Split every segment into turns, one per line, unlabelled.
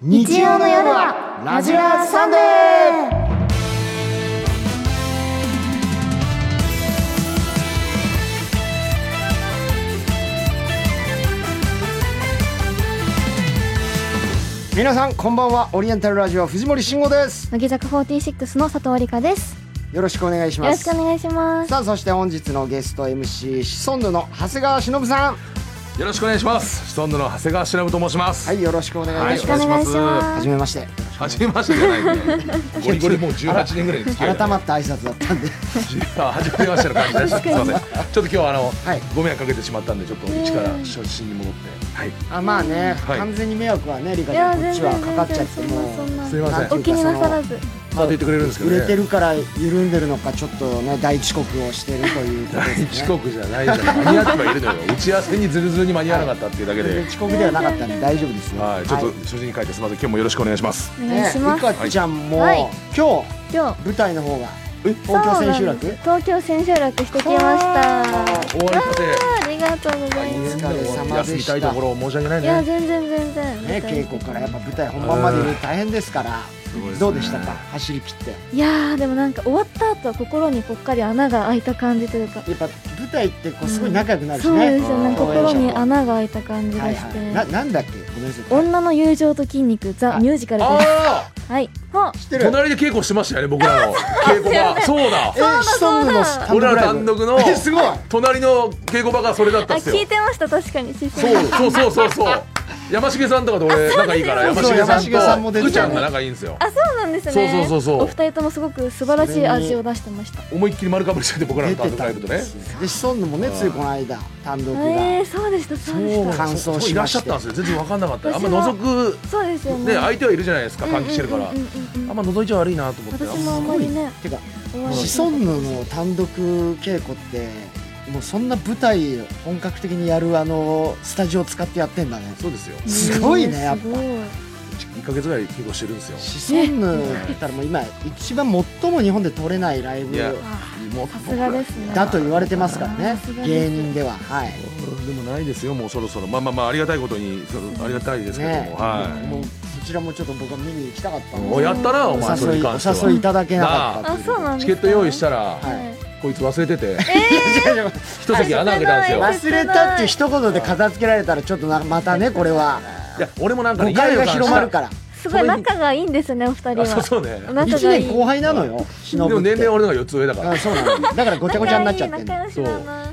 日曜の夜はラジラーサンデー皆さんこんばんはオリエンタルラジオ藤森慎吾です
乃木坂46の佐藤理香です
よろしくお願いし
よ
ま
ろ
す
しくお願いします
さあそして本日のゲスト MC シソンヌの長谷川忍さん
よろしくお願いします。シソンヌの長谷川忍と申します。
は。いよろしくお願
はいい
し
よろ
ます
しくお願いしま
は
す
じめまして
初めましてじゃないね。ゴリゴリ もう18年ぐらいの付き合いだ
改
ね。
まった挨拶だったんで
あ初めましての感じでした。すみません。ちょっと今日はあの、
はい
ご迷惑かけてしまったんでちょっと一から初心に戻って。はい。
あまあね、
はい
完全に迷惑はねリカちゃんこっちはかかっちゃってもう
すみません。
な
ま
お気になさらず
た言ってくれるんですけど
売
ね。
れてるから緩んでるのかちょっとね大遅刻をしてるということですね
遅 刻じゃないじゃん。間に合ってはいるのよ。打ち合わせにズルズルに間に合わなかったっていうだけで。
遅刻ではなかったんで大丈夫ですよ
はい。ちょっと初心に書いてすみません。今日もよろしくお願いします。
お願い
ね
しま
リ
す
カちゃんも、
はい
今
今日
日舞台の方が
え
東京千秋
そうなん
楽
です東京千秋楽してきました
あ
終わりかて。
ありがとうございま
お
す
疲れ様
休
で
み
した
いところ申し訳ない
いや
ね。
全然全然
ね稽古からやっぱ舞台本番までに大変ですから
ごいですね
どうでしたか走り切って
いやーでもなんか終わった後は心にぽっかり穴が開いた感じというか
やっぱ舞台ってこうすごい仲良くなるし
そう
ね、
ですよね
応
心に
は
穴が開いた感じが
い
し
はいな
て
なんだっけごめんなさい
女の友情と筋肉ザ・ミュージカルで
あ
すはいは
知ってる
隣で稽古してましたよね僕らの稽古場。そうだ。
えーシソンヌの単独
俺
ライブ
ら単独の
えーすごい
隣の稽古場がそれだっ
あ
たんですよ
聞いてました確かに師匠
そうそうそうそうそう山重さんとかと俺仲いいから
そ
山
うそう
重
山重さ
さ
ん
ん
も
と
出てたね
福ちゃんが仲いいんですよ
あそうなんですね
そうそうそうそう
お二人ともすごく素晴らしい味を出してました
思いっきり丸かぶりしてて僕ら
出
の
て
単独
た
ライ
ん
ブとね
ですよでシソンヌもねついこの間単独が、
えー、そうでしたそう
そ
で
う
し
な
た
ん感想
そう
し
いら
ま
っし
し
ゃ
て
ったんですよ全然わかんなかったあん
私
ま
も
覗
そうですよ
く
ね
ね相手はいるじゃないですか
うんうんうん
換気してるからあ
うんうんうん
んま覗いちゃ悪いなと思って
私もあんまりね
てか
思わなかった
シソンヌの単独稽古ってもうそんな舞台本格的にやるあのスタジオ使ってやってんだね
そうですよ
すごいねやっぱ
すごい
1ヶ月ぐらい稽古してるんですよ
シソンヌって言ったらもう今一番最も日本で撮れないライブ
いや
あ
もう
さすがですね
だと言われてますからね
さすがです
芸人でははい
でもないですよもうそろそろまあまあまあありがたいことにそのありがたいですけど
ね
もはい
もうそちらもちょっと僕は見に行きたかったん
おやったなお
お
前それ
誘
に
い
関しては
お誘いいただけなかった
あそうなん
チ
です
ケ
か
ット用意したら
はい
こいつ忘れて て
いやいや
一席穴開けたんですよ
あ
忘れたっていう一言で片付けられたらちょっとなまたねこれはい
や俺もなんかね
誤解が広まる
ら
から
すごい仲がいいんですよねお二人は
あそうそうね
仲
1
がいい
年後輩なのよ
で
忍
も
って
年齢俺の方が4つ上だから
あそうなのだからごちゃごちゃになっちゃってんの
仲良しだな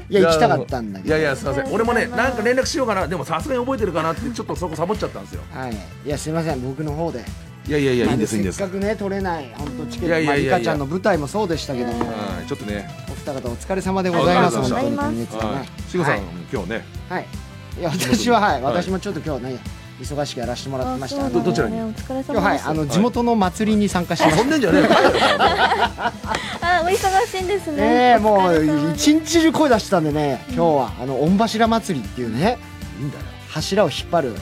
や行きたかったんだけど
いやいやすいません俺もねなんか連絡しようかなでもさすがに覚えてるかなってちょっとそこサボっちゃったんですよ
はいいやすいません僕の方で
いやいやいやいいんですいいんで
せ
す
っかくね取れない本当チケ
いや
ッ
い
トまあ
やいや
リ
いや
カちゃんの舞台もそうでしたけども
はいちょっとね
お二方お疲れ様でございます
お
本
疲
当
れ様で
に
ございます
今月はね
はいしごさん今日ね
はいいや私ははい
はい
私もちょっと今日ね忙しくやらせてもらってまし
あ
たあ
そうなんだ
の
どどちらに
お疲れ様です
今日はいあの地元の祭りに参加してま
そ
す
んでんじゃねえよ
あお忙しいんですね
ねえ
お
も
疲れ様
う
です
一日中声出してたんでね今日はあの御柱祭りっていうね
いいんだよ
柱を引っ張る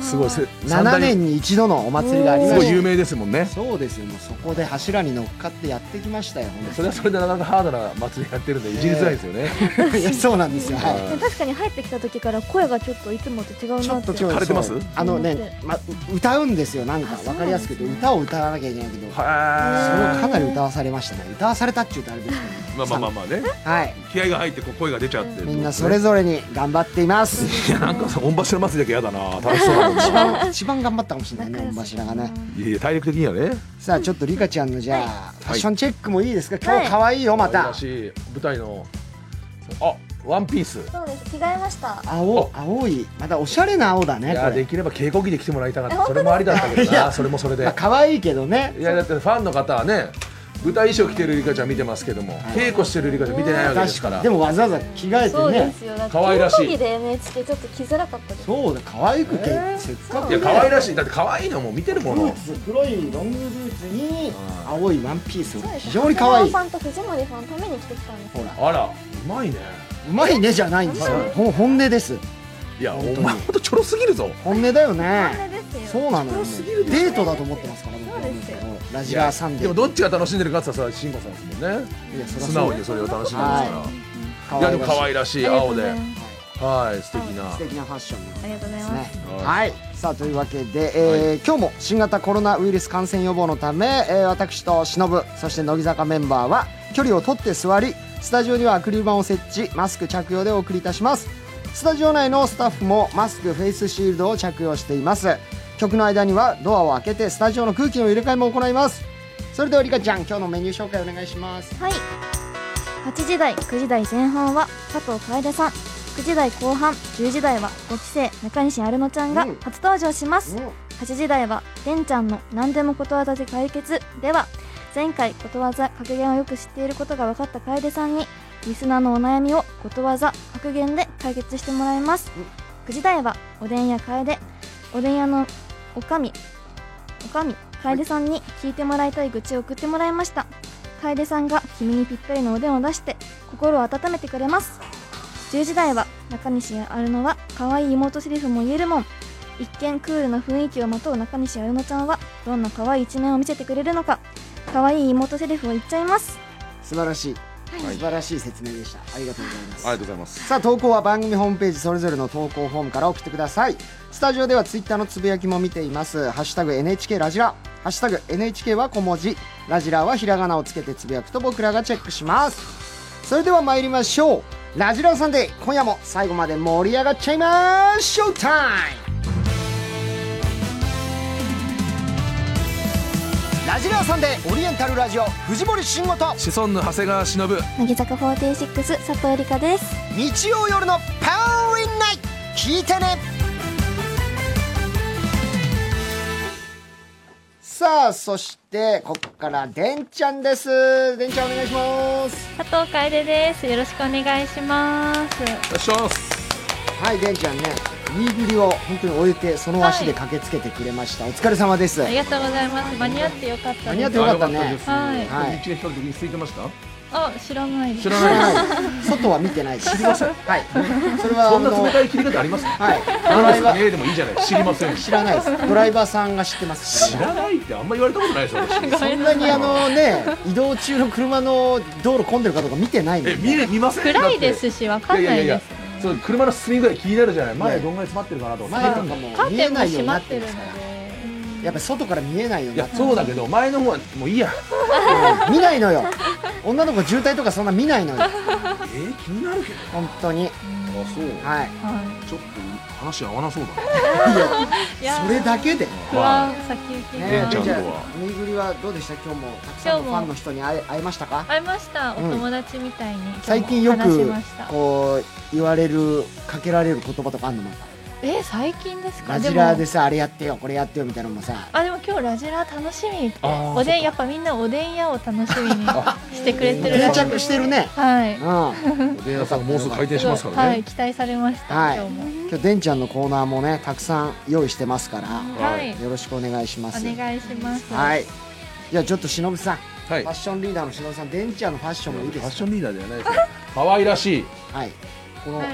すごいせ三
7
大
年に一度のお祭りがあり
す
ま
ご
し
い
て
有名ですもんね
そうですよもうそこで柱に乗っかってやってきましたよ
それはそれでなかなかハードな祭りやってるんでいじりづらいですよね
れ いやそうなんですよはい
は
でも確かに入ってきた時から声がちょっといつもと違う
ち
な
ょっ
っ
てと今日
枯れてます
そうあのね、ま、歌うんですよなんか
あそう
わかりやすく言うと歌を歌わなきゃいけないけどそれを
は
かなり歌わされましたね歌わされたって言うとあれです
いまあまあまあまあね
けどはい
気合が入ってこう声が出ちゃって
みんなそれぞれに頑張っています
いやなんかさ御柱祭りだけやだな楽しそうなのに
一番一番頑張ったかもしれない
仲良
ね
し
御柱がね
いやいや体力的にはね
さあちょっとリカちゃんのじゃあファッションチェックもいいですか今
はい
日可愛いよま
可愛
た
らしい舞台のあワンピース
そうです着替えました
青青いまたおしゃれな青だ
い
ね
や
こ
で
れ
きれば稽古着で来てもらいたか
え
った
本
そ
当
れもありだったけど
いや
なそれもそれで
まあ可愛いけどね
いやだってファンの方はね舞台衣装着てるリカちゃん見てますけども稽古してるリカちゃん見てないわけで
確
すか
かに
ら
でもわざわざ着替え
そう
て
で
ね
すよだって
可愛らしい
競技で NHK ちょっと着づらかったです
そうだ可愛くて
えー
せっかく
い
ね
や可愛らしいだって可愛いのもう見てるも
ブー
の
ツ黒いロングブーツに青いワンピース
そうです
非常に可愛い
長谷川さんと藤森さんのために着てきたんです
ほら
あらうまいね
うまいねじゃないんですよ
はい
ほん本音です
いやお
本当に
前ほんとちょろすぎるぞ
本音だよ
あ
ね
れですよ
そうなのよ
黒すぎるでしょ
デートだと思ってますから僕は
そうですよ
ラジラーサン
いや
デ
で
ー
もどっちが楽しんでるかって言ったらさ慎吾さんですもんね
いやそりゃそ
素
う
直
だよ
にそれを楽しんでますか
は
らいやでも
可
可
愛い
愛らし
あり
い
がとう
青
ご
で
ざいます
はい素敵な
素敵なファッション
ありがとうございます
ですね
はい
はいさあというわけで、えー今日も新型コロナウイルス感染予防のため、えー私と忍そして乃木坂メンバーは距離を取って座りスタジオにはアクリル板を設置マスク着用でお送りいたしますスタジオ内のスタッフもマスクフェイスシールドを着用しています曲の間にはドアを開けてスタジオの空気の入れ替えも行いますそれではリカちゃん今日のメニュー紹介お願いします
はい8時台9時台前半は佐藤楓さん9時台後半10時台はご期生中西アルノちゃんが
うん
初登場します、
うん
8時台はでんちゃんの何でもことわざで解決では前回ことわざ格言をよく知っていることが分かった楓さんにリスナーのお悩みをことわざ格言で解決してもらいます9時台はおでん屋楓おでん屋のおかみおかみ楓さんに聞いてもらいたい愚痴を送ってもらいました楓さんが君にぴったりのおでんを出して心を温めてくれます10時台は中西あるのは可愛い妹セリフも言えるもん一見クールな雰囲気をまとう中西あるのちゃんはどんな可愛い一面を見せてくれるのか可愛い妹セリフを言っちゃいます
素晴らしい、
はい
素晴らしい説明でしたありがとうございます
ありがとうございます
さあ投稿は番組ホームページそれぞれの投稿フォームから送ってくださいスタジオではツイッターのつぶやきも見ています「ハッシュタグ #NHK ラジラ」「ハッシュタグ #NHK は小文字」「ラジラ」はひらがなをつけてつぶやくと僕らがチェックしますそれでは参りましょうラジラさんで今夜も最後まで盛り上がっちゃいましょうタイムラジラさんでオリエンタルラジオ藤森慎吾と
シソンヌ長谷川忍
乃木坂46佐藤絵里香です
日曜夜のパワーリンナイト聞いてねさあそしてここからでんちゃんですでんちゃんお願いします
佐藤楓です。よろしくお願いします。
お願いします
はいでんちゃんねニーグリを本当に終えてその足で駆けつけてくれました、お疲れ様です
ありがとうございます。間に合ってよかったです。
間に合ってよかったね
あよです
はい
はい
日中比較的空いてました
あ、知らないです。
知らない
はい外は見てない知りません はいそれは
そ
あ
んな
の
冷たい切り方あります
はいド
あ
ラ
り
イ
ま
バ
す
ー
ねでもいいじゃない知りません
知らないですドライバーさんが知ってます
知らないってあんま言われたことないですよ私
そんなにあのね移動中の車の道路混んでるかどうか見てないもん
え見え見ませ ん
暗いですし、わかんないです。
そう車の隅ぐらい気になるじゃない前
ね
どんぐらい詰まってるかなとか
前とかも
カー
見
テ
え
ンも
ないよう
閉
に
ま
なっ
っ
て
てる
ま
の
す
で
から。やっぱ外から見えないよう
い
にな
や
って
そうだけど前の方はもういいや
うん見ないの よ女の子渋滞とかそんな見ない のよ
えー気になるけど
本当に
あそう
はい
は
ちょっと話合わなそうだ
いいや
それだけで
不
な
安、先行き
ね
が。
え
じ
ちゃ
ゃ
んとは
あぬいぐりはどうでした今日もたくさんのファンの人に会え会えましたか
会いました。お友達みたいに。
最近よ
話し
く
ました。
こう言われるかけられる言葉とかあんのまた
え、最近ですか。
ラジラで
も。
さあれやってよこれやってよみたいなのもさ
あ、でも今日ラジラ楽しみって。
あー
おで
そっ
ん、やっぱみんなおでん屋を楽しみにしてくれてる
定
らしい。
着してるね
はい。
うん今
おでん屋さんもうすぐ開店しますから
は
ね
い、期待されました。
はい
今日も。
日でんちゃんのコーナーもねたくさん用意してますから
はい。
よろしくお願いします
お願いします。
はい。じゃあちょっと忍さん、
は
ファッションリーダーの忍さん、デンちゃんのファッションもいいで
ファッ
す
シ
か
ョンリーダーではないですよ可愛らしい
はい。この、
は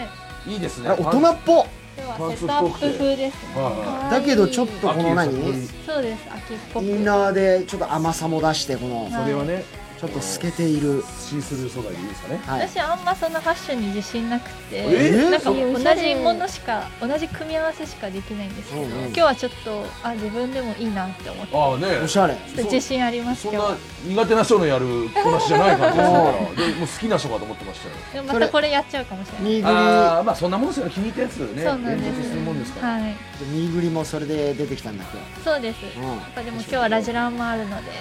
い。
いいですね
あ大人っぽ。
今日はセットアップ風ですね。
はいはい
可愛い
だけどちょっとこの何？
秋
イ
です
ン
そうです、秋っぽく。
ナーでちょっと甘さも出してこの
はい
それはね
ちょっと透けている。
シースルー素材でいいですかね
はい。
私あんまそんなファッションに自信なくて、
え
なんか
いいおし
同
ゃれ
じものしか同じ組み合わせしかできないんですけど、
うんうん
今日はちょっとあ自分でもいいなって思って、
ああね
おしゃれ。
ちょっと自信あります
そん
今日
な
は。
苦手な人のやるこなしじゃない感じですからでもう好きな人かと思ってましたよ
でもまたこれやっちゃうかもしれない。
ニーグ
ああまあそんなもんですよね気に入ったやつね
そうなんです
連続するもんですから
はい、
リ、ニーグリもそれで出てきたんだっ
そうです。
け。うん。は
やっぱでも今日はラジランもあるので、
い。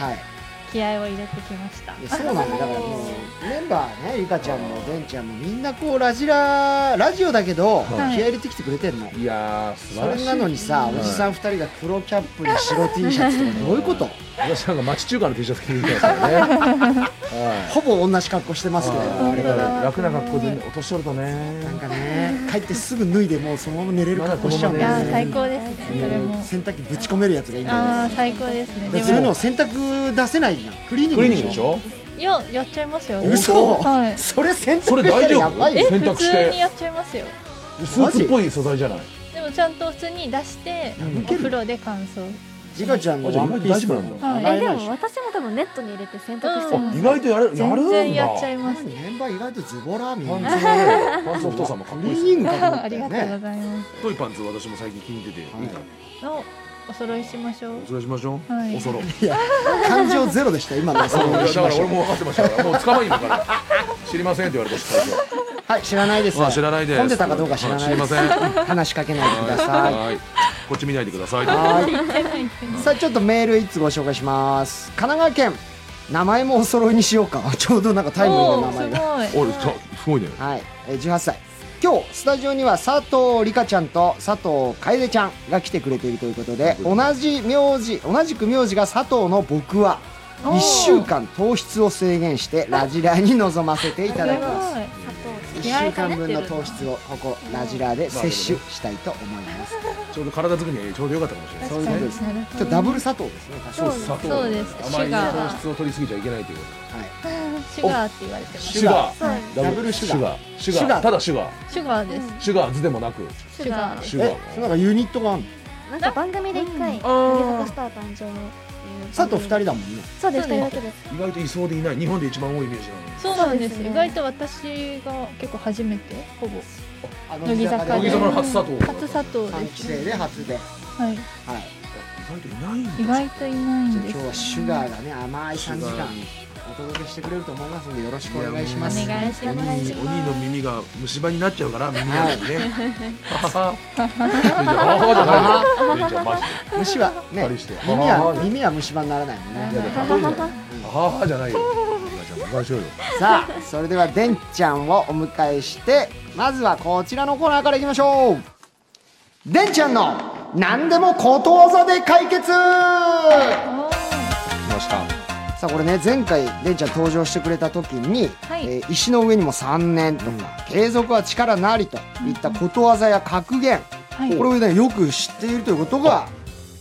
気合を入れてきました。
いやそうなんだよだからもうメンバーね、ゆかちゃんもデンちゃんもみんなこうラジララジオだけど、
はい
気合い入れてきてくれてんの。
いやー素
そ
晴ら
れ
しい
なのにさ、おじさん二人が黒キャップに白 T シャツとかどういうこと？
私なんか町中華の T シャツ着てみたいです からねはい
ほぼ同じ格好してますけど、
は
あ
い
れから。
楽な格好でねお年寄るとね
なんかね、帰ってすぐ脱いでもうそのまま寝れる格好しちゃうん
い
だよ
や
ね
ー最高ですね。それも。
洗濯機ぶち込めるやつがいいんだよ
ああ
ね
最高ですね。
で
で
そういう
も
の洗濯出せないじゃんクリーニン
ク
グ
リー
で
ニングでし
しょ
ょ
よやっちゃいますよ。
嘘
はい。
それ洗
そ
濯し
れ
た
大
ら
丈
やば
夫
い
え
よ
洗
普
濯し
通に
て
やっちゃいますよ
スーツっぽい素材じゃない
でもちゃんと普通に出して
うん
お風呂で乾燥
リカちゃんの
あじゃあ
ワ
意
ン
外
ピ
と
ース
大丈夫なんだ
はい
えでも私も多分ネットに入れて洗濯してま
あ
す、
意外とやるやるん
全
だ
然やっちゃい
パ
ま
ン
す
ツのメンバー意外とズボラみ
パ
た
ン
い
ツ
な
のねパンツの太さもかっこいい
クリ
です
ーニン
ね
グかと思っ
あ
た
り
よ
がとう
ね
ございま
太いパンツ私も最近気に入ってて、いいかも
すのお揃いしましょう
おそれしましょう、
はい
おそろい
いや感情ゼロでした今のはそ
や
う
だ
し
から
まし
俺
ょう
も分かってましたからもう捕まえに行くから知りませんって言われたし最初
はい知らないです
まあ知らないです
混んでたかどうか知らないです
はい知り ま
話しかけないでください
はいこっち見ないでください
はい。さあちょっとメールいつご紹介します。神奈川県名前もお揃いにしようか。 ちょうどなんかタイムリー
お
な
お
名
す
前が。
ごい
おいさすごいね
はい。えー18歳。今日スタジオには佐藤理香ちゃんと佐藤楓ちゃんが来てくれているということで、同じ名字同じく名字が佐藤の僕は
おー
1週間糖質を制限してラジラーに臨ませていただきます。
す
1週間分の糖質をここラジラーで摂取したいと思います。
ちょうど体作りにはちょうどよかったかもしれない
そ
ご
う
い
いうことです。
なる
ち
ほ
ょっと
ど
ダブル砂糖ですね。確か
そ
に
うです
砂糖
そうです
甘い
シュガー
糖質を取りすぎちゃいけないというこ
はい。
シュガーって言われてま
と
す
シュガ
そうです
ダブルシュガ
ーシュガー
シュガー
ただシュガー
シュガーです
シュガーズでもなく
シュガー
シュガ
え
ー、
そのなんかユニットがあるの
なんか番組で一回「乃木坂スター誕生」の
佐藤二人だもんね。
そうです二人だけです
意外といそうでいない日本で一番多いイメージなのに
そうなんです
そうですね
意外と私が結構初めてほぼ
あの
乃木坂
乃木坂の初佐藤
初砂糖
三
で
期
す
生で初で。は
はい
意外といないんだ
意外といない
い。じゃあ
ん
今
です
日はシュガーがね甘い三時間お届けしてくれると思いますんでよろしくお願いします。
お願いし
お
ま
願いし
鬼
ま
の
す
耳が虫歯になっちゃうから耳あたりね。ははは。じゃないよ。じゃマジで。
虫はね
二人して
耳は耳は虫歯にならないもん
なら
ね
な。い
ははじゃないよ。じゃあお願いしようよ。
さあそれではでんちゃんをお迎えしてまずはこちらのコーナーからいきましょう。でんちゃんの何でもことわざで解決。
おー
来ました。
さあこれね前回レンちゃん登場してくれた時に、
はい
えー石の上にも3年とか、継続は力なりといったことわざや格言、
はい
これをねよく知っているということが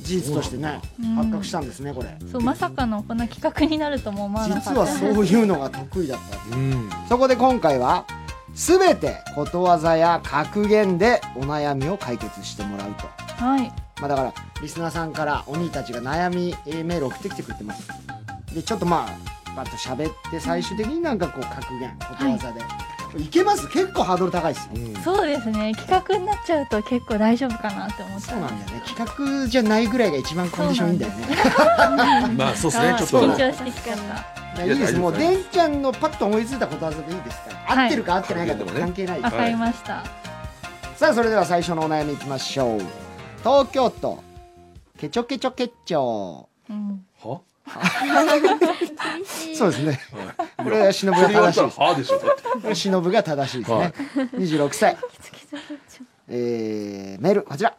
事実としてね
うん
発覚したんですねこれ
そうまさかのこんな企画になるとも思わなかった
実はそういうのが得意だった
うん。
そこで今回は全てことわざや格言でお悩みを解決してもらうと。
はい
まあ、だからリスナーさんからお兄たちが悩みえーメール送ってきてくれてますでちょっとまあバッと喋って最終的になんかこう格言ことわざで、い、けます結構ハードル高いですよ
そうですね企画になっちゃうと結構大丈夫かなって思っ
そ
た
うなんだよね企画じゃないぐらいが一番コンディションいいんだよね
まあそうですね。ちょっ
緊
と
張してきちゃった
なんだ
いいです
いや
もう
大丈夫
でんちゃんのパッと思いついたことわざでいいですから、
は
合
い
ってるか合ってないかとか関
関
係ない
わかりました、
さあそれでは最初のお悩みいきましょう東京都ケチョケチョケッチョ
うん
は。
そうです ね
こ
これは忍が
言わ
正
れた
しいです
らはでしょ。だって
忍が正しいです
は
ね
い。
二十六歳。えー、メールこちら。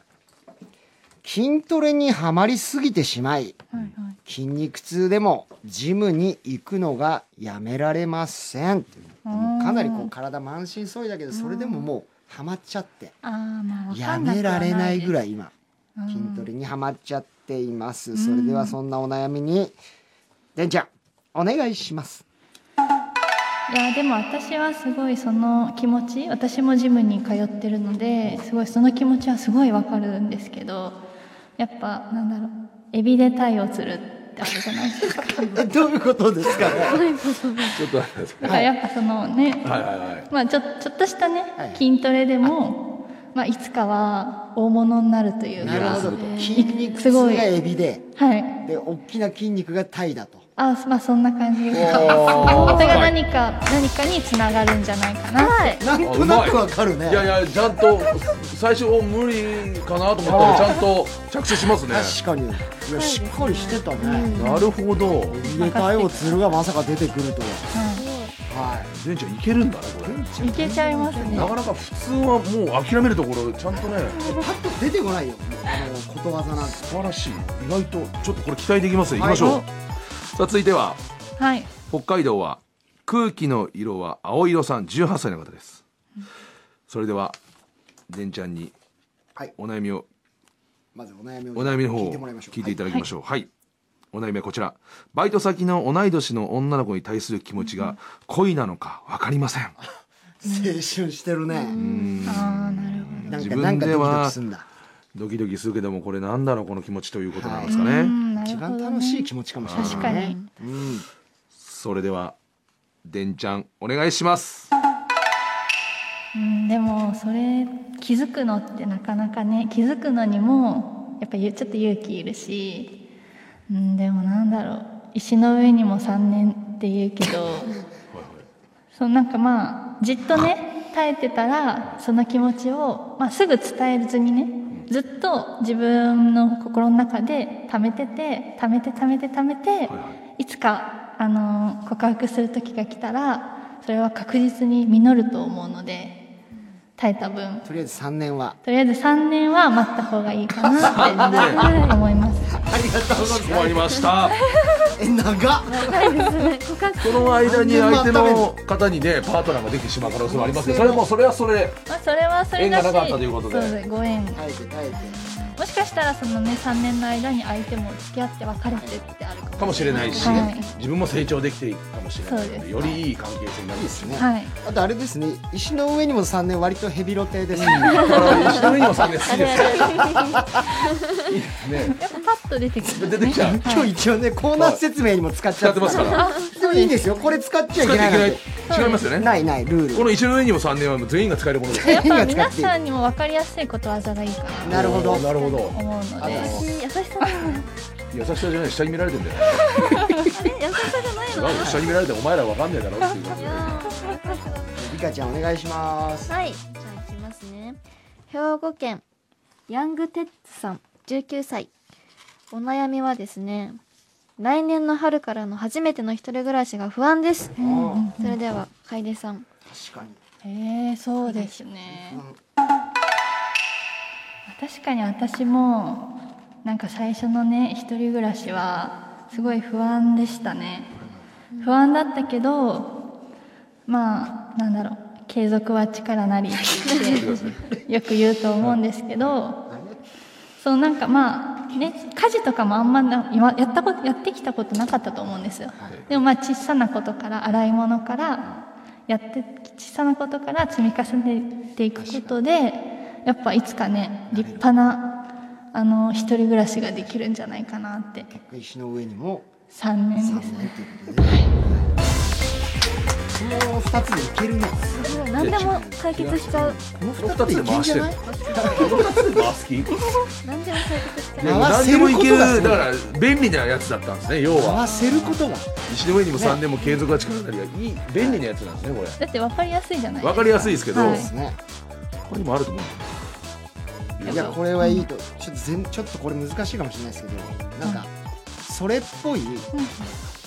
筋トレにはまりすぎてしまい、
はいはい
筋肉痛でもジムに行くのがやめられません。もうかなりこう体満身創痍だけど、それでももうはまっちゃって、
あーまあわ
や
かんなく
めら
は
れないぐら
い
い今
です
筋トレ
うん
にはまっちゃっています。それではそんなお悩みに、でんちゃんお願いします。
いやでも私はすごいその気持ち私もジムに通ってるのですごいその気持ちはすごいわかるんですけどやっぱなんだろうエビで鯛を釣るってあるじゃないですか
え どういうことですか ね。
ちょっと待ってください。
だからやっぱそのね、
はいはいはい。
まあ、ちょちょっとしたね、
はい
筋トレでも、まあ、いつかは大物になるというか
なるほど
え。
筋肉
す
痛
ごい
がエビで、
はい
で大きな筋肉がタイだと。
あまあそんな感じです
お
そ
ー
れが何か何かにつながるんじゃないかなって
なんとなくわかるね。
いやいやちゃんと最初無理かなと思ったらちゃんと着手しますね。
確かに。いやしっかりしてたね。
なるほど。
入れ替えを鶴がまさか出てくるとは。はい。
全ちゃんいけるんだねこれ。
いけちゃいますね
なかなか普通はもう諦めるところちゃんとね
パッと出てこないよ。あのことわざなんて。
素晴らしい意外とちょっとこれ期待できますねいきましょう、
はい
さあ続いては
はい
北海道は空気の色は青色さん18歳の方ですそれではでんちゃんに
はい
お悩みを
まずお悩みを
お悩みの方
聞い
を
てもらいましょう。
聞いていただきましょうはい、お悩みはこちらバイト先の同い年の女の子に対する気持ちが恋なのか分かりません
はい青春してるね。
うーん
ああなるほど
なん
自
か
分
なんか
で
ドキド
は
キすんだ。
ドキドキするけどもこれなんだろうこの気持ちということなんですか
う
ね、
んなる
一
ほどね
番楽しい気持ちかもしれない、ね、
確かに
うん、
それではでんちゃんお願いします
うんでもそれ気づくのってなかなかね気づくのにもやっぱゆちょっと勇気いるし、うん、でもなんだろう石の上にも3年って言うけどそうなんかまあじっとね耐えてたらその気持ちを、まあ、すぐ伝えずにねずっと自分の心の中で溜めてて溜めて溜めて溜めて、
はいはい
いつかあの告白する時が来たらそれは確実に実ると思うので耐えた分
とりあえず3年は
とりあえず3年は待った方がいいかなって思います
ありがとうござい
終わりました
ますえ長っ
その間に相手の方にねパートナーができてしまう可能性もありますねそれもそれはそれで
まあそれはそれだし
縁がなかったということで
そうですご縁
耐えて耐えて
もしかしたらそのね3年の間に相手も付き合って別れてってあるかも
かもしれないし、
はい
自分も成長できていくかもしれない
そう
の
で
ですよりいい関係性になる
いいですね、
はい
あとあれですね石の上にも3年割とヘビロテですね、
石の上にもさんですいいですね
やっぱパッと出てきる、
出
ね、
てきちゃう
今日一応ねコーナー説明にも使っち
使
ゃ
ってますから
でもいいんですよこれ使っちゃい
使
け
っちゃ
ない
いけ
な
なんい
て
違いますよね
ないないルール
この石の上にも3年はもう全員が使えるも のです
やっぱ皆さんにも分かりやすいことわざがいいかな
なるほど
なるほど
と思うの
あ
で
の
優しさだな
優しさじゃない下に見られてんだよ
え優しさじゃないの
違うよ下に見られてお前らわかんねえだろっていうこと
い
で
やー優しさだな
リカちゃんお願いします
はい、じゃあいきますね。兵庫県ヤングテッツさん、19歳。お悩みはですね、来年の春からの初めての一人暮らしが不安です。
あ
それでは楓さん。
ー確かに
へえそうですね
うん
確かに私もなんか最初のね一人暮らしはすごい不安でしたね不安だったけどまあなんだろう継続は力な りってよく言うと思うんですけどそうなんかまあね家事とかもあんまな今やったことやってきたことなかったと思うんですよでもまあ小さなことから洗い物からやって小さなことから積み重ねていくことでやっぱいつかね立派なあの一人暮らしができるんじゃないかなって
石の上にも
3
3
年です
年ということでこの2つでいけるね
何でも解決しちゃう。
この
こ
2
の
つ
2つ
で
で
いけるん
回し
じゃ
てる
ない
この2つで回す気
何でも解決しちゃう。
いや
回
何
せ
で
る
も
こ
い
と
け
が
るだから便利なやつだったんですね要は
回せることが
石の上にも3年も継続が力なりがいい便利なやつなんですねこれ
だって分かりやすいじゃない
わかりやすいですけど、
は
ですね
他にもあると思うんだ
いやこれはいいとちょっと全ちょっとこれ難しいかもしれないですけどなんかそれっぽい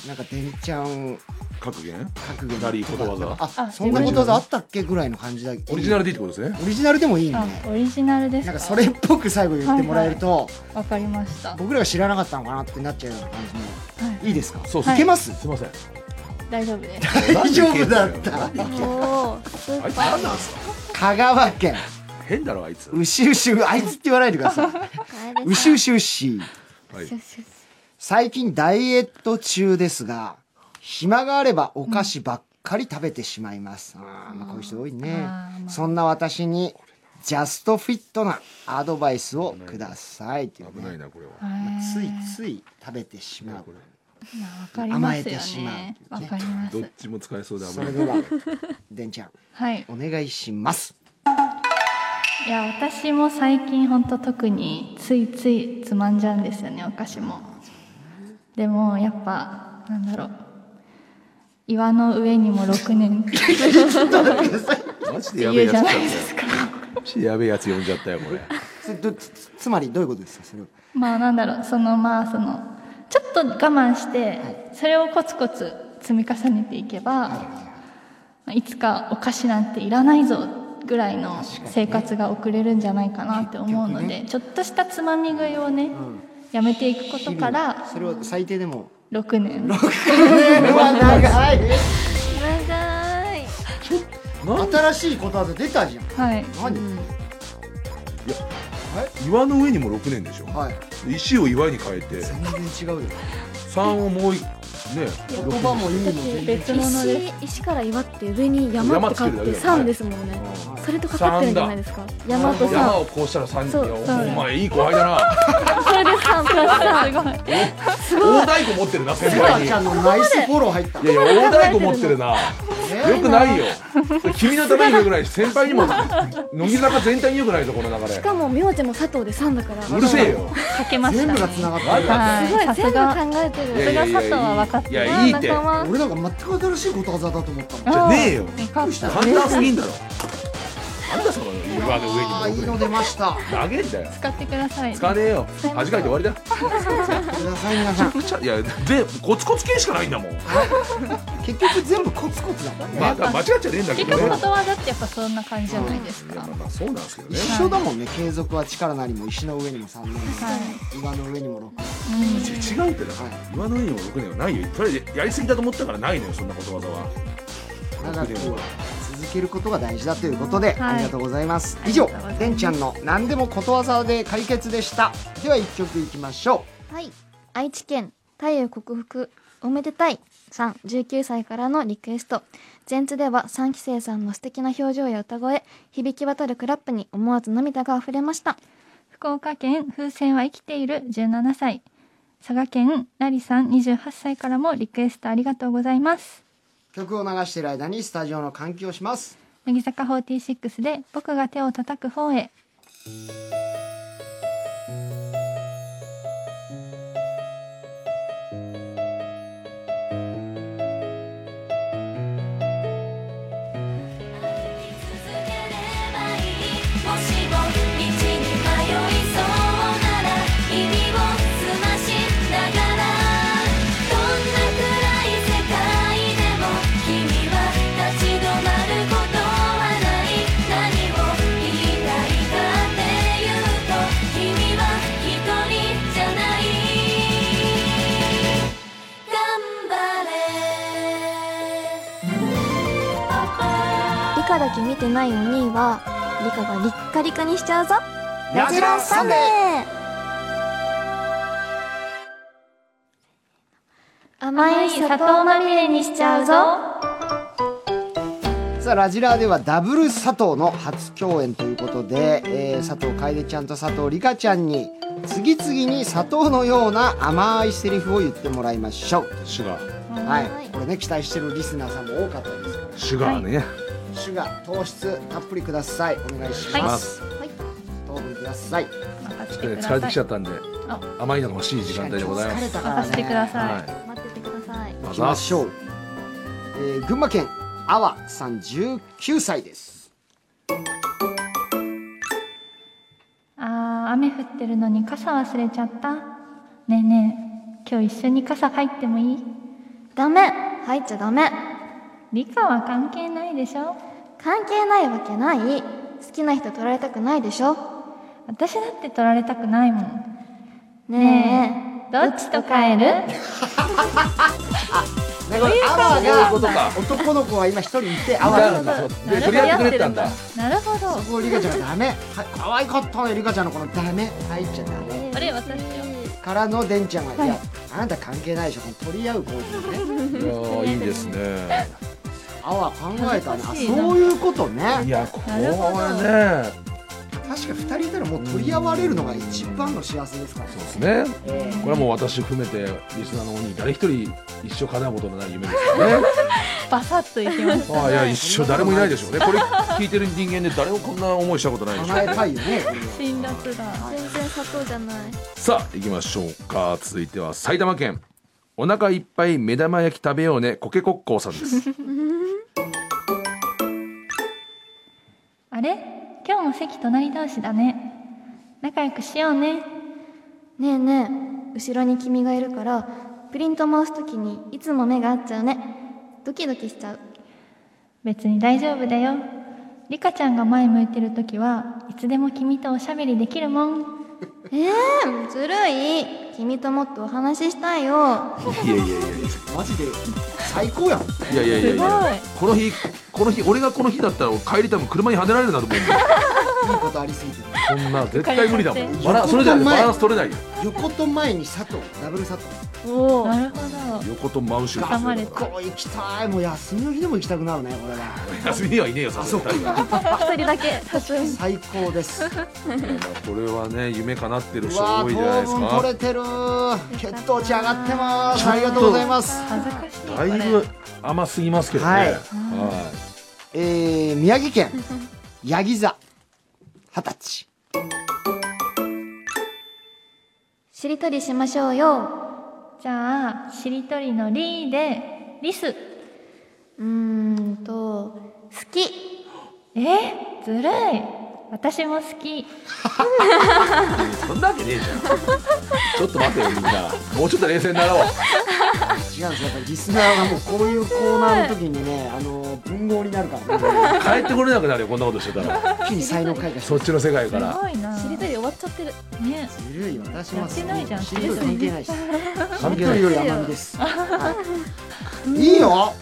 なんか電ちゃん
格言
格言
なりことわざ
あ
あ
そんなことわざあったっけぐらいの感じだ
オリジナル
で
でいいってことですね
オリジナルでもいいね
あオリジナルです
な
か
んかそれっぽく最後言ってもらえると
分かりました
僕らが知らなかったのかなってなっちゃうような感じも
はい
いですか
そう
はい
けます
すいません
大丈夫です
大丈夫だった
おー、ス
あい
ー
つ
パー。
何なんすか
香川県
変だろあいつ
うしうしうあいつって言わないでくださいうしうしうし
はい
よしよし
最近ダイエット中ですが暇があればお菓子ばっかり食べてしまいます、あーまあこういう人多いね、
あーまあ
そんな私にジャストフィットなアドバイスをくださいっていう
危ない
ね
なこれは
まあ
は
ついつい食べてしまう
まあわかります
甘え
よ
てしまう
ね。わかりま
ど
す
っ。ちも使えそうで危
そ
な
れ
い
ではでんちゃん
はい。
お願いします
いや私も最近本当特についついつまんじゃうんですよねお菓子も。でもやっぱなんだろう岩の上にも6年って
マジでやべえや
言うじゃ
つ
ない
だ
で
よ
すか。
マジでやべえやつ呼んじゃったよこれ
つどつつつまりどういうことですかそれは
まあなんだろうそのまあそのちょっと我慢してそれをコツコツ積み重ねていけば、まあいつかお菓子なんていらないぞぐらいの生活が送れるんじゃないかなって思うので、ちょっとしたつまみ食いをね、やめていくことから
それを最低でも
6年
うわ長い
長い。
新しいことわざ出たじゃん
はい
何、
岩の上にも6年でしょ
はい
石を岩に変えて
全然違うよ
3をもう一ね
言葉もいいの全然
別物です
石石から岩って上に山って書い
山つけ
て
るだけだよ
山ですもんね、
うん
それとかかってるんじゃないですか山と
山
山
をこうしたら三人
そう
いやお
そう
お前いい後輩だな
それで山プラス山
すごい
大太鼓持ってるな先
さ
輩
あ
にい
ちゃんのナイスフォロー入った
やいや大太鼓持ってるなよ
ね
くないよ君のためにもよくないし先輩にも乃木坂全体によくないぞこの流
し
れ
かも名字も佐藤で山だから
うるせえよ
かけました
全
ね
部が繋がってる
はい
すごい全
さす
部
が
考えてる
いやいやいや
さすが佐藤は分かってる
いやいいってじ
仲間
俺なんか全く新しいことわざだと思ったもん
ゃねえよ
よかった
簡単すぎんだろなんだその岩の
ああ
上
いい
に
の出ました
投げんだよ
使ってください
使わねえよ恥かいて終わりだよ
ください皆さん
くちゃいやでコツコツ系しかないんだもん
結局全部コツコツだもんね
まだ間違っちゃねえんだけ
結
どね
局ことわざってやっぱそんな感じじゃないです
いや
か
まあまあそうなんですけどね
一緒だもんね継続は力なりも石の上にも3年岩の上にも6年
違うけどはい岩の上にも6年はないよそれやりすぎだと思ったからないのよそんなことわざは
長く
6年は
続けることが大事だということで、
はい
ありがとうございます
あ
以
りが
上
とうございます
でんちゃんの何でもことわざで解決でしたでは1曲いきましょ
はい愛知県太陽克服おめでたいさん19歳からのリクエスト前ツでは3期生さんの素敵な表情や歌声響き渡るクラップに思わず涙が溢れました
福岡県風船は生きている17歳佐賀県なりさん28歳からもリクエストありがとうございます
う曲を流している間にスタジオの換気をします
乃木坂46で僕が手を叩く方へ
続ければいいもしも道に迷いそうな時なら耳を澄ましながらどんな暗い世界でも君は立ち止まることはない何を言いたいかっていうと君は一人じゃない頑張れパパ
理科だけ見てないお兄は理科がリッカリカにしちゃうぞ
ラジラサンデ
甘い砂糖まみれにしちゃうぞ
さあラジラーではダブル佐藤の初共演ということで、えー佐藤楓ちゃんと佐藤梨香ちゃんに次々に砂糖のような甘いセリフを言ってもらいましょう、
シュガー
はいこれね期待してるリスナーさんも多かったですから
シュガーね
シュガー糖質たっぷりくださいお願いします、糖分ください
また来
ちょ
て
っとね
くだ
疲
さい
れてきちゃったんで
あ
甘いのが欲しい時間帯でございま
疲れ
す
たか
ま
ら
た
ね
してください、
はい
待っててください
行きましょう、えー群馬県阿波さん19歳です
あー雨降ってるのに傘忘れちゃったねえねえ今日一緒に傘入ってもいい
ダメ入っちゃダメ
理科は関係ないでしょ
関係ないわけない好きな人取られたくないでしょ
私だって取られたくないもん
ね
ねえどっちと帰る
ねこれ阿波
そういうことか
が男の子は今一人いて阿波なんだ
そう
な
で
る
取り合ってくれてたんだ
なるほど
そこをリカちゃんがダメは可愛かったねリカちゃんのこのダメ入っちゃダメ
あれ私よ
からのデンちゃんが、、
はいい
やあなた関係ないでしょこの取り合う構図ね
いやーいいですね
阿波考えたなあ
難しいな
そういうことね
いやこれ
なるほど
ね
確か2人いたらもう取り合われるのが一番の幸せですからね
そうですねこれはもう私含めてリスナーの鬼誰一人一生叶うことのない夢ですよね
バサッといきま し
ああいや一生誰もいないでしょうね これ聞いてる人間で誰もこんな思いしたことないでしょう
叶えたいよねこれは
辛辣だ
え全然砂糖じゃない
さあ行きましょうか続いては埼玉県お腹いっぱい目玉焼き食べようねコケコッコーさんです
あれ今日も席隣同士だね仲良くしようね
ねえねえ後ろに君がいるからプリント回すときにいつも目が合っちゃうねドキドキしちゃう
別に大丈夫だよリカちゃんが前向いてる時はいつでも君とおしゃべりできるもん
えー、ずるい君ともっとお話ししたいよ
いやいやい
マジで最高やん
やいやいやいやいや
すごい
この日この日俺がこの日だったら帰り多分車にはねられるなと思うんだよ
いことありすぎて
そんな絶対無理だもんバランそれじゃねバランス取れないよ
横と前に佐藤ダブル佐藤
おお
なるほど
横と真後ろ
挟まれて
こう行きたいもう休みの日でも行きたくなるねこれは
休みにはいねえよさすがにまあ
一人だけ
最高です
これはね夢叶ってる
う
人
わ
多いんじゃない
ー
です
糖分取
か
れてる血糖値上がってますありがとうございます
恥ずかしいこ
だ
れ
いぶ甘すぎますけどね
はい
は
えー、宮城 県八木座二十歳
しりとりしましょうよ
じゃあしりとりのリーでリス
うーんと好き
えーずるい私も好き
いそんなわけねえじゃんちょっと待てよみんなもうちょっと冷静になろう
違うんですやっぱりリスナーがもうこういうコーナーの時に ねあの文豪になるから ね
帰ってこれなくなるよこんなことしてたら
一気に才能開花して
そっちの世界
す
から
ごいな
しりとり終わっちゃってる
ね
ずるいよ私も
やってないじゃん
しりとり関係ないしし
関
り
係
と
ない
りより甘みです、はい、いいよ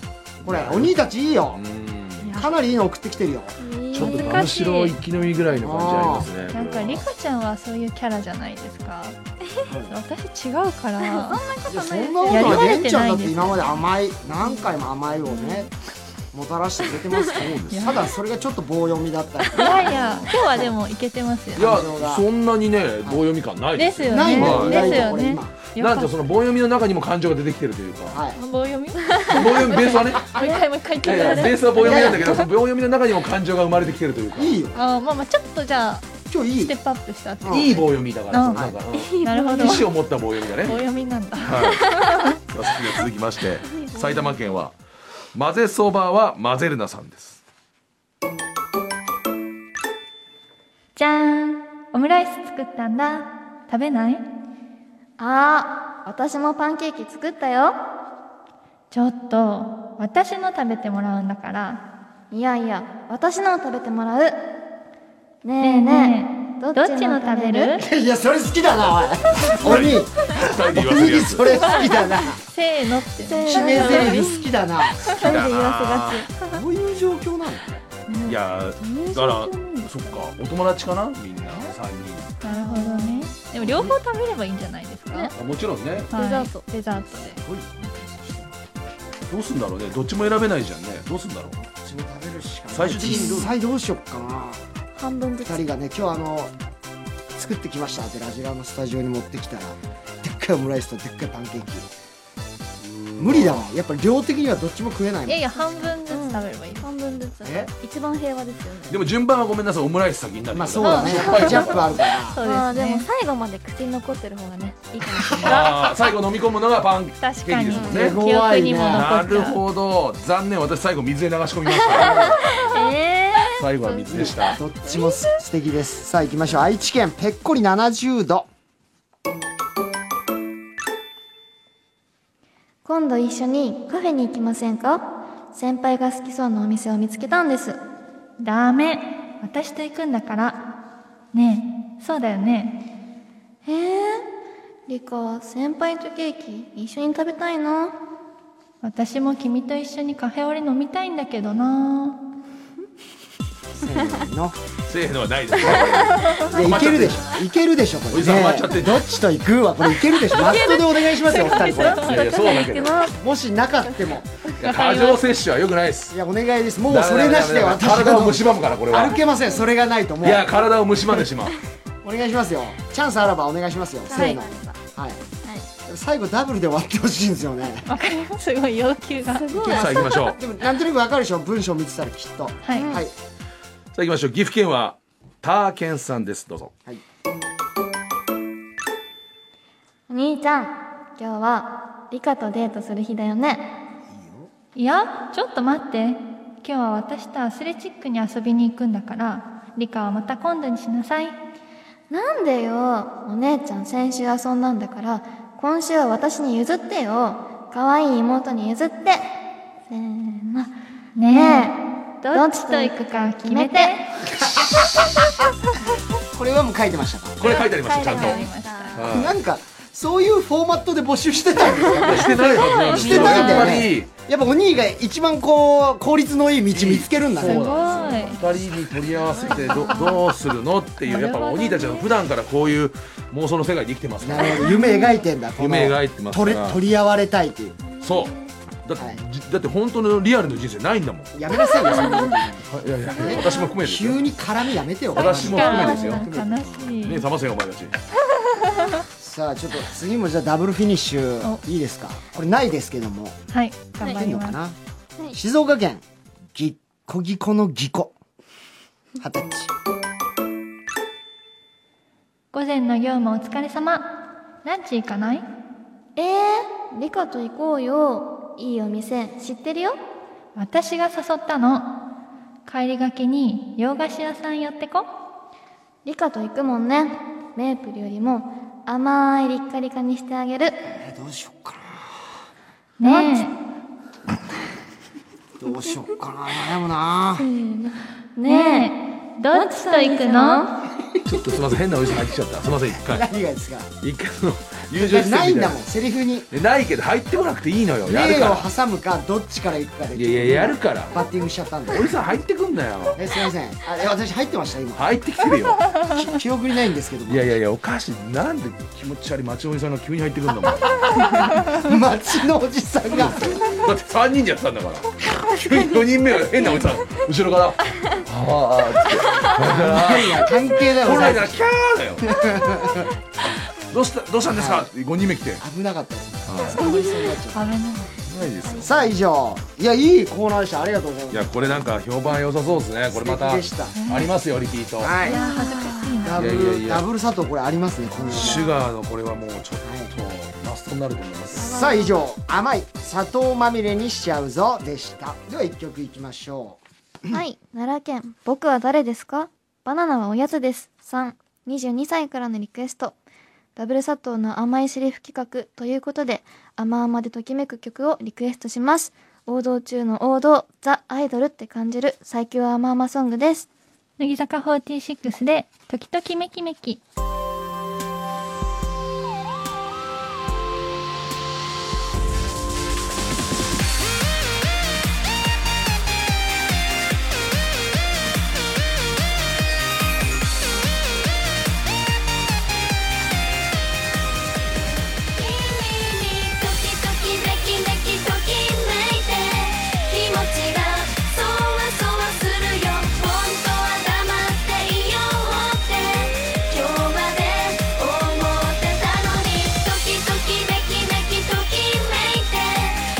これお兄たちいいよ
うん
かなりいいの送ってきてるよ
ちょっと
難
む
しい
しろ生きのいいぐらいの感じありますね
なんかリカちゃんはそういうキャラじゃないですか私違うか ら
いやそんなことは
やり慣れてない
レンちゃんだっ
で
て
す
今まで甘い何回も甘いをねもたらしてくれてますけどただそれがちょっと棒読みだったり
いやいや今日はでもいけてますよ
い
ね
やそんなにね棒読み感ない
で
ですす
よ
よ
ないんだよ
ね
意外とこれ今
ですよねよか
な
っ
ん
た
とその棒読みの中にも感情が出てきてるというか
はい
棒読みもう
棒読みベースはね
一回もう一回聞 い
い
て
やいや
られ
ベー
る
スは棒読みなんだけどその棒読みの中にも感情が生まれてきてるというか
いいよ
あーまあまあちょっとじゃあ
今日い
ス
い
テップアップした
うん
いい棒読みだから
う
そ
ん
のなんかうん
なるほど
意
棒
思を持った棒読みだね
読みなんだ
はい。 さあ次が続きまして、埼玉県は混ぜそばは混ぜるなさんです。
じゃーんオムライス作ったんだ食べない
あー私もパンケーキ作ったよ
ちょっと私の食べてもらうんだから
いやいや私のを食べてもらうねえねえ
どっちの食べる
いやそれ好きだな おいお兄
二人で言わせる
お
や
兄
つ。
それ好きだな
せーのって
せー
決め台詞好きだな
一人で言わせが
どういう状況なの
いやー、だからそっか、お友達かなみんな三
なるほどねでも両方食べればいいんじゃないですか、
ね
人。もちろんね。
はい
デザート
デザートで
どうすんだろうね。どっちも選べないじゃんね。どうすんだろう。
私も食べるしかない
最終的にどう
実際どうしよっかな
ち半分ずつ
二人がね今日あの作ってきましたってラジラのスタジオに持ってきたらでっかいオムライスとでっかいパンケーキ無理だわやっぱ量的にはどっちも食えない
い
も
や
ん
いや半分ずつ食べればいい、
半分ずつ
え
一番平和ですよね
でも順番はごめんなさい。オムライス先になる。
まあそうだねやっぱりジャンプあるから
そう
まあ
で
ですも
ね
最後まで口に残ってる方がねいいかもしれない
あー最後飲み込むのがパンケー
確か
キ
に、
ですもん
ね
ね。
記憶にも残
な
っち
る
ゃう
ほど。残念、私最後水で流し込みました。
え
最後は水でした。
どっちもす素敵ですさあ行きましょう愛知県ぺっこり70度
今度一緒にカフェに行きませんか先輩が好きそうなお店を見つけたんです
ダメ私と行くんだからねえそうだよね
へえリカ先輩とケーキ一緒に食べたいな
私も君と一緒にカフェオレ飲みたいんだけどな
せー の
せーのはないです。
いやいけるでしょいけるでしょこれ
おじさん待っちゃって
ねえどっちと行くわこれいけるでしょマストでお願いし ますよお二人これ
いやいやそうだけど。
もしなかったも
過剰摂取は良くないです
いやお願いですもうそれなしで
ダメ
私
ダメダメ体
が
を蝕むからこれ
歩
は
けませんそれがないとも
いうや体を蝕んでしまう
お願いしますよチャンスあらばお願いしますよ、せーのはい、最後ダブルで終わってほしいんですよ ね
わかり ますすごい要求が
さあ行きましょう
でもなんとなくわかるでしょ文章見てたらきっとは
はい、
い、
さあ行きましょう岐阜県はターケンさんですどうぞ
はい、
お兄ちゃん今日はリカとデートする日だよね
いやちょっと待って今日は私とアスレチックに遊びに行くんだからリカはまた今度にしなさい
なんでよお姉ちゃん先週遊んだんだから今週は私に譲ってよ可愛い妹に譲ってせーの
ねえ
ど
ど
っ
っ
ち
ち
と
と
行
行
く
く
か
か
決
決
め
め
て
て
これはもう書いてましたか
これ書いてありますちゃんと
わかりました
は
なんかそういうフォーマットで募集してたんですか
いしてないはずなんです
してないんだよ
やっ
ねやっぱお兄が一番こう効率のいい道見つけるんだ
ぱり
ね
そうなん
はい
2人に取り合わせてどどうするのっていうやっぱお兄たちは普段からこういう妄想の世界で生きてますか
な
ら
るほど夢描いてんだこの
夢描いてますか
取
ら
れ取り合われたいっていう
そうだって、
はい
じだって本当のリアルの人生ないんだもん
やめなさいよそんなこと
いやいや 私も含めてですよ
急に絡みやめてよ
私も含めですよ
悲しい、
目覚ませよお前たち
さあちょっと次もじゃあダブルフィニッシュいいですかこれないですけども
はい頑
い
張
けん
り
のか
ます、
な、
い
静岡県ぎっこぎこのぎこ二十歳
午前の業務お疲れ様ランチ行かない
えー、リカと行こうよいいお店知ってるよ
私が誘ったの帰りがけに洋菓子屋さん寄ってこ
リカと行くもんねメープルよりも甘いリッカリカにしてあげる
えどうしよっか
ね
などうしよっかな悩むな
えねえどっちと行くの
ちょっとすみません変なおじさん入ってきちゃったすみません一回
何がですか
一回その友情して
ないんだもんセリフに
でないけど入ってこなくていいのよやる
例
か
を
ら
挟むかどっちから行くかで
いやいややるから
バッティングしちゃったんだ
おじさん入ってくんなよ
えすいませんあえ私入ってま した今
入ってきてるよ
き記憶にないんですけども
いやいやいやおかしいなんで気持ち悪い町のおじさんが急に入ってくるんだもんだって
街のおじさ んが
3人でやってたんだから急に4人目が変なおじさん後ろからああーっつって
いやいや関係だよ
本来ならキャーだよどうしたどうしたんですかって5人目来て
危なかったですね
危な
な
い
いですよ
さあ以上いやいいコーナーでしたありがとうござい
い
ま
やこれなんか評判良さそうですねこれまた
素敵でした
ありますよリピート
すはいダブル
いやいやいや
ダブル佐藤これありますねこんなの
シュガーのこれはもうちょっとマストになると思います
さあ以上甘い砂糖まみれにしちゃうぞでしたでは一曲いきましょ
はい奈良県僕は誰ですかバナナはおやつです322歳からのリクエストダブル佐藤の甘いセリフ企画ということで甘々でときめく曲をリクエストします王道中の王道ザ・アイドルって感じる最強甘々ソングです
乃木坂46で「ときときめきめき
「君にドキドキドキドキドキめいて」「気持ちがそわそわするよ」「本当は黙っていようって今日まで思ってたのに」「ドキドキドキドキドきめいて」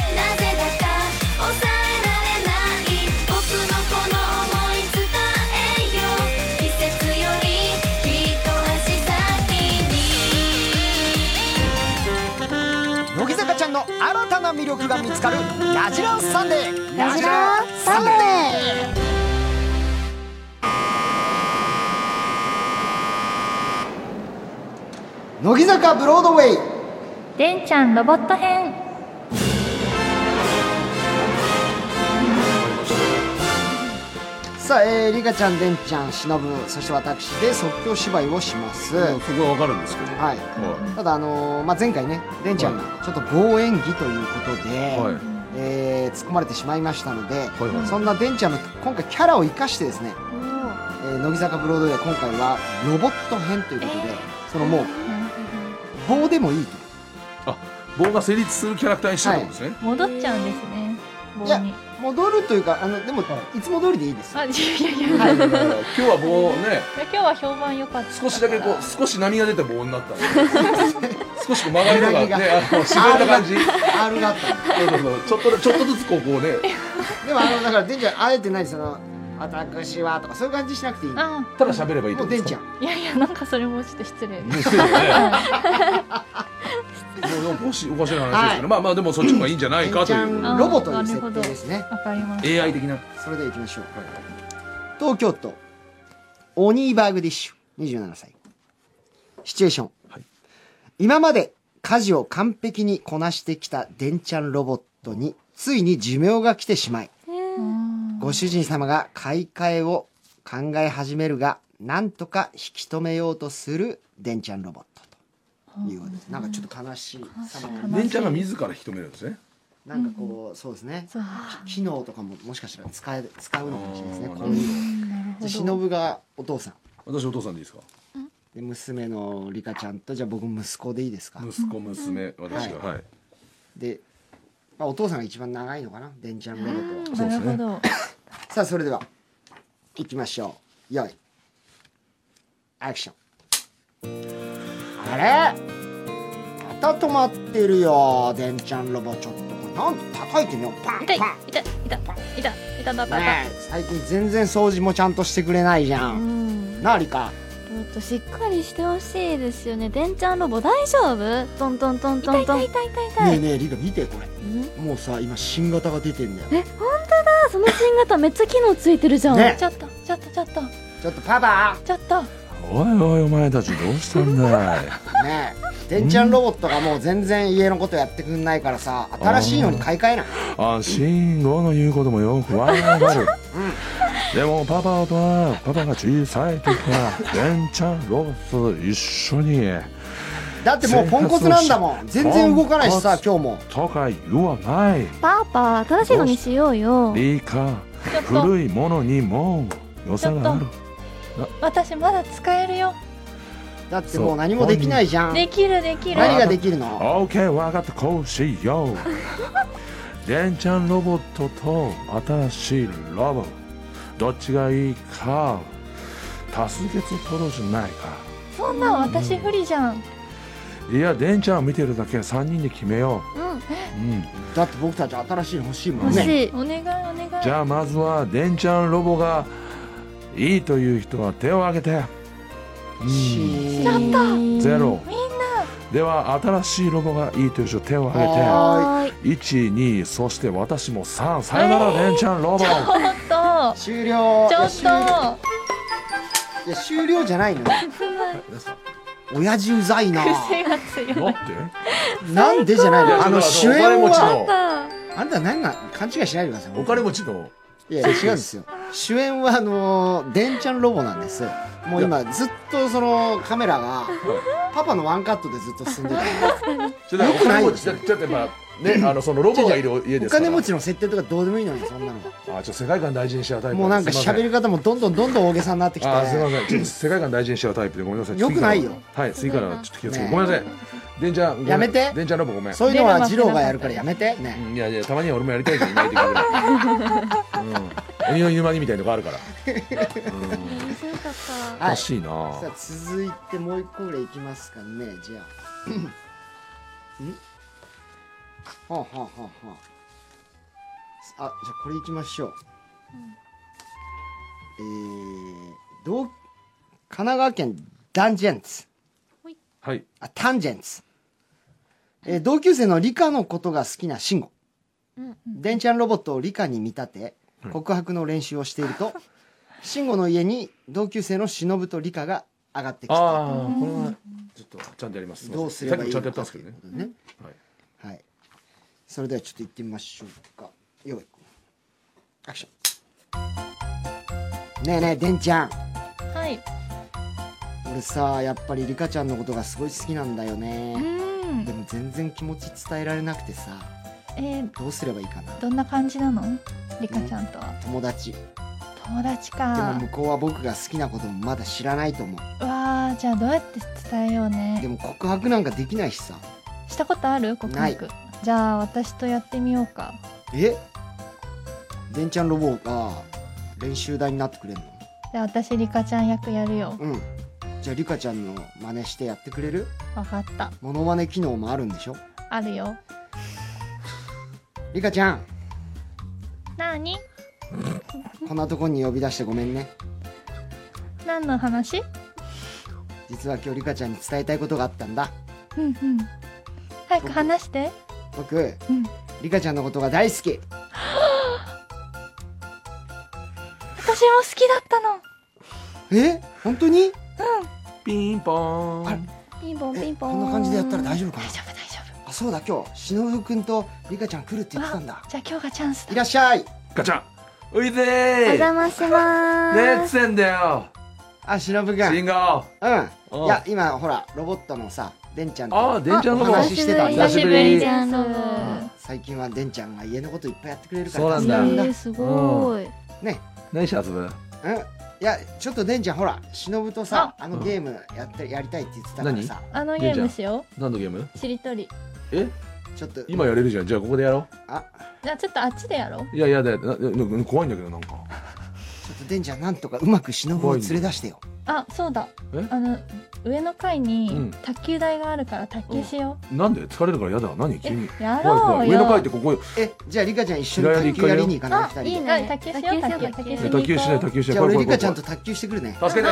「なぜだか抑えられない」「僕のこの想い伝えよ」「季節より一足先に」
う乃木坂ちゃんの新たな魅力が見つかるラジラサンデー
ラジラサンデ
ー乃木坂ブロードウェイ」
でんちゃんロボット編
さあ、えー、リカちゃん、デンちゃん、しのぶ、そして私で即興芝居をします。
そこはわかるんですけど
はい。
は
ただ、あのーまあ、前回ね、デンちゃんがちょっと棒演技ということで、
はい
えー突っ込まれてしまいましたので、
いはい
そんなデンちゃんの今回キャラを生かしてですね、えー乃木坂ブロードウェイ今回はロボット編ということで、そのもう、棒でもいいと。
棒が成立するキャラクターにしてるんですね
戻っちゃうんですね
い
棒
や
に、
戻るというか、あの、でも、いつも通りでいいです。
あいやいやいや
はい。
今日は棒ね
今日は評判良かった
少しだけこう少し波が出て棒になったんで少しこう曲がりとかねあの絞れた感じ
R があ った。
そうそうそうちょっとちょっとずつこうこうね
でもあのだからデンちゃんあえてないその私はとかそういう感じしなくていい。も
あ
ただ喋ればいいって
う
こと
デ
で
ン
す
ち
か
ゃん。
いやいやなんかそれもちょっと失礼です
そうだねもうなんかおかしいおかしい話ですけど、まあまあでもそっちの方がいいんじゃない
デン
か
ち
とい
ゃ
うん
ロボという設定ですね。
わかります
AI 的な、
それでいきましょう。東京都オニーバーグディッシュ27歳。シチュエーション。
はい
今まで家事を完璧にこなしてきたデンちゃんロボットについに寿命が来てしまい、ご主人様が買い替えを考え始めるが、なんとか引き止めようとするデンちゃんロボットということです。なんかちょっと悲しい。
レンちゃんが自ら引き止めるんですね
なんかこう、そうですね
そう
機能とかももしかしたら使え使うのかもしれないですね
あー
こういうの
な
で
るほど
忍がお父さん
私お父さんでいいですか
で娘のリカちゃんとじゃあ僕息子でいいですか
息子娘私がはい
で、まあ、お父さんが一番長いのかな電ちゃんロボットは
そうで
な
す
る
ね
ほど
さあそれでは行きましょうよいアクションあれまた止まってるよ電ちゃんロボちょっとなん叩いてみようパン
痛い
パン
痛い痛い痛い痛いだだだ
ねえ最近全然掃除もちゃんとしてくれないじゃ、
うんん
なあリカ
ちょっとしっかりしてほしいですよねでんちゃんロボ大丈夫トントントントントン
痛い痛い
ねえねえリカ見てこれ
ん
もうさ今新型が出てんだよ
え本当だその新型めっちゃ機能ついてるじゃん、
ね
ちょっとちょっとちょっと
ちょっとパパ
ちょっと
おいおいお前たちどうしたんだい
ねえ電ちゃんロボットがもう全然家のことやってくんないからさ新しいのに買い替えない
あ慎吾の言うこともよくわかるでもパパとはパパが小さい時か らレンちゃんロボットと一緒に
だってもうポンコツなんだもん
生活
全
をし
然動かないしさ
ポ
今日も
とか言わない
パパ新しいのにしようよ
いいか
ちょっと
古いものにも良さがある
私まだ使えるよ
だってもう何もできないじゃん
できるできる
何ができるの
オーケーわかったこうしようレンちゃんロボットと新しいロボどっちがいいか多数決取ろうじゃないか
そんなん私不利じゃん
いやレンちゃんを見てるだけ3人で決めよ
うん
う、うん、
だって僕たち新しいの欲しいもん
欲しい、
ね
お願いお願い
じゃあまずはレンちゃんロボがいいという人は手を挙げて、うん、
し
やった
ゼロでは新しいロボがいいという人手を挙げて
あ
はーい
12そして私も3さよならレンちゃんロボ、
ちょっ
終了
と
い
ち
や終了
ょっ
いや終了じゃないのよ親父うざいな
と癖が強い
ロって
なんでじゃない
い
の
や
あの
ち
主
ょっと
演は
お金
あんた何が勘違いしないでください
持ちのお金持ちの
いや違うんですよ主演はあのーデンちゃんロボなんですもう今ずっとそのカメラがパパのワンカットでずっと進んでた
ちょっとお
よくない
金持ちだってちょっとまあねあのそのロボがいる家
お
ですから
金持ちの設定とかどうでもいいのにそんなの
あちょっと世界観大事にしちゃうタイプ
もうなんか喋
る
り方もどんどんどんどん大げさになってきて
あすみませんちょっと世界観大事にしちゃうタイプでごめんなさい
よくないよ
次からははい次からはちょっと気をつけて、
ね
ごめんなさいデンちゃんごめん
やめて
デンちゃんロボごめん
そういうのは二郎がやるからやめてね
うんいやいやたまには俺もやりたいけどいないといけない、うん、鬼の犬間にみたいなとこあるから
面白かった
お
は
か
いさ
しいな、
あ続いてもう一個ぐらいいきますかねじゃあんはあはあはあはああじゃあこれいきましょう、えー、同神奈川県ダンジェンツ
はい
あタンジェンツ、えー同級生の理科のことが好きな慎吾、
うん
電ちゃんロボットを理科に見立て告白の練習をしている と、慎吾の家に同級生の忍と理科が上がってき
あ
た
あこれはちょっとちゃんとやります
どうすればいい
さっきもちゃん
の
と
か
やったんです
と
け
いう
どね
ことでね、
は
は
い
い、それではちょっと行ってみましょうかよいアクションねえねえ電ちゃん
はい
俺さやっぱり理科ちゃんのことがすごい好きなんだよ
う
ね、
ん
でも全然気持ち伝えられなくてさ
えー
どうすればいいかな
どんな感じなのリカちゃんとは
友達で
友達
も
か
向こうは僕が好きなこともまだ知らないと思う
うわーじゃあどうやって伝えよう
で
ね
も告白なんかできないしさ
したことある告
ない
白じゃあ私とやってみようか
え電ちゃんロボが練習台になってくれるの
じゃあ私リカちゃん役やるよ
うんじゃあリカちゃんの真似してやってくれる
わかった
モノマネ機能もあるんでしょ
あるよ
リカちゃん
なに
こんなとこに呼び出してごめんね
何の話
実は今日リカちゃんに伝えたいことがあったんだ
うんうん早く話して
僕
うん
リカちゃんのことが大好き
私も好きだったの
え本当に
ピンポーン
ピンポンピ
え
ンポ
こ
ン
んな感じでやったら大
夫
丈夫かな
大丈夫大丈夫
あそうだ今日しのぶくんとリカちゃん来るって言ってたんだ
じゃあ今日がチャンス
い
だ
らっしゃい
ガチャおいで
お
ー
邪魔しま
ねえ
ー
っ
す
つってんだよ
あしのぶくん
シンガー
うん
うん
いや今ほらロボットのさデンちゃん
あ
と
ー電ちゃんの
お
ロボ
話ししてたんだ
久しぶり
久しぶりです
さ最近はでんちゃんが家のこといっぱいやってくれるから
そうなんだ
助か
え
る
ー、すごい。
ね
何して遊ぶ
うんいやちょっとでんちゃんほら忍とさあのゲームやってやりたいって言ってたからさ
あのゲームしよ
何のゲーム
うしりとり
え
ちょっと
今やれるじゃんじゃあここでやろ
あ
じゃあちょっとあっちでやろう
ういやいやだよなな怖いんだけどなんか
ちょっとでんちゃんなんとかうまく忍を連れ出してよ
あそうだ
え
あの上の階
うん
に卓球台があるから卓球しよ
なんで疲れるからやだ何
う、
君
えや
怖い
ろ
怖
う
い
よ
上の階ってここ
えじゃあリカちゃん一緒に卓球やりに行かない二
い
人
い
で
ね
はい卓球しよう
卓球しよう
卓
卓
球しよう
卓球し
じ
ない卓球しない
ゃあ俺
怖い怖い
リ
怖
カ
い
ちゃんと卓球してくるね
助けて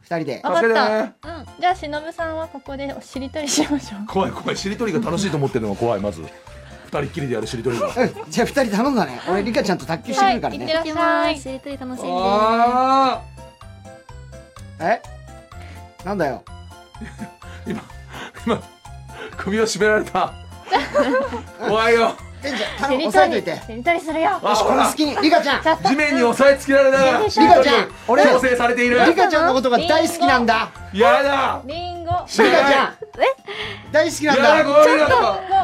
二人で
わか
助け
った
て
うんじゃあしのぶさんはここでしりとりしましょう
怖い怖いしりとりが楽しいと思ってるのが怖いまず二人っきりでやるしりとりが
うんじゃあ二人頼んだね俺リカちゃんと卓球してく
はい
る
行
か
っ
ら
て
ね
らっしゃい
しりとり楽しみで
あ
えなんだよ
今今 首を絞めら れた怖いよ
でんちゃん
し
頼む
り
押
と
さえといて
り
よし
しりとりするよ
あ
こ
ほ
の
ら
隙にリカちゃん
地面に押さえつけられながら
リカ
しりとり
ちゃん俺
強制されている
リカちゃんのことが大好きなんだ
やだ
りんご
知
リ
ら
カ
ない
ちゃん大好きなん
やだ
だ
ゴリラ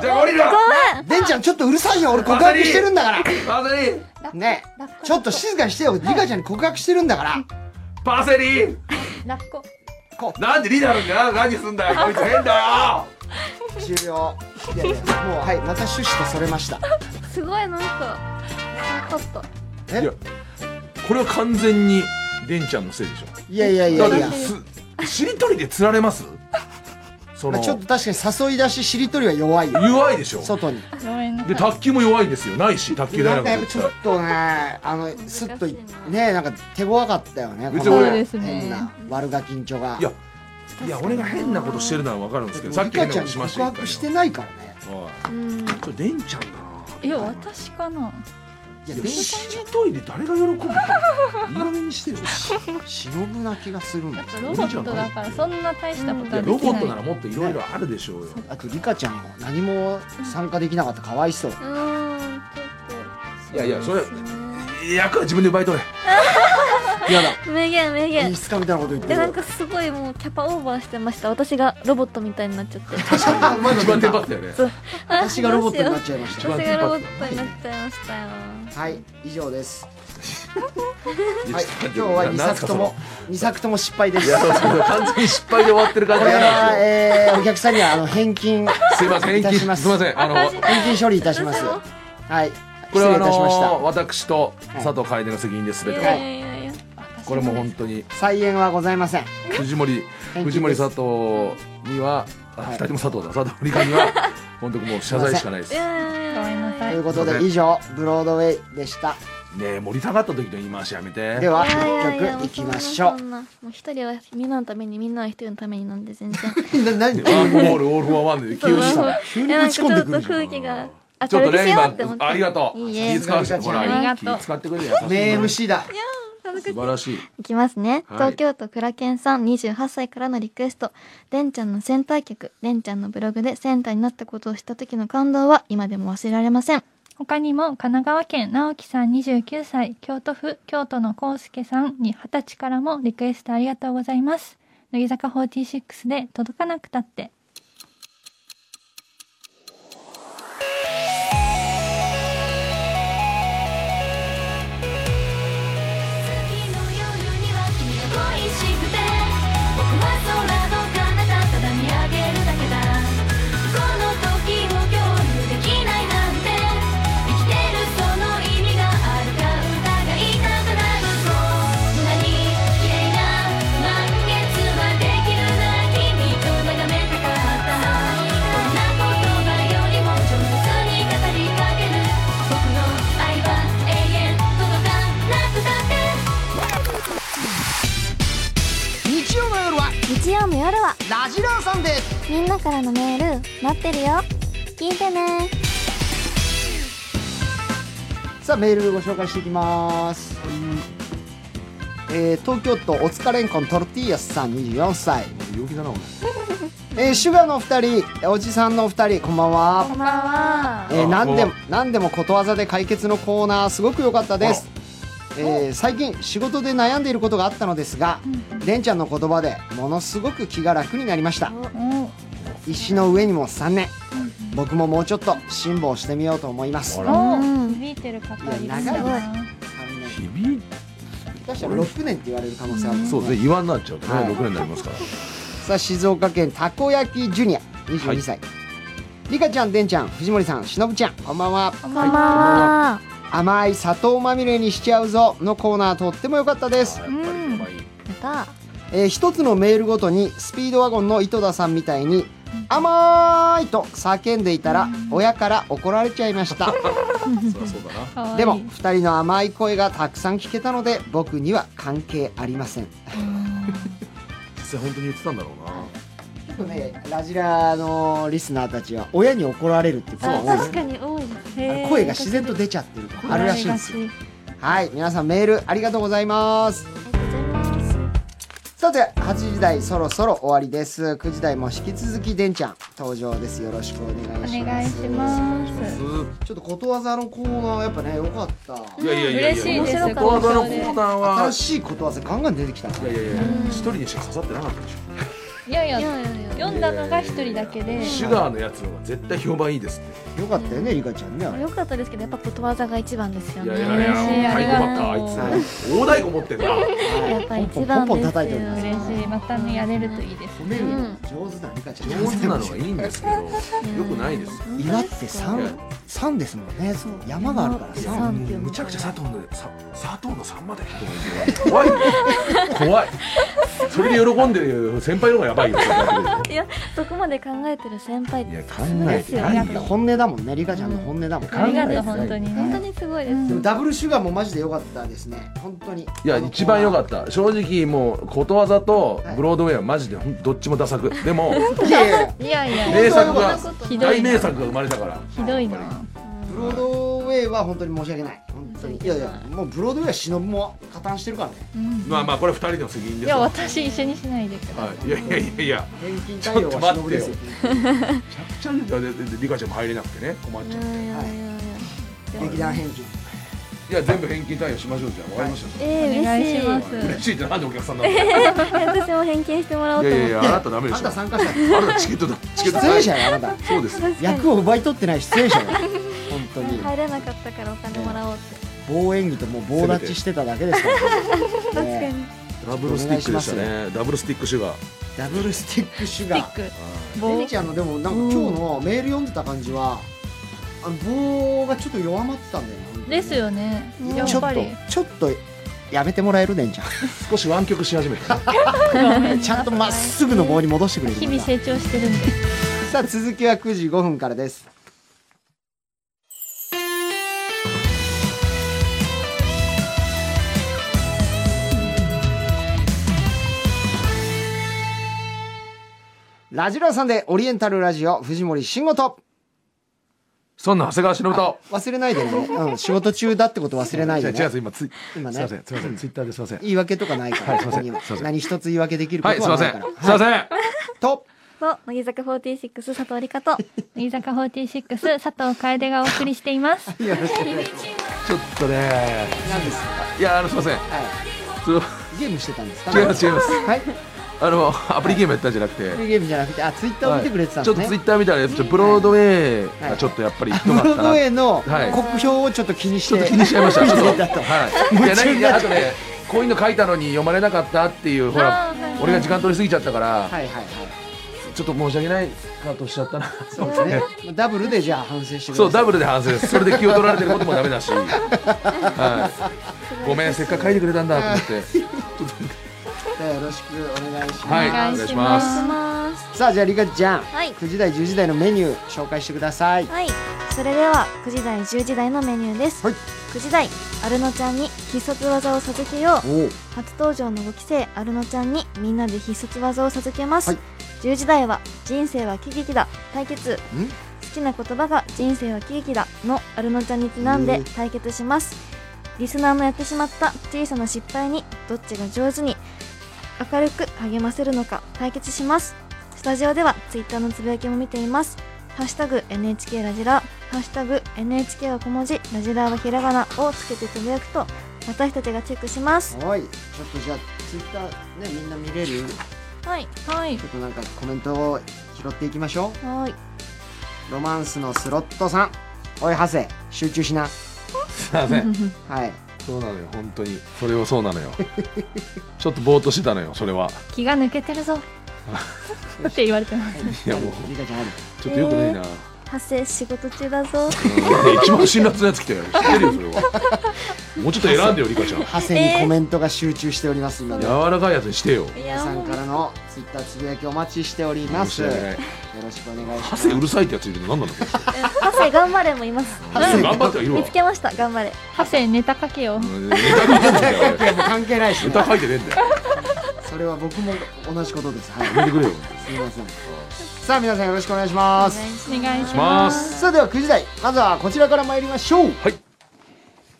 じゃあゴリラ
でんちゃんちょっとうるさいよ俺告白してるんだから
パセリ
ねえちょっと静かにしてよリカちゃんに告白してるんだから
パセリ
ラッコ
なんでリーダーなんだよ何すんだよこいつ変だよ
終了いやいやもうはいまた趣旨とそれました
す。すごいなんか。よかった。
え
いやこれは完全にデンちゃんのせいでしょ
いやいやいやいや
だってすしりとりで釣られますそ
ま
の
あちょっと確かに誘い出ししりとりは弱いよ
弱いでしょ
外に
ごめんなさ
で
い
卓球も弱いんですよないし卓球台
な
なんん
か
か
やっぱちょっとねあのすっといねなんか手強かったよね
別に
この
そうです
ね
変な悪ガキンチョが
いやいや俺が変なことしてるのは分かるんですけどさっ
リ
き変
カ
な
ちゃんに
ことしまし
告
た
白
よ
してないからね
おい
うん。
ちょっとデンちゃんだない
や私かない
や
い
で
や
も
しりとりで誰が喜ぶのいい加減 にしてよ
忍ぶな気がするんだ
やっぱロボットだからそんな大したこと
い
は
や
で
ロボ
きない
ットならもっといろいろあるでしょうよ
あとリカちゃんも何も参加できなかったかわいそう
うん。ちょっと。
いやいやそれ
そうですね
役は自分で奪い取れ
やだ
名言名言
演。出家みたいなこと言っ
い
て
や
る
なんかすごいもうキャパオーバーしてました私がロボットみたいになっちゃって
まだ出
一番
た
手張ったよね
私がロボットになっ
ち
ちゃいました
私がロボットになっちゃいましたよ
はい以上です
いや
はい
ちょっと待っ
今日は
てな
2
なんす
作
か
とも2作とも失敗で
そ
す
のいやそうそう完全に失敗で終わってる感
こ
じ
れ
が
は、
なんで
えー、お客さんにはあの返金
すよすいません
いた
返
し
金
ます
すいませんあの
返金処理いたします
私も
はい
こ
失
れは
礼い
あ
たしました、
の私と佐藤楓の責任です
い
べて
や
はい
やいやいや
これも本当に
再演はございません
藤森
返金です
藤森佐藤にはあ
はい
二人とも佐藤だ佐藤理香には本当もう謝罪し かないです
い
ね
やいやいや
ごめんな
と
さい
いうこと
すい
で
ません
以上ブロードウェイでした
え盛り下がった時の言い回しやめて
ではい
やいやいや
1曲いきましょ
もうそんなそんなもう一人はみんなのためにみんなは一人のためになんで 全然
うな何
ワンオールオールフォーワンで急に
そう
急
い
に
やな
打
んか
ち
ち
込ん
ょ
で
っ
くる
と
じゃん
空気が
ちょっ
明
と
るくし
ね
ようって思っ
今
て
ありがとう
いい
気
え
使わせてほら
あ
りがとう
気使ってくれる
名
優しい
MC だ
素晴らしい
いきますね、
は
東
い
京都倉健さん28歳からのリクエスト「レンちゃんのセンター曲」「レンちゃんのブログでセンターになったことをした時の感動は今でも忘れられません」
他にも神奈川県直樹さん29歳京都府京都の康介さんに20歳からもリクエストありがとうございます乃木坂46で届かなくたって
月の夜には君が恋しくて僕は空の彼方ただ見上げるだけだこの時を共有できないなんて生きてるその意味があるか疑いたくなるぞ無駄に綺麗な満月はできるな君と眺めたかったこんな言葉よりも上手に語りかける僕の愛は永遠届かなくたって
日曜の夜は
日曜の夜は
ラジラーさんで
みんなからのメール待ってるよ聞いてね
さあメールご紹介していきます、えー東京都お疲れんこんトルティーヤスさん24歳、
陽気だなお前
えー、シュガーのお二人おじさんのお二人こんばんは
こんばんは
えー、
あ
何で
こん
も何でもことわざで解決のコーナーすごく良かったです、えー最近仕事で悩んでいることがあったのですが、レンちゃんの言葉でものすごく気が楽になりました
お
石の上にも3年、僕ももうちょっと辛抱してみようと思います
あ
3
ら
お
うん
響いてる方いるん
いや
だ
長
な
年
響い
下手したら6年って言われる可能性ある
そうですね言わになっちゃうとね、
はい
6年になりますから
さあ静岡県たこ焼きジュニア22歳、リカちゃんでんちゃん藤森さんしのぶちゃんこんばんは
こんばんは
甘い砂糖まみれにしちゃうぞのコーナーとっても良かったです
あ、ーやっぱりやばい
やった
えー一つのメールごとにスピードワゴンの井戸田さんみたいに甘ーいと叫んでいたら親から怒られちゃいました
そりゃそうだな
かわいい
でも2人の甘い声がたくさん聞けたので僕には関係ありません
実際本当に言ってたんだろうな
結構ねラジラのリスナーたちは親に怒られるってことが多いです
確かに多いですね
声が自然と出ちゃってるとかあるらしいんですよはい皆さんメールありがとうございます
ありがとうございます
さて8時台そろそろ終わりです9時台も引き続きでんちゃん登場ですよろしくお願いし
お
ます
願いします
ちょっとことわざのコーナーやっぱねよかった
いやいやいや
嬉しいです
小技のコーナーは
新しいことわざガンガン出てきたない
やいやいや一人にしか刺さってなかったでし
いやいや
いやいやいや
読んだのが一人だけで
ょシュガーのやつの方が絶対評判いいですって
よかったよねリカちゃんねあれ
良かったですけどやっぱことわざが一番ですよ
いや
ね
いやいや
嬉しいあ
太
り
鼓
がとう
ばっかあいつ大太鼓持ってんな
やっぱ
ポ
一
ンポンポン
番
ポ
で
ン
すよ
叩いてるんです
嬉しいまたねやれるといいです
褒めるの上手だリカちゃん
上手なのはいいんですけどよくないですよ
岩って三三ですもんね山があるから
いや
さ
もうむちゃくちゃ佐藤のさ佐藤の三まで怖いよ 怖いそれで喜んでる先輩の方がやばいよ
いやそこまで考えてる先輩って
いや考
すごい
え
です
て
よ
ない
ね
よ
本音だもんねリカちゃんの本音だもん
ありが
考え
と
て
う本当に
本当
ね
にすごいで
う
す
ん
でもダブルシュガーもマジで良かったですね本当に
いや一番良かった正直もうことわざと
はい
ブロードウェイはマジでほんとどっちもダサくで も
たいやいや
いやいや
名作が
ひど
大
いな
名作が生まれたから
ひどいな
ブロードウェイは本当に申し訳ない本当にいやいやもうブロードウェイは忍も加担してるからね
まあまあこれ二人の責任
い
です
や
よ
私一緒にしないでください
はいいやいやいやいや
返金対応は忍ですよ
めちゃくちゃでででリカちゃんも入れなくてね困っちゃう
劇団返金
いや全部返金対応しましょうじゃあわかりました
えー
お願い
嬉しい
します
嬉しいってなんでお客さんなんだよ
私も偏見してもらおう
い
と
や
思っ
いやい
て
やあなたダメ
あ
で
ん
しょ
た
あ
参加者
なたチケットだチケット
出演者やあなた
そうです
確かに
役を奪い取ってない出演者だよ本当に
入れなかったからお金もらおうって
棒演技ともう棒立ちしてただけですから
確か
ね
に
ダブルスティックでした
お
ねダブルスティックシュガー
ダブルスティックシュガ
ピ
ー
ック
レミちゃんのでもなんか今日のメール読んでた感じはあの棒がちょっと弱まってたんだよね本当にね
ですよね
うん
や
ちょ
っ
っ
ぱ
と
り
ちょっとやめてもらえるねんじゃん
少し湾曲し始めた
ちゃんとまっすぐの棒に戻してくれる
日々成長してるんで
さあ続きは9時5分からですラジラさんでオリエンタルラジオ藤森慎吾と
そんな長谷川忍と
忘れない でね、うん、仕事中だってこと忘れないで
違う違う
ね
今つい
今ね
すいませんすいませんツイッターですいません
言い訳とかないから、
はいすいません
ここに
すいません
何一つ言い訳できるこ
はい
と
すいま
は
せ
なんい
すい
から、
ません
と
と乃木坂46佐藤理香と
乃木坂46佐藤楓がお送りしています
よろしく何で
ちょっとね
すか
いやあのすいません
は
その
いゲームしてたんですか
違います違います
はい
あのアプリゲームやったんじゃなくて
テレビゲームじゃなくてあツイッターを見てくれてたん
ち
で
ょ
す
っと
ね、
ツイッターみたいなやつちょっとブロードウェイがちょっとやっぱりひどか
ブロー
った
ドウ
な
ェイの
はい
国評をちょっと気にして、
ちょっと気にしちゃい ましたちょっと
見てたと
はいいやないいやあとねこういうの書いたのに読まれなかったっていうほら
あーはい
俺が時間取りすぎちゃったから
はいはいはい
ちょっと申し訳ないカートしちゃったな
そうですねまあダブルでじゃあ反省してください
そうダブルで反省ですそれで気を取られてることもダメだし、はい、ごめんせっかく書いてくれたんだと思って
じゃあよろしくお願いします、
はい
お願いします
します
さあじゃあリカちゃん、
はい
9時台10時台のメニュー紹介してください
はいそれでは9時台10時台のメニューです、
はい
9時台アルノちゃんに必殺技を授けよう
おお
初登場の5期生アルノちゃんにみんなで必殺技を授けます、
はい
10時台は「人生は喜劇だ」対決好きな言葉が「人生は喜劇だ」のアルノちゃんにちなん
へ
で
え
対決しますリスナーのやってしまった小さな失敗にどっちが上手に明るく励ませるのか対決しますスタジオではツイッターのつぶやきも見ていますハッシュタグ NHK ラジラハッシュタグ NHK は小文字ラジラはひらがなをつけてつぶやくと私たちがチェックします
はいちょっとじゃあツイッターねみんな見れるち
はい
はい
ょっとなんかコメントを拾っていきましょ
はーい。
うロマンスのスロットさんおいハセ集中しな
すいません
はい
そうなのよ本当にそれはそうなのよちょっとぼーっとしてたのよそれは
気が抜けてるぞって言われてます
いやもう
リカちゃんある
ちょっとよくないな、
発生仕事中だぞ
うん一番辛辣なやつ来たよ知ってるよそれはもうちょっと選んでよリカちゃん
ハセにコメントが集中しております今ね
柔らかいやつにしてよ
い
皆
や
さ
も
ん
う
からのツイッターつぶやきお待ちしております
申
よ
し訳ない
ろしくお願いしま
ハ
す
セうるさいってやついるの何なのこ
ハセ頑張れもいます
れ
ハセ
頑張ってはいるわ
見つけました頑張れ
ハセネタ書けよ
うんネタ書いてんだよ
いやもう関係ないし
ネタ書いてねえんだよ
それは僕も同じこと ですはい
やめてくれよ
すみませんさあ皆さんよろしくお願いします
お願いし
ま
ますす
さあでは9時台まずはこちらから参りましょう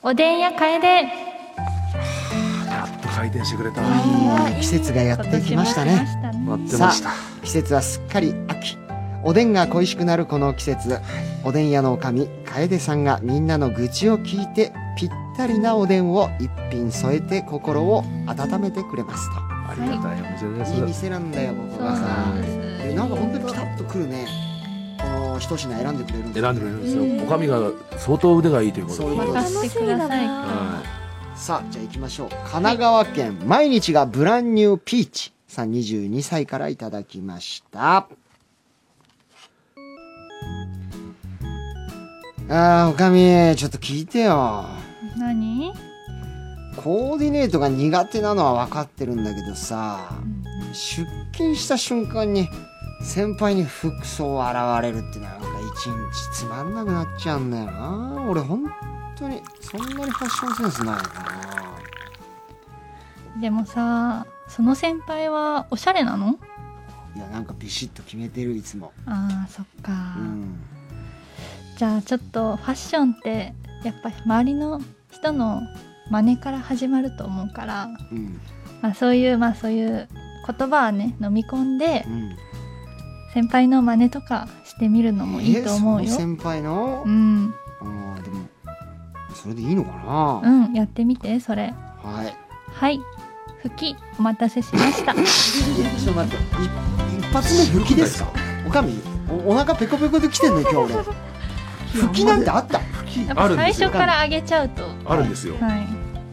おでん屋楓
回転してくれた
季節がやってきました
今
ね
年も来ましたね
待って
さ
ました
あ季節はすっかり秋おでんが恋しくなるこの季節おでん屋の女将楓さんがみんなの愚痴を聞いてぴったりなおでんを一品添えて心を温めてくれます
ありがたいお店で
と
す
いい店なんだよここ
そう
が
な
さ
んです
でなんか本当にピタッとくるねこの一品選んでくれるんです
選んでくれるんですよおかみが相当腕がいいということ
そういうこと
任せてください
は
さあじゃあ行きましょう神奈川県、毎日がブランニューピーチさん22歳からいただきましたあーおかみちょっと聞いてよ
何
コーディネートが苦手なのは分かってるんだけどさ出勤した瞬間に先輩に服装を洗われるってなんか一日つまんなくなっちゃうんだよな俺本当にそんなにファッションセンスないよな
でもさその先輩はおしゃれなの
いやなんかビシッと決めてるいつも、
あーそっか、
うん、
じゃあちょっとファッションってやっぱり周りの人の真似から始まると思うから、
うん
まあ、そういうまあそういう言葉はね飲み込んで
うん
先輩の真似とかしてみるのもいいと思う
えー
よ
その、先輩の、
うん
あーでもそれでいいのかな、
うんやってみてそれ
はい
はい吹きお待たせしました
いやちょっと待ってい一発目吹きですかおかみおお腹ペコペコで来てんの今日俺吹きなんてあった
やっ
あ
ぱ
るんで
最
すよ
初から上げちゃうと
あるんですよ
はい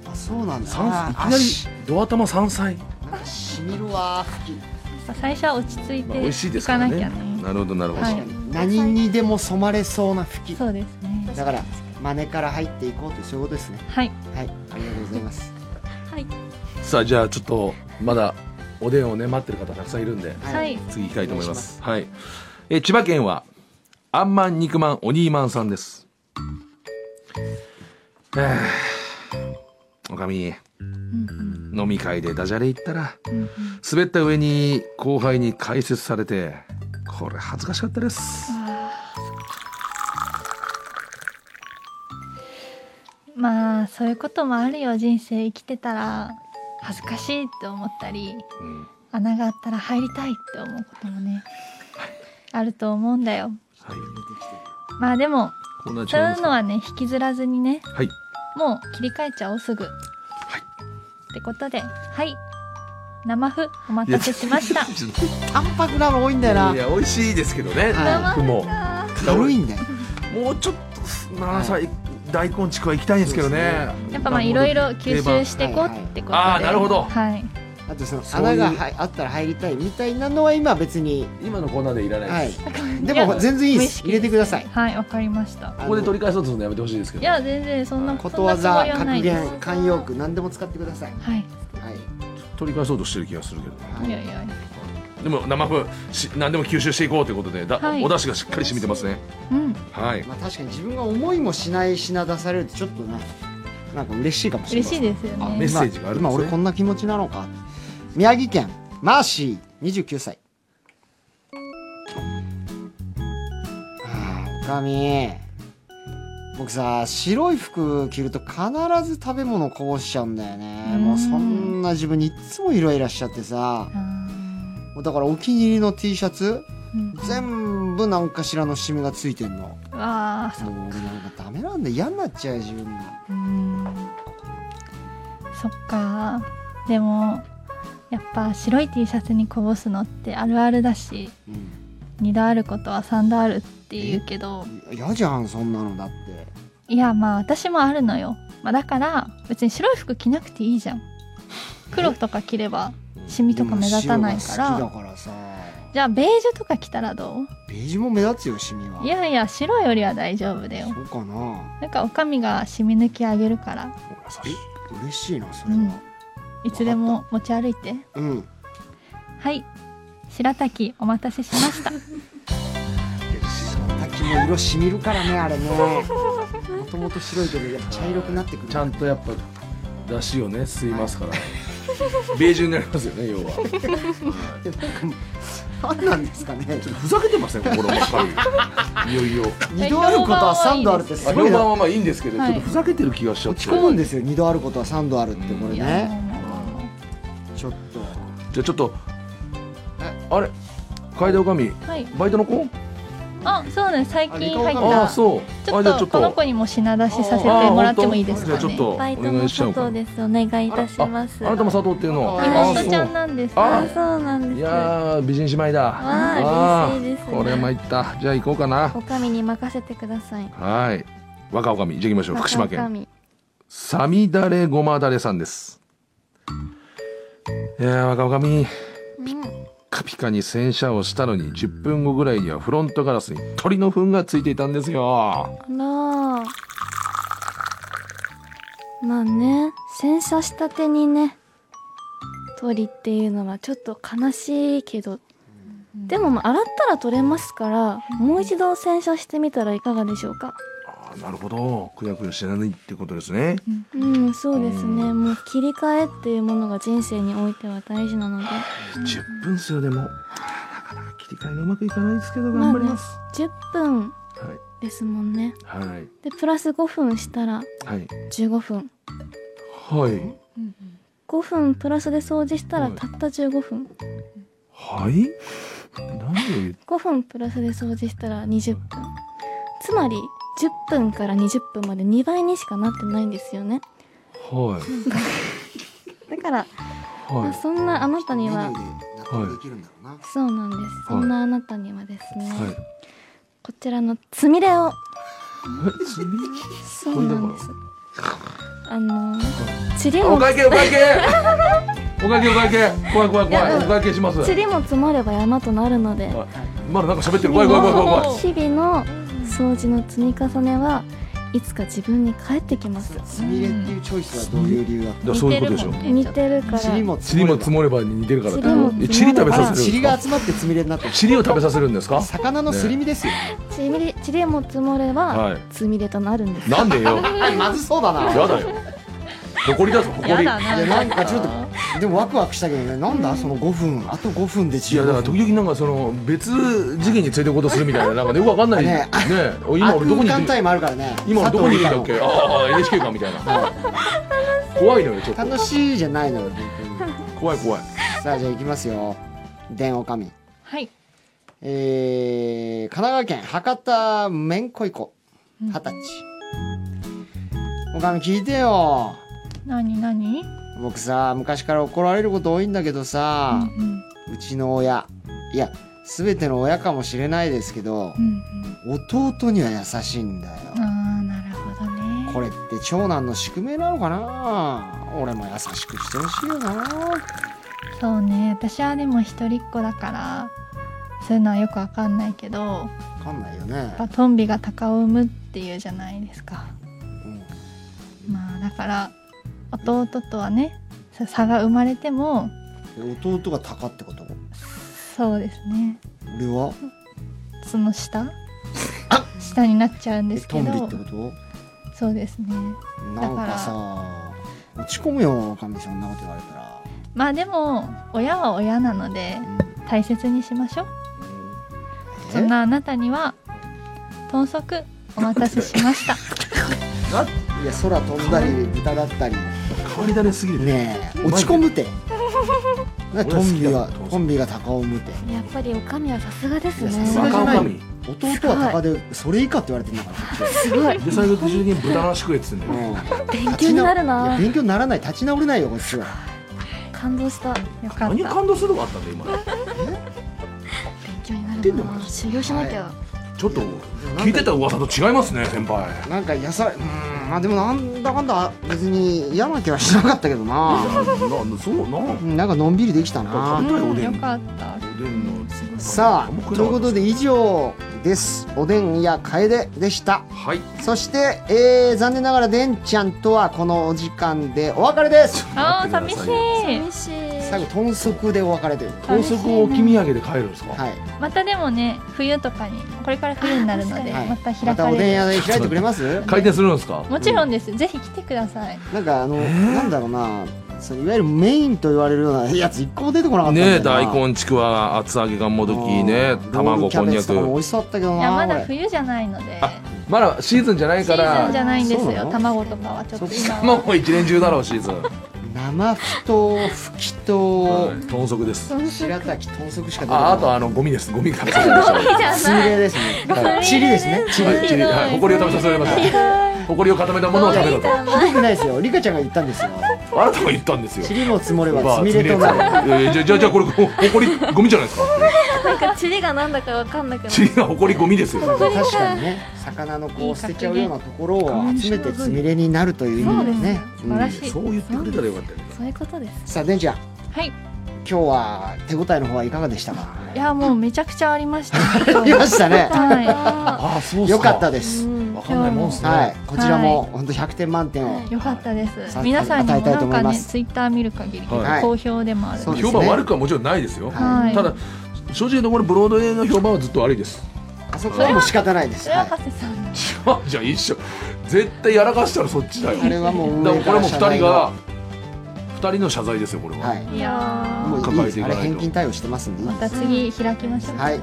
あそうなんだ
三い
あ
きなり
し
ドア玉山菜
なんかしみるわ吹き
まあ最初は落ち着い
まあ美
て
味しいで
い
すか
からな
ね
きゃね,、
なるほどなるほど
はい
何にでも染まれそうな吹き
そうですね
だから真似から入っていこうとそういうことですね
はい
はいありがとうございます
さあじゃあちょっとまだおでんをね待ってる方たくさんいるんで
はい
次行きたいと思いま
お
すはいえー千葉県はあんまん肉まんおにーまんさんですえーおかみ
うん
飲み会でダジャレ言ったら
うんうんうん
滑った上に後輩に解説されてこれ恥ずかしかったです
まあそういうこともあるよ人生生きてたら恥ずかしいって思ったり
うん
穴があったら入りたいって思うこともねあると思うんだよ
はい
まあでも
こんな
そういうのはね引きずらずにね
はい
もう切り替えちゃおうすぐはいってことではい生麩お待たせしました
淡白なの多いんだよない
や美味 しいですけどね
は
僕も
軽いんだよ
もうちょっとまあさ、大根ちくわ行きたいんですけどね
やっぱまあいろいろ吸収
し
していこうってことで、
あーなるほど
はい
あとその
そういう
穴がはいあったら入りたいみたいなのは今別に
今のコーナーでいらな
はいい
です、
でも全然いいです
無
入
意識
れてください
はいわかりました
あの
ここで取り返そうとするのやめてほしいですけ
い
ど
や全然そんな
はい
ことわざ
そんなつもりはな
格
いです
言慣用句何でも使ってください
はい
はい
取り返そうとしてる気がするけど
はいい
やいや
でも生麩し何でも吸収していこうということでだ、
はい
お出汁がしっかり染みてますね
うん
はい
まあ確かに自分が思いもしない品出されるとちょっとねなんか嬉しいかもしれ
嬉
ませ
し
ん
いですよ
あメッ
ね
セージがあるん
今今
ですね
俺こんな気持ちなのか宮城県マーシー29歳ああおかみ僕さ白い服着ると必ず食べ物こぼしちゃうんだよね
うん
もうそんな自分にいっつもイライラしちゃってさ
あ
もうだからお気に入りの T シャツ
ーうん
全部なんかしらのシミがついてんのも
あー
う
そ
俺なんかダメなんだ嫌になっちゃうよ自分が
うんそっかでもやっぱ白い T シャツにこぼすのってあるあるだし
うん
2度あることは3度あるって言うけど
嫌じゃんそんなのだって
いやまあ私もあるのよ、まあ、だから別に白い服着なくていいじゃん黒とか着ればシミとか目立たないから
でも白が好きだからさ
じゃあベージュとか着たらど
ベージュも目立つよシミは
ういやいや白よりは大丈夫だ
そ
よ
うかな
なんかおかみがシミ抜きあげるから
優しい
嬉しいなそれは、
いつでも持ち歩いて
うん、
はい白滝お待たせしま した
滝も色しみるからねあれ ねもともと白いけどやっぱ茶色くなってくる
ちゃんとやっぱ出汁をね吸いますから、 ベージュになりますよね要は
でなんか何なんですか ね
ふざけてますね心ばっかりいよいよ
二度あることは三度あるってす
あ
ごい
評
な
判はまあいいんですけど、
はい
ちょっとふざけてる気がしちゃっ
落
て
ち込むんですよ二度あることは三度あるってこれ
いや
ね
もうもうも
ちょっと
じゃあちょっとあれ楓おかみ
うはい
バイトの子
あそうね最
あ
近
理科
入っ
女
ああ
たち
そ
ょ
うあ
っ
じゃあち
と
ょっ
ことの子にも品出しさせてもらってもいいです
じゃ
か
あちょっ
ね
とお
バイト
願
の
いしちゃおう
佐
か
藤
な
ですお願いいたします
あなたも佐藤っていうの
あ
あ
妹ちゃん
そう
なんです
あ
あ
そうなんです
いやー美人姉妹だ
わあ嬉しいです
あーこれは参ったじゃあ行こうかな
おかみに任せてください
はい若おかみじゃあ行きましょう福島
おか
県
み
サミダレごまだれさんですいやー若おかみカピカに洗車をしたのに10分後ぐらいにはフロントガラスに鳥の糞がついていたんですよ
うんあらまあね洗車したてにね鳥っていうのはちょっと悲しいけどでもまあ洗ったら取れますからもう一度洗車してみたらいかがでしょうか
あーなるほどくやくやしないってことですね
うんそうです
う
ねもう切り替えっていうものが人生においては大事なので
10分っすよでもなかなか切り替えがうまくいかないですけど頑張ります、
10分ですもんね
はいはい
でプラス5分したら
はい
15分
はい
5分プラスで掃除したら
はい
たった15分
はい何を言っ
5分プラスで掃除したら20分つまり10分から20分まで2倍にしかなってないんですよね
はい
だから、ま
は
あ、
い
そんなあなた
メニ
に
ュ
は
ーで納得できるんだろうな、
そうなんですそんなあなたにはですね、
はい
こちらのつみれを
えすみま
そうなんですあのちり
せんお
も
会計お会計お会計お会計怖い怖い怖い
いや
お会計します
ちりも積もれば山となるので
まだなんか喋ってる怖い怖い怖い怖い怖い
日々の掃除の積み重ねはいつか自分に返ってきます
スミレっていうチョイスはどういう理由だっ
だからそういうことでしょ
似てるから
た塵も
塵も積
積も
もれば似てるからってことえ
塵も積
塵
も
食
れ
べ
ば
さ
あ
せる
塵
んで
が
す
集まってスミレになって
か塵を食べさせるんですか
魚のすり身ですよ、
ちりちりも積もれ
は
ば
い
つみれとなるんです、
なんでよ
あまずそうだな
やだよ誇りだぞ誇りいや
いやなんかちょっとでもワクワクしたけどねなんだその5分あと5分で15
だから
分
時々なんかその別次元についてることするみたいななんかねよくわかんないね
ね
お今俺どこにい
あ空
る
間タイムあるからね
今俺どこにいるんだっ
佐藤
けああ NHK か みたいな怖いのよちょっ
さん
と
の楽しいじゃないのよ本当に
怖い怖い
さあじゃあ行きますよ電おかみ
はい
えー、神奈川県博多めんこいこ二十歳おかみ聞いてよ
何何
僕さ昔から怒られること多いんだけど
うんう
さ、
ん
うちの親いや全ての親かもしれないですけど
う、ん
弟には優しいんだよ、
うんああなるほどね
これって長男の宿命なのかな俺も優しくしてほしいよな
そうね私はでも一人っ子だからそういうのはよくわかんないけどや
分かんないよ
っ
ね
ぱトンビが鷹を産むっていうじゃないですか
うん
まあだから弟とはねさ差が生まれても
え弟が鷹ってこと
そうですね
俺は
その下下になっちゃうんで
え
す
ト
け
ンビっ
ど
てこと
そうですね
なんかさ落ち込むよ神そんなこと言われたら、
まあでも親は親なので
うん
大切にしましょう
え
そんなあなたには豚足お待たせしました
いや空飛んだり豚だったり
変わり種すぎる
ねえ落ち込む てなトンビが
俺好きだトンビ
トンビが鷹をむて
やっぱりおかみはさすがです
いやさすが
ね
じゃ
若
ない
女
弟
将
は鷹でそれ以下って言われてんだからこっちは
すごい
で最後途中に豚の足食えっつってんだよ
うん
勉強になるない
や勉強にならない立ち直れないよこっちは
感動した勉
よかっ
何
た
感動するのがあったんだよ今
強になる
てんのかな
修行しなきゃ、
ちょっと聞いてた噂と違いますね先輩
なんか野菜うーんまあでもなんだかんだ別に嫌な気はしなかったけどな
ななそうな
うんなんかのんびりできたな
食べたいおで
よ
ん
かった
おでんの
さあということで以上ですおでんや楓でした
はい
そして、えー残念ながらでんちゃんとはこのお時間でお別れです
ああ
待
寂
って
し
くだ
い
さいよ
寂し
最
い
後豚足でお別れという
高速を君上げで帰るんですか、
はい
またでもね冬とかにこれから冬になるので
はい
また開
また
か
おでん
れ
屋
る
で開いてくれます
回転するんですか
もちろんですぜひ来てください
なんかあの、なんだろうなそのいわゆるメインと言われるような やつ一個も出てこなかったんだ
ね
よ
え
な
大根ちくわ厚揚げがんもどき
う
ね
んロー
卵
ルキャ
こんに
ベ
ゃ
ツとかも美
く
味しそうだったけど
いや
な
まだ
これ
冬じゃないので
まだシーズンじゃない
シ
か
ーズンじゃ
ら
ないんです
そうな
よ
の
卵とかはちょっと今は
もう一年中だろうシーズン
生ふとふきと
豚足です
白滝豚足しか出てこない
ああとあのゴミですゴミからは
スミレです ね
はい
チリですねチリ
いチリはい埃を食べさせられました埃を固めたものを食べろとあ
ひどくないですよリカちゃんが言ったんですよ
なたが言ったんですよ
チリも積もれ
ま
ば
あ
スミレと
積み
なる
れとなるいやいやじゃあじゃあこれ埃ゴミじゃないですか
なんかチリがなんだかわかんなくなる
チリが埃ゴミですよ
確かにね魚のこう捨てちゃうようなところを集めてつみれになるという意味でね
素晴らしい
そう言ってくれたらよかったよ
そういうことです
さあデンちゃん
はい
今日は手応えの方はいかがでしたか
いやもうめちゃくちゃありました
ありましたね
は
ああそう
よかったです
うん
わかんないもんっすね
はいこちらも本当100点満点を
いよかったで
さ
す皆さんに
与
も
えたい
な
と
ん
思い
か
ま
ね
す
ツイッター見る限り
はい
好評でもある
そうですね
評判悪くはもちろんないですよ
はい
ただ正直なところブロードウェイの評判はずっと悪いです
あそこはもう仕方ないです
それは
はい
長谷さんの
じゃあ一緒絶対やらかしたらそっちだよ
あれはもう
だから
上
こ
か
れ
ら
も
謝
2
罪
人
の
が2人の謝罪ですよこれは、
はい
いや
もういいですあ
抱えていかな
れ
いと
返金対応してますんでいい
ーま
で
た
す
次開きましょう
はい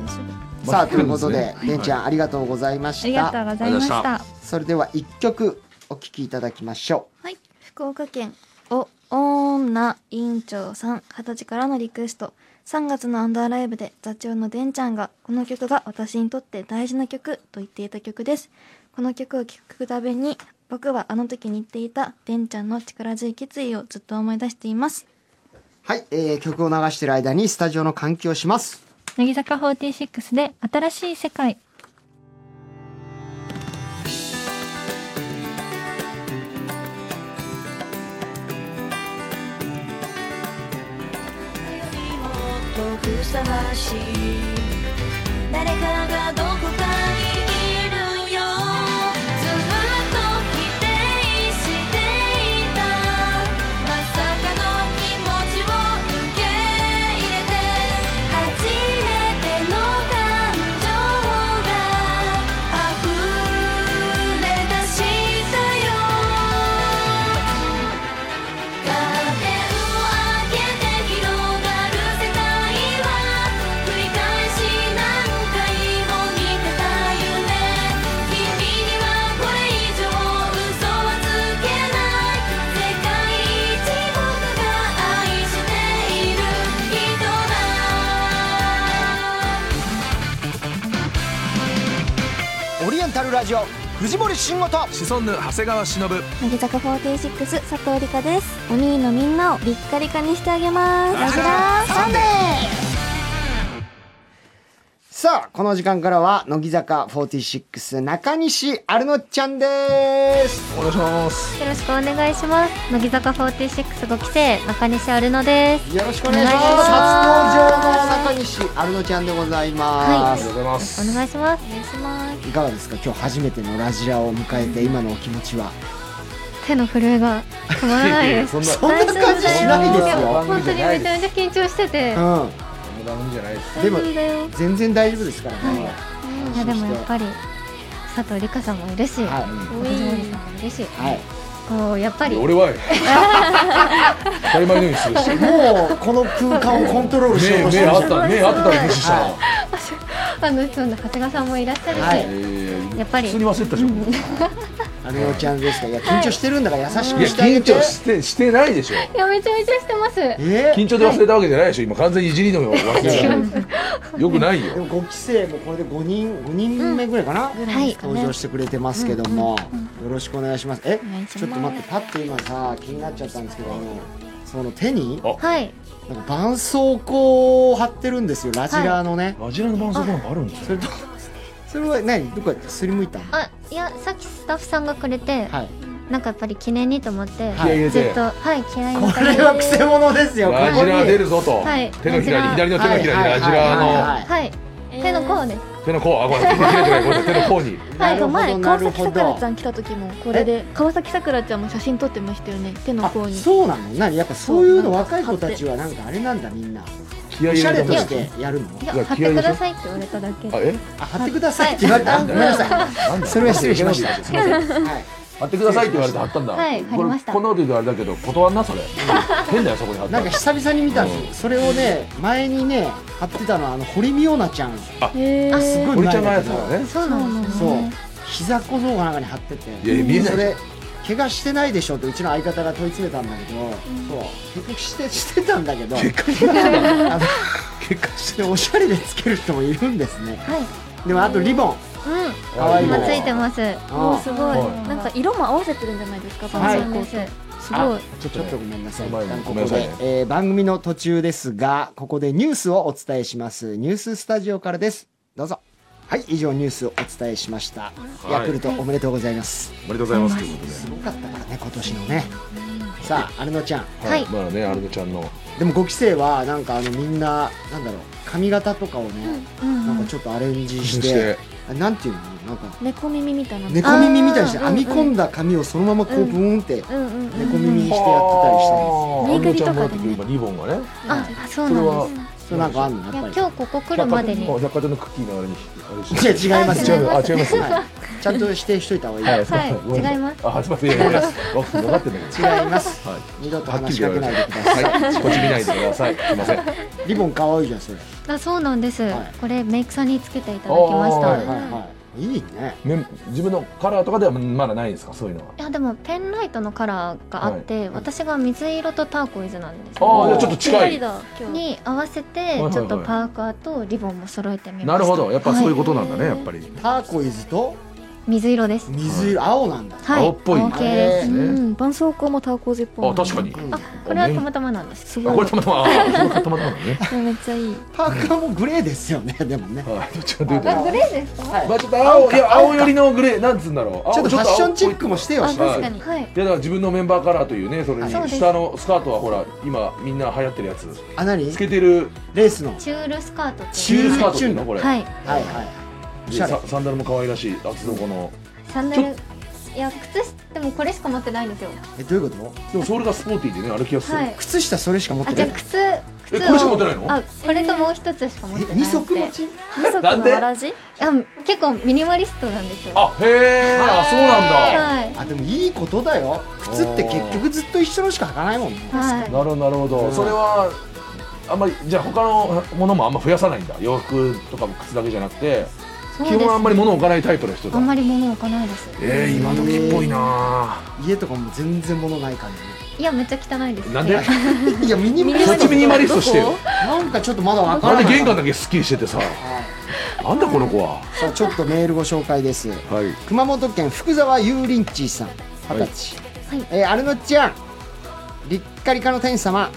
す
さあということで
まあ
デンちゃんありがとうございま
あ
し
りが
た
とうございまし
ありがとうございま
た
それでは一曲お聴きいただきましょ
はい福岡県お女委員長さん二十歳からのリクエスト3月のアンダーライブで座長のでんちゃんがこの曲が私にとって大事な曲と言っていた曲ですこの曲を聴くたびに僕はあの時に言っていたでんちゃんの力強い決意をずっと思い出しています
うはい、えー曲を流している間にスタジオの換気をします
乃木坂46で新しい世界
遠くふさわしい誰かがどこかにいるよずっと否定していたまさかの気持ちを受け入れて初めての感情が溢れ出したよ「カーテンを開けて広がる世界は」「繰り返し何回も見てた夢」「君にはこれ以上嘘はつけない」「世界一僕が愛している人だ」
オリエンタルラジオ藤森慎吾と
シソンヌ長谷川忍
乃木坂46佐藤理香ですお兄のみんなをリッカリカにしてあげますラジラーサンデー
さあこの時間からは乃木坂46中西アルノちゃんです
お願いします
よろしくお願いします。乃木坂46ご期生、中西アルノです。
よろしくお願いします
お
初登場の中西アルノちゃんでございま
ありが
す、
とうございます
お願いします。
い、かがですか今日初めてのラジラを迎えて今のお気持ちは
手の震えが止まらない です。
そんな
そんな感じしないですよ
本当にめちゃめちゃ緊張してて。
う
番組じゃないです
んでも
大丈夫だよ。
全然大丈夫ですからね、
いやでもやっぱり佐藤理香さんもいるし、
はい
藤森さんもいるし、
はい
こうやっぱり
俺は当たり前のようにするし
もうこの空間をコントロールしよう
目
とし
目
て
あ
まし
っ
た
た目あったら無視した
は
ない
あのそんな長谷川さんもいらっしゃるし、
はい
え
やっぱ
ー
り
普通に忘れてたでしょ
アルノちゃんですかいや緊張してるんだから優し
い
く
や
してあげ
緊
て、
張してしてないでしょ
いやめちゃめちゃしてます。
えー
緊張で忘れたわけじゃないでしょ今完全にいじりの忘れたよくない
で
よ
も5期生もこれで5人5人目ぐらいかな、
はい。
登場してくれてますけども、よろしくお願いしますえちょっと待ってパッと今さ気になっちゃったんですけどあのその手に
はい
なんか絆創膏を貼ってるんですよラジラーのね、
ラジラの伴奏なんかあるんです
そ
よ
れとそれは何どこやってすりむいたの
あいやさっきスタッフさんがくれて、
はい
なんかやっぱり記念にと思って、
はい
ずっとはい気合い
こ
を入れ
れ
て
は癖者ですよ
ラジラー出るぞと、
はい
手のひらに
ラジ
左の
ラー
手のひらにラジラー
の
はい、手の甲です
の手の甲あごめん手のひらじゃないごめん手の甲に
なんか前
な
川
る
崎
ほ
さ
ど
く
なる
ら
ほ
ちゃ
ど
ん来た時もこれで川崎さくらちゃんも写真撮ってましたよね手の
あ
甲に
そうなの何やっぱそういうの若い子たちはなんかあれなんだみんな
気合
お
い
しゃ
入れ
れと
た
し
んで
てやるの
いや
いや
貼ってくださいって言われただけ
あえ
あ貼ってくださいって言われたあごめんなさ
なんだ
いそれは失礼しました
すいません
はい
貼ってくださいって言われて貼ったんだ
はい貼りました
これこんなこと言うとあれだけど断んなそれ変だよそこに貼った
な
ら
んか久々に見たんですよそれをね前にね貼ってたのはあの堀美央奈ちゃん
へー
すごい
堀ち
前
ゃんの
だ
や
け
つ
ど
だからね
そうなんです
そう
ね
膝小僧が中に貼ってて
いや見えない
それ怪我してないでしょってうちの相方が問い詰めたんだけど、そう結局して してたんだけどあの
結果して
でおしゃれでつける人もいるんですね
はい
でもあとリボン
う
可愛い
ん
の
今ついてます
あ
お
あ
ーすごい
はい
なんか色も合わせてるんじゃないですか
はい
絆
そう
創
で
膏
す
すごい
ちょっ
ちょっとごめんなさい。
ごめん
一旦こ
ごめん
こ
なさい
で
ね、
えー番組の途中ですが、ここでニュースをお伝えします。ニューススタジオからです。どうぞ。はい、以上ニュースをお伝えしました。
い
ヤクルトおめでとうございます。
おめでとうございますということです
ごかったからね、今年のね。さあ、アルノちゃん。
はい
まあねアルノちゃんの
でも5期生は、なんかあの、みんな、なんだろう、髪型とかをね、なんかちょっとアレンジして、あなんていうのなんか、
猫耳みたいなの
猫耳みたいにして
あー
編み込んだ髪をそのままこうブーンって
うんうんうん
猫耳にしてやってたりしたんです
あー
ぬいぐるみとかでね
アルノちゃんもだって今リボンがね
ああそう
それ
なん
は
です
それなんかあんの
い
やっぱ
や
り
今日ここ来るまでに
百貨店のクッキーのあれにあれし
いや違います
違うあ違います
はいちゃんと指定しといた方がいいです。
はい
ごめんなさ
違います
あ始まっていやいや分かってんだけ
違
ど
います。
はい
二度と
はっき
話
り
しかけ
言わ
ない
れ
で
て
ください。
はいこっち見ないでくださいすいませんはい
リボン可愛いじゃん、それ。
あそうなんです、
はい
これメイクさんにつけていただきました、
あ
はい
ー
はいはい。いいね。
ね自分のカラーとかではまだないですかそういうのはい
やでもペンライトのカラーがあって、私が水色とターコイズなんですけ
ああいや
ど
ちょっと
ぴっ
近い
たりだ今日
に合わせ
い
て
はい
ちょっとパーカーとリボンも揃えてみました
なるほどやっぱそういうことなんだね
は
やっぱり
ターコイズと
水色です
水色、青なんだ。
はい
青っぽい
オーケーです
うん絆創膏もターコーズっぽい
あ確かに
うん
あこれはたまたまなんで
す
す
あ
ご
こ
い
れたまたまあたまたまだね
めっちゃいい
パーカーもグレーですよね、でもね。
はいどっちかというとま
レーですか
あちょっと青いや青寄りのグレーなんつうんだろう
ちょっとファッションチェック
も
もしてよ。
確か
にはい
いやだから自分のメンバーカラーというねそれに
そうです
下のスカートはほら今みんな流行ってるやつ
あ、なに
つけてる
レースの。は
チュールスカートって
チュールスカートっていう
チュー
の
ル
これ
はい
いはい。お
で
しゃれ
ササンダルも可愛らしい厚底の
サンダルいや靴下でもこれしか持ってないんですよ
え、どういうこと
でもソールがスポーティーでね歩きやすそう
はい
靴下それしか持っ
あ
て
じゃ
な
あ
い。
靴靴
え
を
これしか持ってないの
あこれともう一つしか持ってな
え、
い
二足持ち
二足
なん
の
で
わらじ
あ結構ミニマリストなんですよ
あへえあそうなんだ
はい
あ、でもいいことだよ。靴って結局ずっと一緒のしか履かないもんね。
はい
なるほどなるほど、
うん
それはあんまりじゃあ他のものもあんま増やさないんだ洋服とかも靴だけじゃなくて、
そう
基
です
本あんまり物置かないタイプの人だ
あんまり物置かないです
えー、今時っぽいな
家とかも全然物ない感
いやめっちゃ汚いです
なんで
部屋
じ。いや、ミニマリ
そっ
ス
ちミニマリストしてる
なんかちょっとまだわか
な
らな
ん
い。
で玄関だけすっきりしててさなんだこの子は
さあちょっとメールご紹介です
はい
熊本県福沢ゆうりんちーさん二十歳、
はい
えーアルノちゃんリッカリカの天使様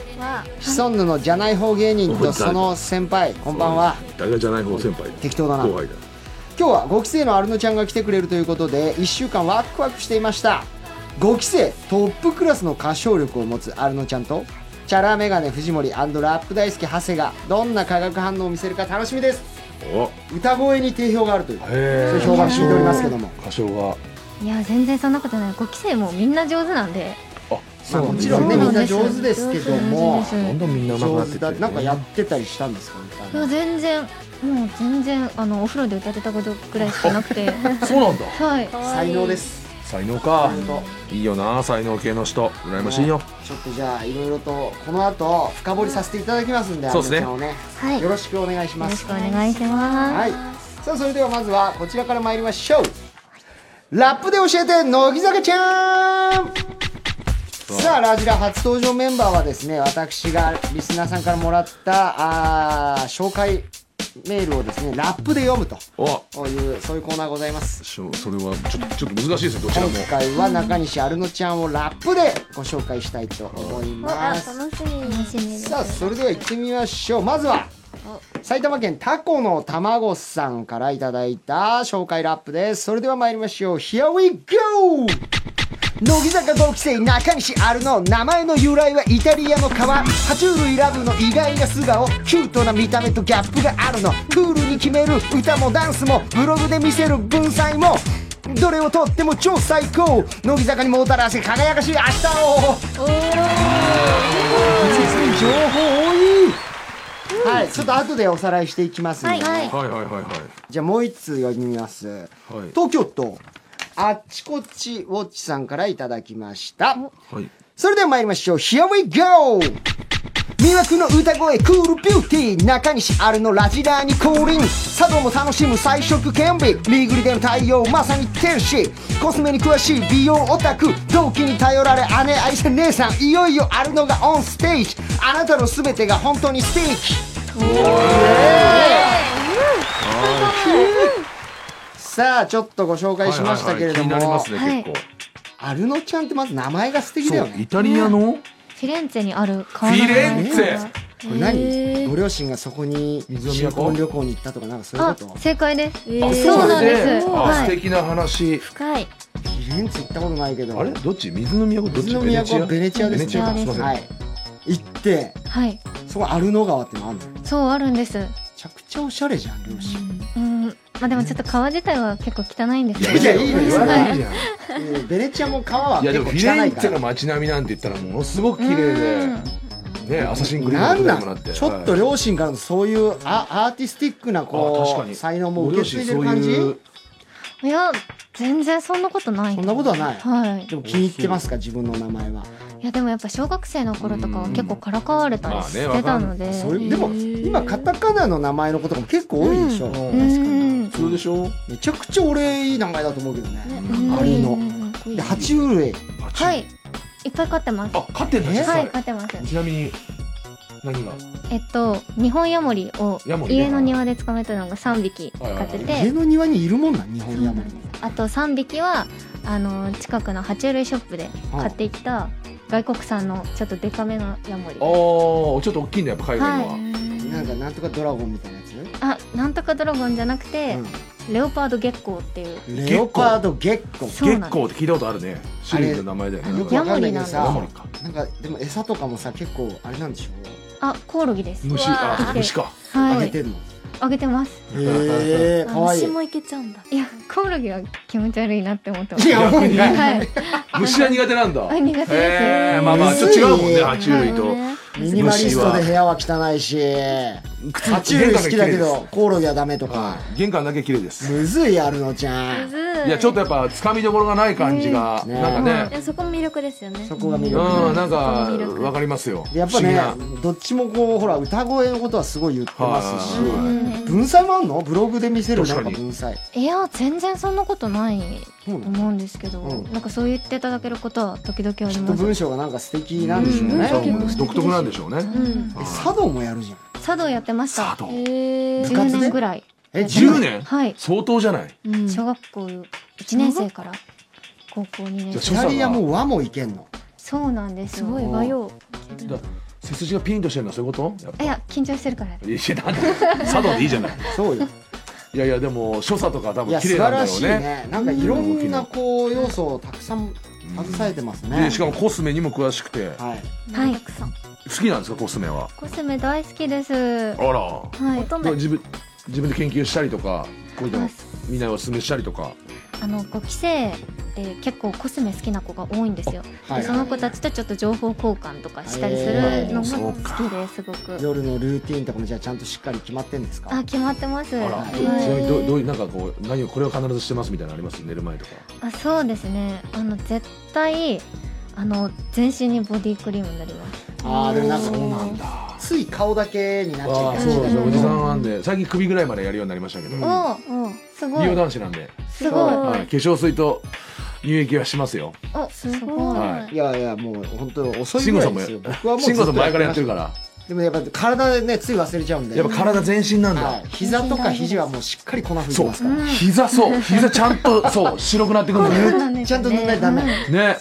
シソンヌのじゃない方芸人とその先輩こんばんは
大学じゃない方先輩
適当だな
輩だ
今日は5期生のアルノちゃんが来てくれるということで1週間ワクワクしていました5期生トップクラスの歌唱力を持つアルノちゃんとチャラメガネ藤森ラップ大好き長谷がどんな化学反応を見せるか楽しみです
お
歌声に定評があるという
へえ
それ評判聞いておりますけども
歌唱が
いや全然そんなことない5期生もみんな上手なんで
あ
まあ、もちろんね
そう
み
なんん
な
です
上手ですけども
上手
どん
で
どんみんな上
上
手くなって
手
っ
だ
て
なんかやってたりしたんですかみたい
すいや
な
全然もう全然あのお風呂で歌ってたことぐらいしかなくて
そうなんだ
はい
才能です
才能か
本
いいよな才能系の人羨ましいよ
ちょっとじゃあいろいろとこの後深掘りさせていただきますんで
そうですね
あのちゃんをね
はい
よ
よ
ろしくお願いしま
ろ
す
しくお願いしま
はいさあそれではまずはこちらから参りましょうラップで教えて乃木坂ちゃんさあラジラ初登場メンバーはですね私がリスナーさんからもらったあー紹介メールをですねラップで読むと
お
いうそういうコーナーございます
しょそれはちょっとちょっと難しいですよどちら
今
も
回は中西アルノちゃんをラップでご紹介したいと思い
あ
ます
楽しみ楽しみです
さあそれでは行ってみましょうまずは埼玉県タコの卵さんからいただいた紹介ラップですそれでは参りましょう Here we go! 乃木坂5期生中西アルの名前の由来はイタリアの川爬虫類ラブの意外な素顔キュートな見た目とギャップがあるのクールに決める歌もダンスもブログで見せる文才もどれをとっても超最高乃木坂にもたらせ輝かしい明日を情報多い、はいちょっと後でおさらいしていきますんで、
はい
はいはいはいはい
じゃあもう一通読みます、
はい
東京都あっちこっちウォッチさんからいただきました
はい
それでは参りましょう Here we go 魅惑の歌声クールビューティー中西アルのラジラーに降臨茶道も楽しむ彩色顕微リーグリでの対応まさに天使コスメに詳しい美容オタク同期に頼られ姉愛せ姉さんいよいよアルノがオンステージあなたの全てが本当にステーキさあちょっとご紹介しましたけれども、
はいはいはい気になりますね
はい
結
アルノちゃんってまず名前が素敵だよ
構
ね
そうイタリアの
フィレンツェにある川の
フィレンツェ
これ何ご両親がそこに
水
新
の
婚
都
旅行に行ったとかなんかそういう
あ
こと
正解です、
えー
そうなんです
あ
は
素
い
敵な話
深い
フィレンツェ行ったことないけど
あれどっち水の都どっ
水
ち
の都はベネチアです
ベネチ
ね
アか
ベ
すい
ネ
ません
はい行って
はい
そこアルノ川ってのあるのめ
そうあるんです
ちゃくちゃおしゃれじゃん両親
うんまあでもちょっと川自体は結構汚いんですけど
いやいいの言わない
いや
えーベネチアも川はい
やで
結
も
構
フィレ
汚い
ンツェ
か
の
ら
街並みなんて言ったらものすごく綺麗でねアサシンクリー
な
ム
ん
と
な
かもら
ん
って
ちょっと
はい
両親からのそういうあアーティスティックな
あ
こ
確か
う
に
才能も受け継いでる感じ
ご両親そういう
いや全然そんなことない
そんなことはない
はい
でも気に入ってますか自分の名前はい
やでもやっぱ小学生の頃とかは結構からかわれたりしてたので、
あそれでも今カタカナの名前のことも結構多いでしょ
う
うん
ん
普通でしょ
めちゃくちゃ俺いい名前だと思うけどね
うん
アルノ
うん
で爬虫類
はいいっぱい飼ってます
あ飼ってんだ
え
実
はい
際
飼ってます
ちなみに何が
えっと日本ヤモリを
ヤモリね
家の庭で捕まえたのが3匹飼って
家
て
の庭にいるもんな日本ヤモリ
あと3匹はあの近くの爬虫類ショップで買ってきた外国産のちょっとデカめのヤモリ
ああちょっと大きいんだやっぱ海外のは
は
なんかなんとかドラゴンみたいなやつ
あなんとかドラゴンじゃなくて、レオパード月光っていう
うんレオパードゲッコ
そうなんで
結
す
構って聞いたことあるね種類の名前だよね
よく
ヤ
わ
モ
かんない
リ
け
な
ど
んだ
ヤ
さ
モリか
なんかでも餌とかもさ結構あれなんでしょ
あコオロギです
虫あ虫か
あ
は
げ
い
てんの
あげてます
へえ かわいい
虫もいけちゃうんだ
いやコオロギは気持ち悪いなって思ってま
い
す
やもうね
はい
虫は苦手なんだ
あ苦手です
へえまあまあちょっと違うもんね爬虫類と
ミニマリストで部屋は汚いし爬虫類好きだけどコオロギはダメとか
はい玄関だけ綺麗です
むずいあるのちゃん
いやちょっとやっぱ掴みどころがない感じが
ね
なんか
い
ね
やそこも魅力ですよね
そこが魅
うん
力
なんかわかりますよ
やっぱ
不
ね
思議な
どっちもこうほら歌声のことはすごい言ってますし
はい
文才もあんのブログで見せるなん
確
か
かに
文才
いや全然そんなことないと
そうなの
思うんですけど、
うん
なんかそう言っていただけることは時々あ
き
り
っと
ます
文章がなんか素敵なんでしょうね
うん
そう独特なんでしょうね
うん
え茶道もやるじゃん
茶道やってました
茶道
へえ
部活で
10年ぐらい
え
10年
はい
相当じゃない
うん
小学校1年生から高校2年
じゃあ
生
イタリアも和もいけんの
そうなんです
す
よ
ごい
い
和洋
だ背筋がピンとしてるのはそういうことやっぱ
や緊張してるからです
いやなんで茶道でいいじゃない
そうよ
いやいやでも所作とか多
い
分
や
綺
素
麗
晴
なんだ
ら
ろ
し
う
い
ね
ねなんかいろんなこう要素をたくさん携えてますね
でしかもコスメにも詳しくて
はい
はい
たくさん
好きなんですかコスメは
コスメ大好きです
あら
はい
乙
どう
女
自分自分で研究したりとかこういうのみんなにおすすめしたりとか
あの5期生で結構コスメ好きな子が多いんですよ、
は
でそ
い
の子たちとちょっと情報交換とかしたりす
へ
る
ー
のも
そう
好
か
きですごく
夜のルーティンとかもじゃあちゃんとしっかり決まってんです
あ
か
決まってます
あら
は
ちなみ
い
にどうどういうなんかこう何をこれを必ずしてますみたいなのあります寝る前とか
あそうですねあの絶対あの全身にボディクリームになります
あーでもなんか
そうなん
こ
だ
うつい顔だけになっちゃ
あ
い
あ
が
そ
ち
う
だ
そ
よ
うおじさ
ね
んなんで最近首ぐらいまでやるようになりましたけど
う
美
ん
おうおうすごい
容男子なんです
ごい
はい化粧水と乳液はしますよ
おす
す
ご
ご
い
い
はい
いやいやもう本当遅い
慎
ぐら
吾さ
い
んも
ですよ僕はもう
慎吾さん前からやってる
か
から
でもやっぱ体でねつい忘れちゃうんで
やっぱ体全身なんだ、
はい、膝とか肘はもうしっかり粉吹いて
そう
ますから
膝そう膝ちゃんとそう白くなってくるんだよね
ちゃんと塗んないとダメ
ね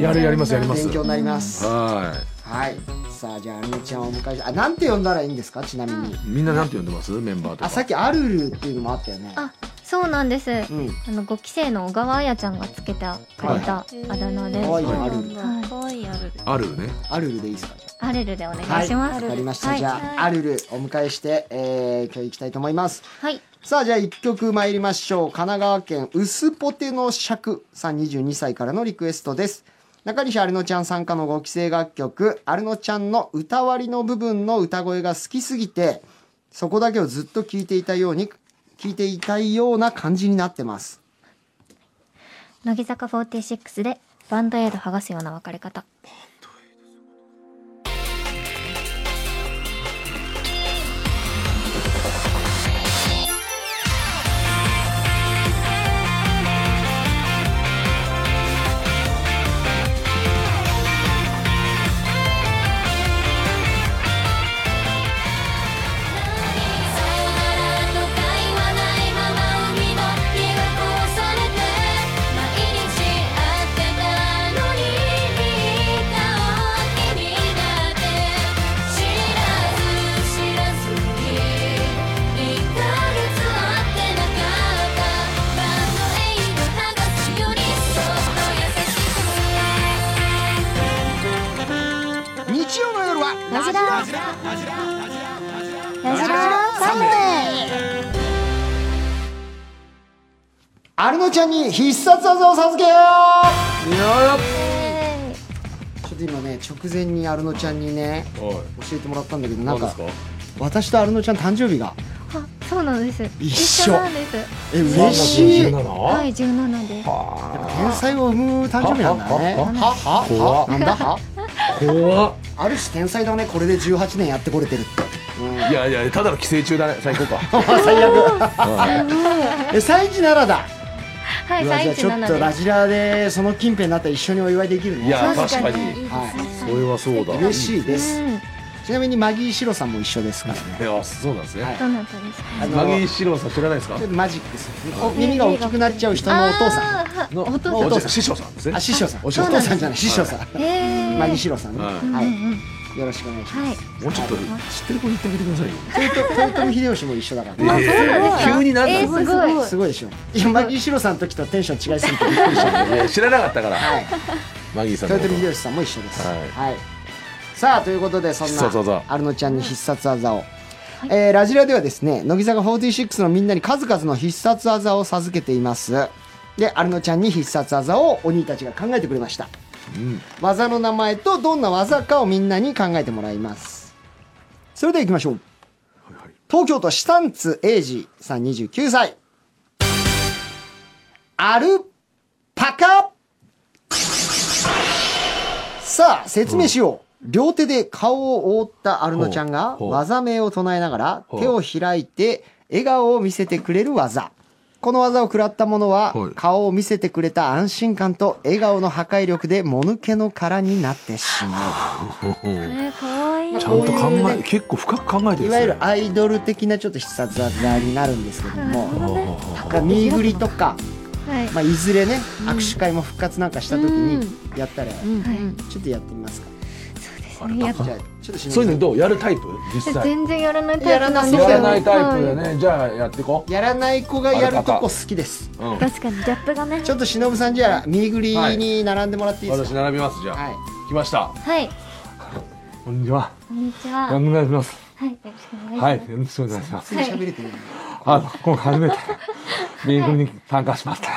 やるやりますやります
勉強になります
は
はいさあじゃあアルミちゃんをお迎えしてあなんて呼んだらいいんですかちなみに
いみんななんて呼んでますメンバーと
あさっ
か
きアルルっていうのもあったよね
あそうなんです、
うん
あの5期生の小川彩ちゃんがつけたくれたあだ名で
可愛い
す
よアルル
はい
可愛いある。
あるね
アルルでいいですか
アレルでお願いします
わかりました、
はい
じゃあアルルお迎えして、えー、今日行きたいと思います
はい
さあじゃあ1曲参りましょう神奈川県薄ポテの尺さん22歳からのリクエストです中西アルノちゃん参加のご規制楽曲アルノちゃんの歌割りの部分の歌声が好きすぎてそこだけをずっと聞いていたように聞いていたいような感じになってます
乃木坂46でバンドエイド剥がすような別れ方
「さよならと会話ないまま海の琵琶湖をされて」「毎日会ってたのにいたおきになって」「知らず知らずに1ヶ月会ってなかった」「バンドエイド剥がすよりそっと優しく」
日曜の夜は
ラジララジラサンデー
アルノちゃんに必殺技を授けようちょっと今ね直前にアルノちゃんにね
おい
教えてもらったんだけどな
何
ん
で
か
すか
私とアルノちゃん誕生日が
あそうなんです
一緒
なんです
え嬉しいやっ
は
はい17です
ぱ天才を生む誕生日なんだね
は
はは
怖っ
なんだは
怖っ
ある種天才だねこれで18年やってこれてるって
いやいやただの寄生虫だね最高か
最悪え317だ
はいう
わじゃ
317
あちょっとラ
です
ジラでその近辺になったら一緒にお祝いできるね
いや
は
確かに
い
それはそうだ
嬉し
い
いですちなみにマギーシロさんも一緒ですからね
いやそうなんですね、
はい
どなたですか
あの
マギーシローさん知らないですか
ちょっとマジックするお耳が大きくなっちゃう人のお父さん
のお
さん
父さん師匠さんですね
あ師匠さんお父
お師匠さん
さんじゃない師匠さん
え
マギーシロさんね
は
はいよろしくお願いします
いもうちょっと知ってる子に言ってあげてくださいよ
豊臣秀吉も一緒だからね
えー急になんだ
ー、すごい
すごいでしょいやマギーシロさんの時とテンション違いすぎてびっくりした
いや知らなかったから、マギーさん
豊
のこと
臣秀吉さんも一緒です
はい
はいさあということでそ
必殺
んな
技
アルノちゃんに必殺技をえーラジラではですね乃木坂46のみんなに数々の必殺技を授けていますでアルノちゃんに必殺技をお兄たちが考えてくれました
うん
技の名前とどんな技かをみんなに考えてもらいますそれでは行きましょう東京都シタンツエイジさん29歳アルパカさあ説明しよう、両手で顔を覆ったアルノちゃんが
ほうほう
技名を唱えながら
ほう
手を開いて笑顔を見せてくれる技この技を食らった者は
はい
顔を見せてくれた安心感と笑顔の破壊力でもぬけの殻になってしま
えー、かわいい。
ちゃんと考え結構深く考え
う
てる
い
ん
わゆ
ですね
るアイドル的なちょっと必殺技になるんですけどもミーグリとか、
はい
まあ、いずれね握手会も復活なんかした時にやったら
うん
はい
ちょっとやってみますか
そうですねやっ
じゃあちょっとし
そういうのどうやるタイプ実
ぱ
際
全然やらないタイプなんです
然
よ
や
やら
ら
な
ないいタイプだねじゃあやっていこ
やらない子がやるとこ好きです
う、うん、
確かにギャップがね。
ちょっとしのぶさんじゃあミーグリに並んでもらっていいです
私
か
並びますじゃあ、
はい
来ました
はい
こんにちは
こんにちは
お願いします
はいよろしくお願いします
はいよろしくお願いします
すぐ喋れてる
あの今回初めてミーグルに参加しました、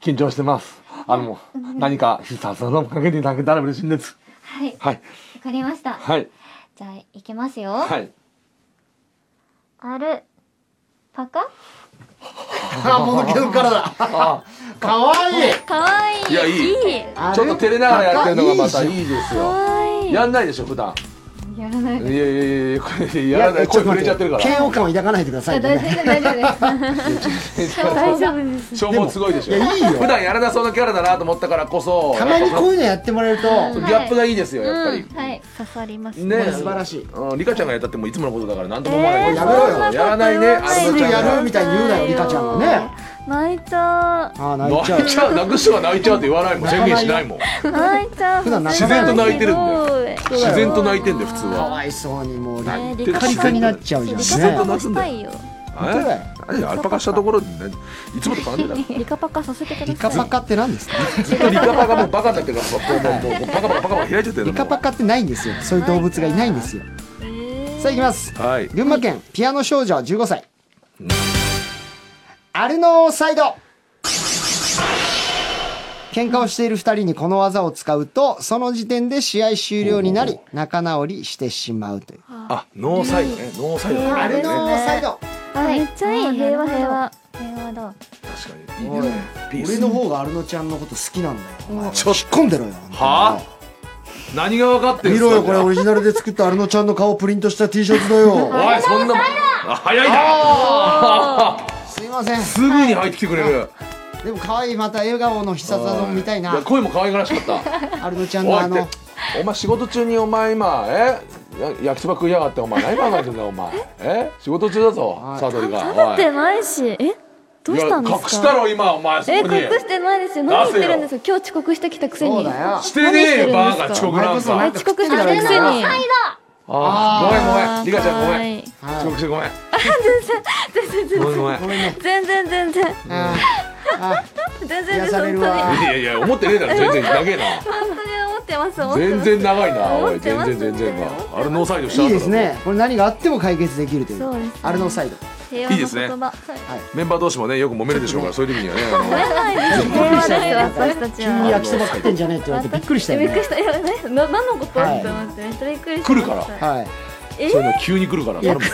緊張してますあの何か必殺技もかけていただけたら嬉しいんです
はい
はい
わかりました
はい
じゃあ行きますよ
はい
あるパカ
あもぬけの殻だかわいい
かわいい。
いやいい
いい。
ちょっと照れながらやってるのがまたいい
い
ですよやんないでしょ普段
やらない
い
で
や
す
いやいやいやこれやらない声震えちゃってるから
嫌悪感を抱かないでくださ
あ
い
大丈
ね
夫大丈夫です
大丈夫です
消耗すごいでしょ
いやいいよ
普段やらなそうなキャラだなと思ったからこそ
たまにこういうのやってもらえると
ギャップがいいですよやっぱり、
はい
刺さります
ね
素晴らしい
うん、リカちゃんがやったってもういつものことだから何とも思わない、
えー
やめろ
そん
よ
な
やらないね
こと
す
あの
ぐ
ちゃん
やるみたいに言うなよリカちゃんはね
泣いちゃ
ああ泣いちゃう
泣いちゃう泣く人は泣いちゃうって言わないもん宣言しないもん
う泣いちゃう
普段泣か
ない自然と泣いてるん
だ
自然と泣いてんだよ普通
か
は
わいそうにもう
泣い
カ
て
リカ
リカになっちゃうじゃん
リカ
ね
ちゃんもしたいよ
本当だよ
何アルパカしたところに何いつもと変わんねえだろ
リカパカさせてくださ
リ
い
カパカって何ですか
ずっとリカパカもうバカになってるからもうもうもうパカパカパカパカ開いちゃってる
リカパカってないんですよそういう動物がいないんですよ
えー
さあいきます
はい
群馬県ピアノ少女15歳アルノーサイド喧嘩をしている2人にこの技を使うとその時点で試合終了になり仲直りしてしまうという
あノーサイドねノーサイドね
アルノ
ね
ーサイド
あめっちゃいい平和平和
平和だ
確かにいいねピー
俺
ス
の方がアルノちゃんのこと好きなんだよお前
ちょっ
引っ込んでろよ
はあ何が分かってる
見
んす
ろ
か
よこれオリジナルで作ったアルノちゃんの顔をプリントした T シャツだ よ
おいそんなもんあ早いな
すいません
すぐに入ってきてくれる
でも可愛いまた笑顔の必殺技も見たい
い
な
や声も可愛がらしかっ た
アルノちゃん
お
の
い
あ
って
の
お前仕事中にお前今えや焼きそば食いやがってお前何考えてんだよお前え仕事中だぞ
い
サドルが
食べてないしえどうしたんですか
いや隠したろ今お前そ
え
こ
隠
に
してないですよ何言ってるんですか今日遅刻してきたくせに
そうだよ
してねえよ
何
バ
してるんですか
ーが遅刻なん
お前こそ
遅刻してきた
か
くせに
あーごめんごめんリカちゃんご
は
めん
い
はい
遅刻してごめんごめんごめん
ごめんね
全然全然
ああ
全然
癒
です
さ
本当
れ
に
る
本
わ
いやいや思ってねえだろ全然長えな
当に 思ってます思ってま
全
す
然長いなおい
思って
全
ます
然全然かあれノーサイドし
い
た
いですねこれ何があっても解決できるとい
そうで
う
すね
アルノサイド
平
いいですね
和の言葉
メンバー同士もねよく揉めるでしょうからそういう時にはねあの
平和ですよ私たち
急に
は
焼きそば食ってんじゃねえって言われてびっくりしたよ
びっくり
ね
したよねな何のこと
はい
って思ってめっちゃびっくりし
来
ま
る
し
から
た
はい
そういうの急に来るから頼む
ち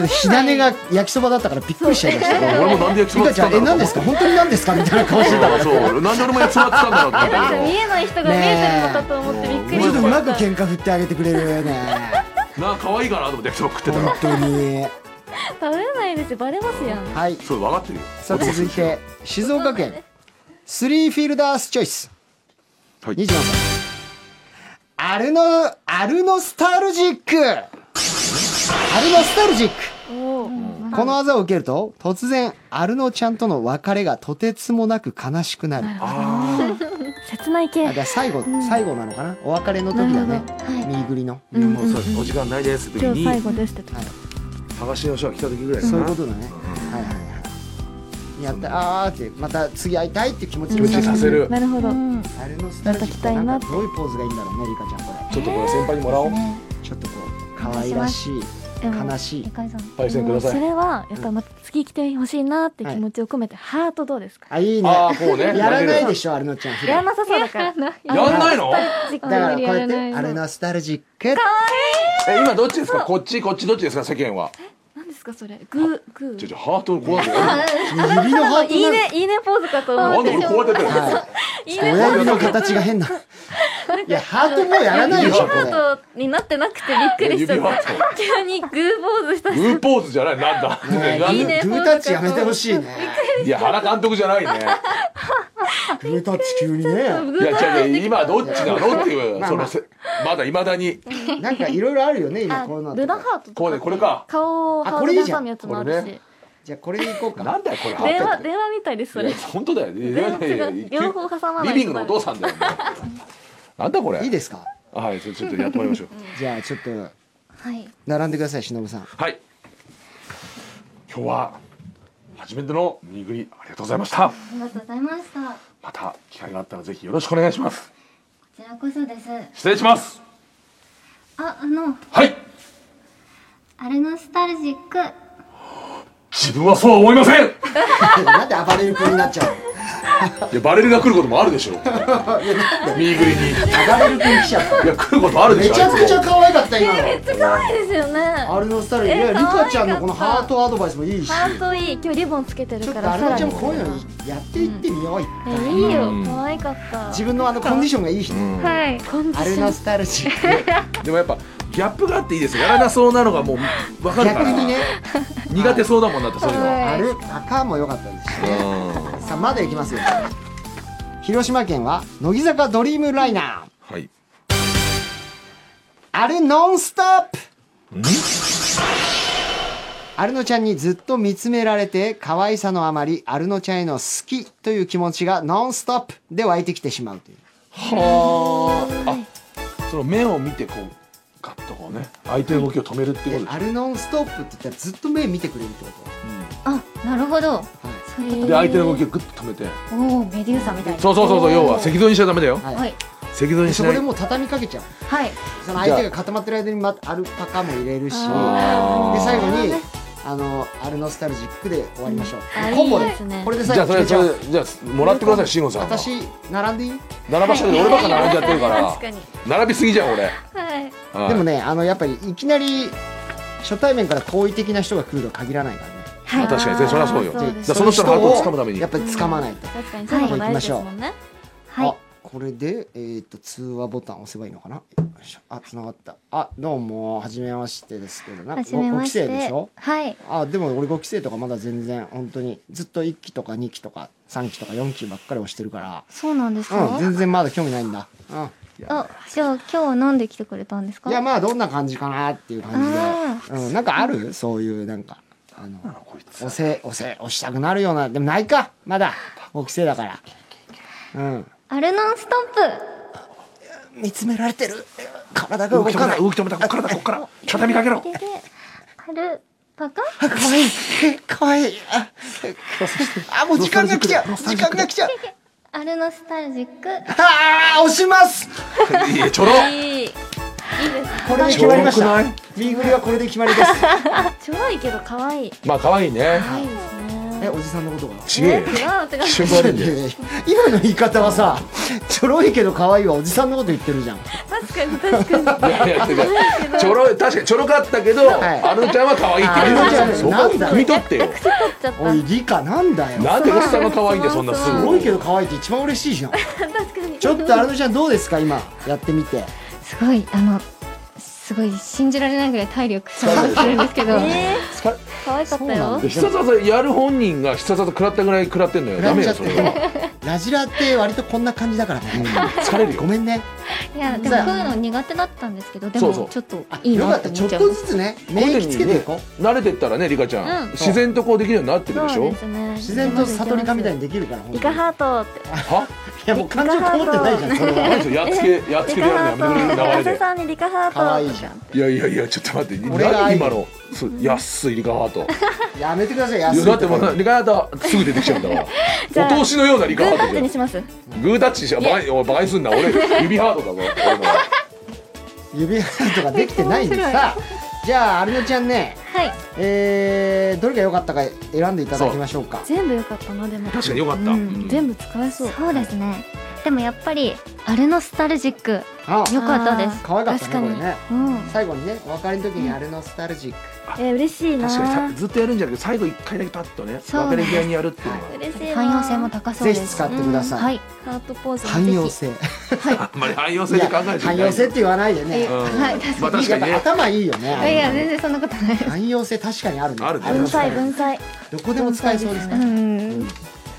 ょっと火種が焼きそばだったからびっくりしちゃいました
俺もなんで焼きそ
リ
ば
カち
っつった
ゃ
ん
んえ
だろう
何ですか本当に何ですかみたいな顔してたから
そうなんで俺もやつらってたんだろうと思
な
った
ん
け
か
ど
見えない人が見えてるのかと思ってびっ
もう
くり
ちょっと
し
う
ま
ま
し
く
た
喧嘩振ってあげてくれるよ ね
な可愛いかなと思って焼きそば食ってた
本
ら
当に
食べれないですよバレますやん
はい
そう分かってるよ
さあ続いて静岡県スリーフィルダースチョイス
はい
24歳アルノアルノスタルジックアルノスタルジックこの技を受けると突然アルノちゃんとの別れがとてつもなく悲しくなるあ
あ
切ない系
だから最後、最後なのかなお別れの時だね見送りの、
あもうそうですお時間ないですって時
今日
に
最後ですってと
剥がしの人が来た時ぐらいかな
そういうことだね、はいはいはいやったあーってまた次会いたいって気持ち
気持ちさせる
なるほど
アルノスタルジックってなんかどういうポーズがいいんだろうねリカちゃんこれ
ちょっとこれ先輩にもらおう
ちょっとこう可愛らしい悲しい
向井さん
対戦く
も
だ
うそ
さい
れはやっぱまた次来てほしいなって気持ちを込めてハートどうですか
あいいね
ああこうね
やらないで
し
しょアルノちゃん普
やら
段
なさそうだから
ょやんないの
実
だから
家
こう
に
やってアルノスタルジック
え今どっちですかこっちこっちどっちですか世間は
何ですかそれグーグ
ちょ
ー
ちょハートのこうやってやる
指のハート
いい
にな
ねいいねポーズかと
のな
思
ん
っ
で
て
俺こうやってやってるの
いい
る
ね
親指の形が変ないやハートもうやらないでしょこ
ハ
れ
ートになってなくてびっくりしちゃ
指
っ
ハ
た
ー
急にグーポーズした
トグーポーズじゃないなんだ
ねえ
なん
いい
だ
ね
グータッチやめてほしいね
いや原監督じゃないね
グータッチ急にね
グ
い
ー
や
ポ
じゃ
ーズ
今どっちなのっていう
まあ
そ
ま
の
あ
せまだいまだに
なんかいろいろあるよね今
あ
こうな
ルナ
の
ハート
こうねこれか
顔を
あ
ハ
これ
ート
いい
で
じゃ
挟
ん
むやつもある
これ
し
じゃあこれでいこうか
なんだよこれハー
電
ト
話
って
電話みたいですそ
い
れ
や本当だよいやいやいや
両方挟まないとダメ
リビングのお父さんだよお前なんだこれ
いいですか
はいちょちょっとやってもらいましょう
じゃあちょっと
はい
並んでくださいしのぶさん
はい今日は初めてのミーグリありがとうございました
ありがとうございましたこ
また機会があったらぜひよろしくお願いします
ちらこそです
失礼します
ああの
はい
アルノスタルジック
自分はそうは思いませんい
なんで暴れる子になっちゃう
やバレルが来ることもあるでしょミーグリにい
の暴れる子に来ちゃった
や来ることあるで
め
しょ
ちゃくちゃ
あいつも
可愛かった今の
ですよね
アルノスタルジックいやリカちゃんのこのハートアドバイスもいいし
ハートいい今日リボンつけて
ちょ
る
っ
か
と
ら
アルノ
さ
ちゃん
らに
もこういうのやっていってみよう、
えいいよ可愛かった
自分のあのコンディションがいい人、
はいコンデ
ア
ィ
ル
シ
ノ
ョン
スタルジック
でもやっぱギャップがあっていいですよやらなそうなのがもう分かるか
逆
ら
にね
苦手そうだもんだってそういうのは
あれ赤も良かったですしね
うん
さあまだいきますよ広島県は乃木坂ドリームライナー
はい
あれノンストップアルノちゃんにずっと見つめられて可愛さのあまりアルノちゃんへの好きという気持ちがノンストップで湧いてきてしまうという
はーあその目を見てこうガッとこうね相手の動きを止めるっていう
で
ことで
アルノンストップって言ったらずっと目見てくれるってこと
あなるほど
はい
そう
し
い
ょ
う
で相手の動きをグッと止めて
おおメデューサみたいな
そうそうそうそう要は赤道にしちゃダメだよ
はい
はい
赤道にし
そ
な
こ
い
でもう畳みかけちゃう
はい
その相手が固まってる間にまアルパカも入れるしで
あー
最後にあのアルノスタルジックで終わりましょう
あ
コンボで
いいですね
これで
じゃ
最
あ
後
そ
決
れ
めち
じ
ゃ
ゃ
う
じゃあもらってください慎吾さんは
私並んでいい
並ばしてる俺ばっか並んじゃってるから
確かに
並びすぎじゃん俺
はい
はい
でもねあのやっぱりいきなり初対面から好意的な人が来るとは限らないからね
まあ確かにそれはそうよ
あー
じゃ
で
あ
す
その人のハートを掴むために
やっぱり掴まないと、
確かに
そういうのも大事ですも
んね
あ
はい
これでえーっと通話ボタン押せばいいのかなよいしょあ繋がったあどうもはじめましてですけどな
はじめ
ごご
ま
期
して
生でしょ
はい
あでも俺5期生とかまだ全然本当にずっと1期とか2期とか3期とか4期ばっかり押してるか
そうなんです
ら、うん、
か
全然まだ興味ないんだ、う
あじゃあ今日飲んできてくれたんですか
ん、いやまあどんな感じかなっていう感じで、うん、なんかあるそういうなんかあの
こいつ
押せ押せ押したくなるようなでもないかまだ5期生だからうん
アルノンストッ
見つめられてる体が
動
動
き止め
かな
た
い
動き止めたこっからだこっから畳みかけろ
プでアルパカ
あかわいいかわいいああもう時間が来ちゃう時間が来ちゃう
アルノスタルジック
ああ押します
いやちょろ
いいいいです
これで決まりまし
ちょろ
た
くない
リーグリはこれで決まりです
ちょろいけど可愛い
まあ可愛いね
えおじさんのことかな
ちげえよ
わーって感
一瞬も悪いんだよ
いやいや 今の言い方はさちょろいけど可愛いはおじさんのこと言ってるじゃん
確かに確かに
いやいや違う違うちょろい確かにちょろかったけど、
い
アルちゃんは可愛いって
あアルちゃん
言うそこ
なんだ
汲み取ってよ
ちゃっ
おいリカなんだよ
なんでおっさんが可愛いんだよそんなす
す
ぐ
ごいけど可愛いって一番嬉しいじゃん
確かに
ちょっとアルノちゃんどうですか今やってみて
すごいあのすごい信じられないぐらい体力削減するんですけど
え
疲れ
ー、可愛かったよ
必殺技やる本人が必殺技食らったぐらい食らってんのよダメよそれは
ラジラって割とこんな感じだからね
疲れる
ご
よ
めんね
いやでもこういうの苦手だったんですけどで
そうそう
もちょっと
あ
いい
よか
な
っ
っ
た
て思
ちょ
っ
っ
ちゃい
と
ま
ず
す
つね免疫つけていこう
慣れてったらねリカちゃん、自然とこうできるようになってるでし
そう
ょ
ですね
自然と悟りかみたいにできるから本
イ
当
カ
にい
ハートって
は
やもう感情こもってないじゃんそれは
何それやっつけやっつけ
リ
で
カ
やるのやめ
ハート
てくれる流
加
れ
瀬さんにリカハート
可愛いじゃん
とか
でいやいやいやちょっと待って
俺が
何今のそう安いリカハート
やめてください
い
安
や
い
だってもうリカハートすぐ出てきちゃうんだから
じゃあ
お通しのようなリ
グ
カハ
ー
ー
タ
ト
ッ
で
チにします
グータッチしちゃバカにおいバカにすんな俺指ハートだぞ俺のは
指輪とかできてないんでさじゃあアルノちゃんね
はい
えー、どれが良かったか選んでいただきましょうか
全部良かったなでも
確かによかった、
うん、全部使えそう
そうですねでもやっぱりアルノスタルジック
あ
良かったです
可愛かったね
確か
こ
に
れね
うん
最後にねお別れの時にあれノスタルジック、
えー、嬉しいな
確かにさずっとやるんじゃなくて最後一回だけパッとね
そう
別れ際にやるっていうのは
嬉しいな
汎用性も高そう
ぜ
です
ひ使ってください、
はい
ハートポーズも
汎用
ぜ
性
あんまり汎用性
い
で
や
考えてない
汎用性って言わないでね、
うん
はい確
まあ
かに
確かに
やっ
ね
ぱ頭いいよね
いや全然そんなことない
汎用性確かにあるね
あるね
ひ分
使え
散
る
分散
どこでも使えそうですか
う
ら、
ん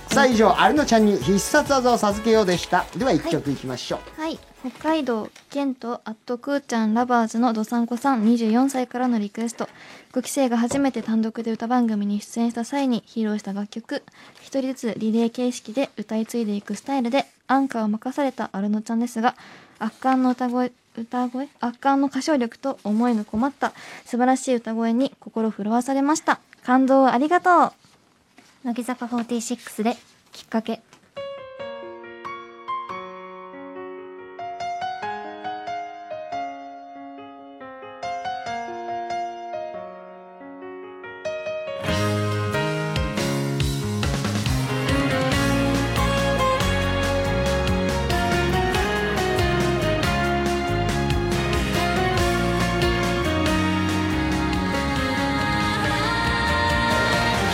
さあ以上アルノちゃんに必殺技を授けようでしたでは一曲いきましょう、
はい北海道ケントアットクーちゃんラバーズのどさんこさん24歳からのリクエスト5期生が初めて単独で歌番組に出演した際に披露した楽曲一人ずつリレー形式で歌い継いでいくスタイルでアンカーを任されたアルノちゃんですが圧巻の歌声歌声圧巻の歌唱力と思いのこまった素晴らしい歌声に心震わされました感動をありがとう
乃木坂46できっかけ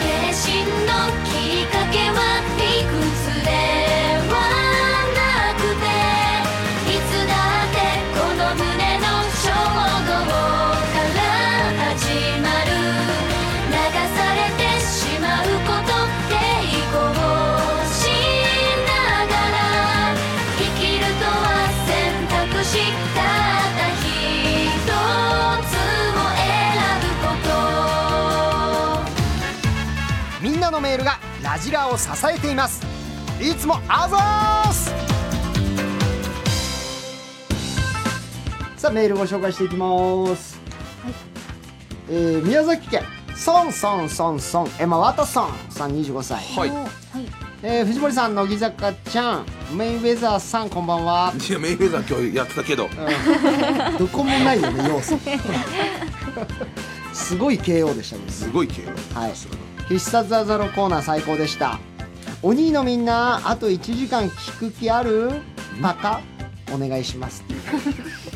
決心のきっかけはいくつ
のメールがラジラを支えていますいつもあざーすさあメールご紹介していきます、えー宮崎県ソンソンソンソンエマ・ワトソンさん25歳、
はい
えー藤森さん乃木坂ちゃんメイウェザーさんこんばんはい
やメイフェザー今日やってたけど
どこもないよね要素 すごい KO でしたね
すごい系よ
はい必殺技のコーナー最高でしたお兄のみんなあと1時間聞く気あるバカお願いします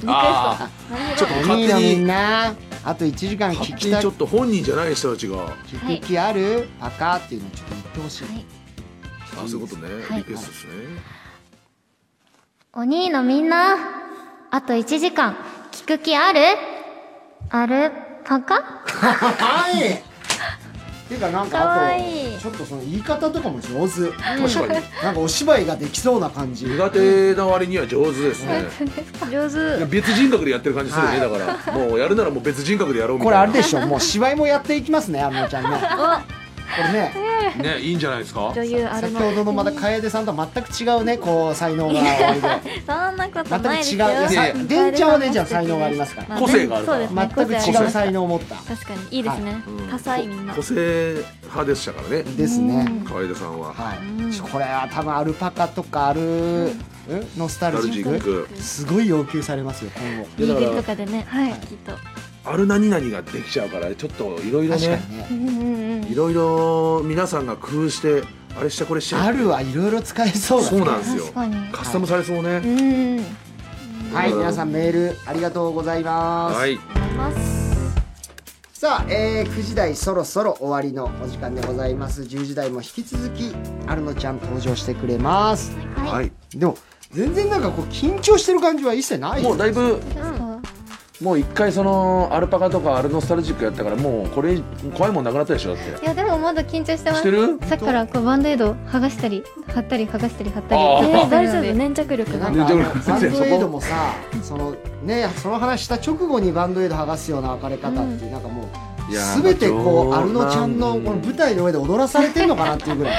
ああちょっと
お兄のみ
勝手
ん
に
なあと1時間聞
勝手
き
に
た
ちょ
聞
っと本人じゃない人たちが
く気あるバカっていうのをちょっと言ってほしい、
あそういうことね
い
リクエストですね
お兄のみんな、あと1時間、聞く気あるあるパカ
はいっていうかなん
か
かあ
わ
と
いい
ちょっとその言い方とかも上手
確かに
なんかお芝居ができそうな感じ
苦手な割には上手ですね
上
いや
手
別人格でやってる感じするよね
は
だからもうやるならもう別人格でやろうみ
これあ
たい
れ
な
でしょもう芝居もやっていきますねあの ちゃんねこれね
ねいいんじゃないですか
女優ある
先
の
ほどのまた楓さんとは全く違うねこう才能があるで
そんなこと
全く
な
違
いです
う
よ
いや
いやいや
さでんちゃんはでんちゃん才能がありますか
ま
ら
あ
個性があるか
そ
ら
うですね
全く
個性あり
違う
ます
才能を持った
確かにいいですね
うん
多彩みんな
個性派でしたからね
ですね
楓さんは
はいこれは多分アルパカとかアルんノスタ
ダ
ル
ル
ジ
ジ
ッ
ッ
ク
ク
すごい要求されますよ今後
いやだから
とかでねはいきっと
ある何々ができちゃうからちょっといろいろ
確か
ね
にね
うんうんうん
いろいろ皆さんが工夫してあれしてこれして
あるはいろいろ使えそうだ
そう
ね
なんですよ
確かに。
カスタムされそうね
うん。
はい皆さんメールありがとうございます
はい
さあ、えー9時台そろそろ終わりのお時間でございます10時台も引き続きアルノちゃん登場してくれます
はい
でも全然なんかこう緊張してる感じは一切ない
もうだいぶ
うん
もう一回そのアルパカとかアルノスタルジックやったからもうこれ怖いもんなくなったでしょだって
いや、でもまだ緊張してま
し
す
て。る
さっきからこうバンドエイド剥がしたり、貼ったり剥がしたり貼ったり。
あー
えー大丈夫
なので
粘着力
な
が
んかあ
ね
の
でも
バンドエイドもさそのねその話した直後にバンドエイド剥がすような別れ方っていう、なんかもう
いや
全てこう
まあ
アルノちゃんのこの舞台の上で踊らされてるのかなっていうぐらい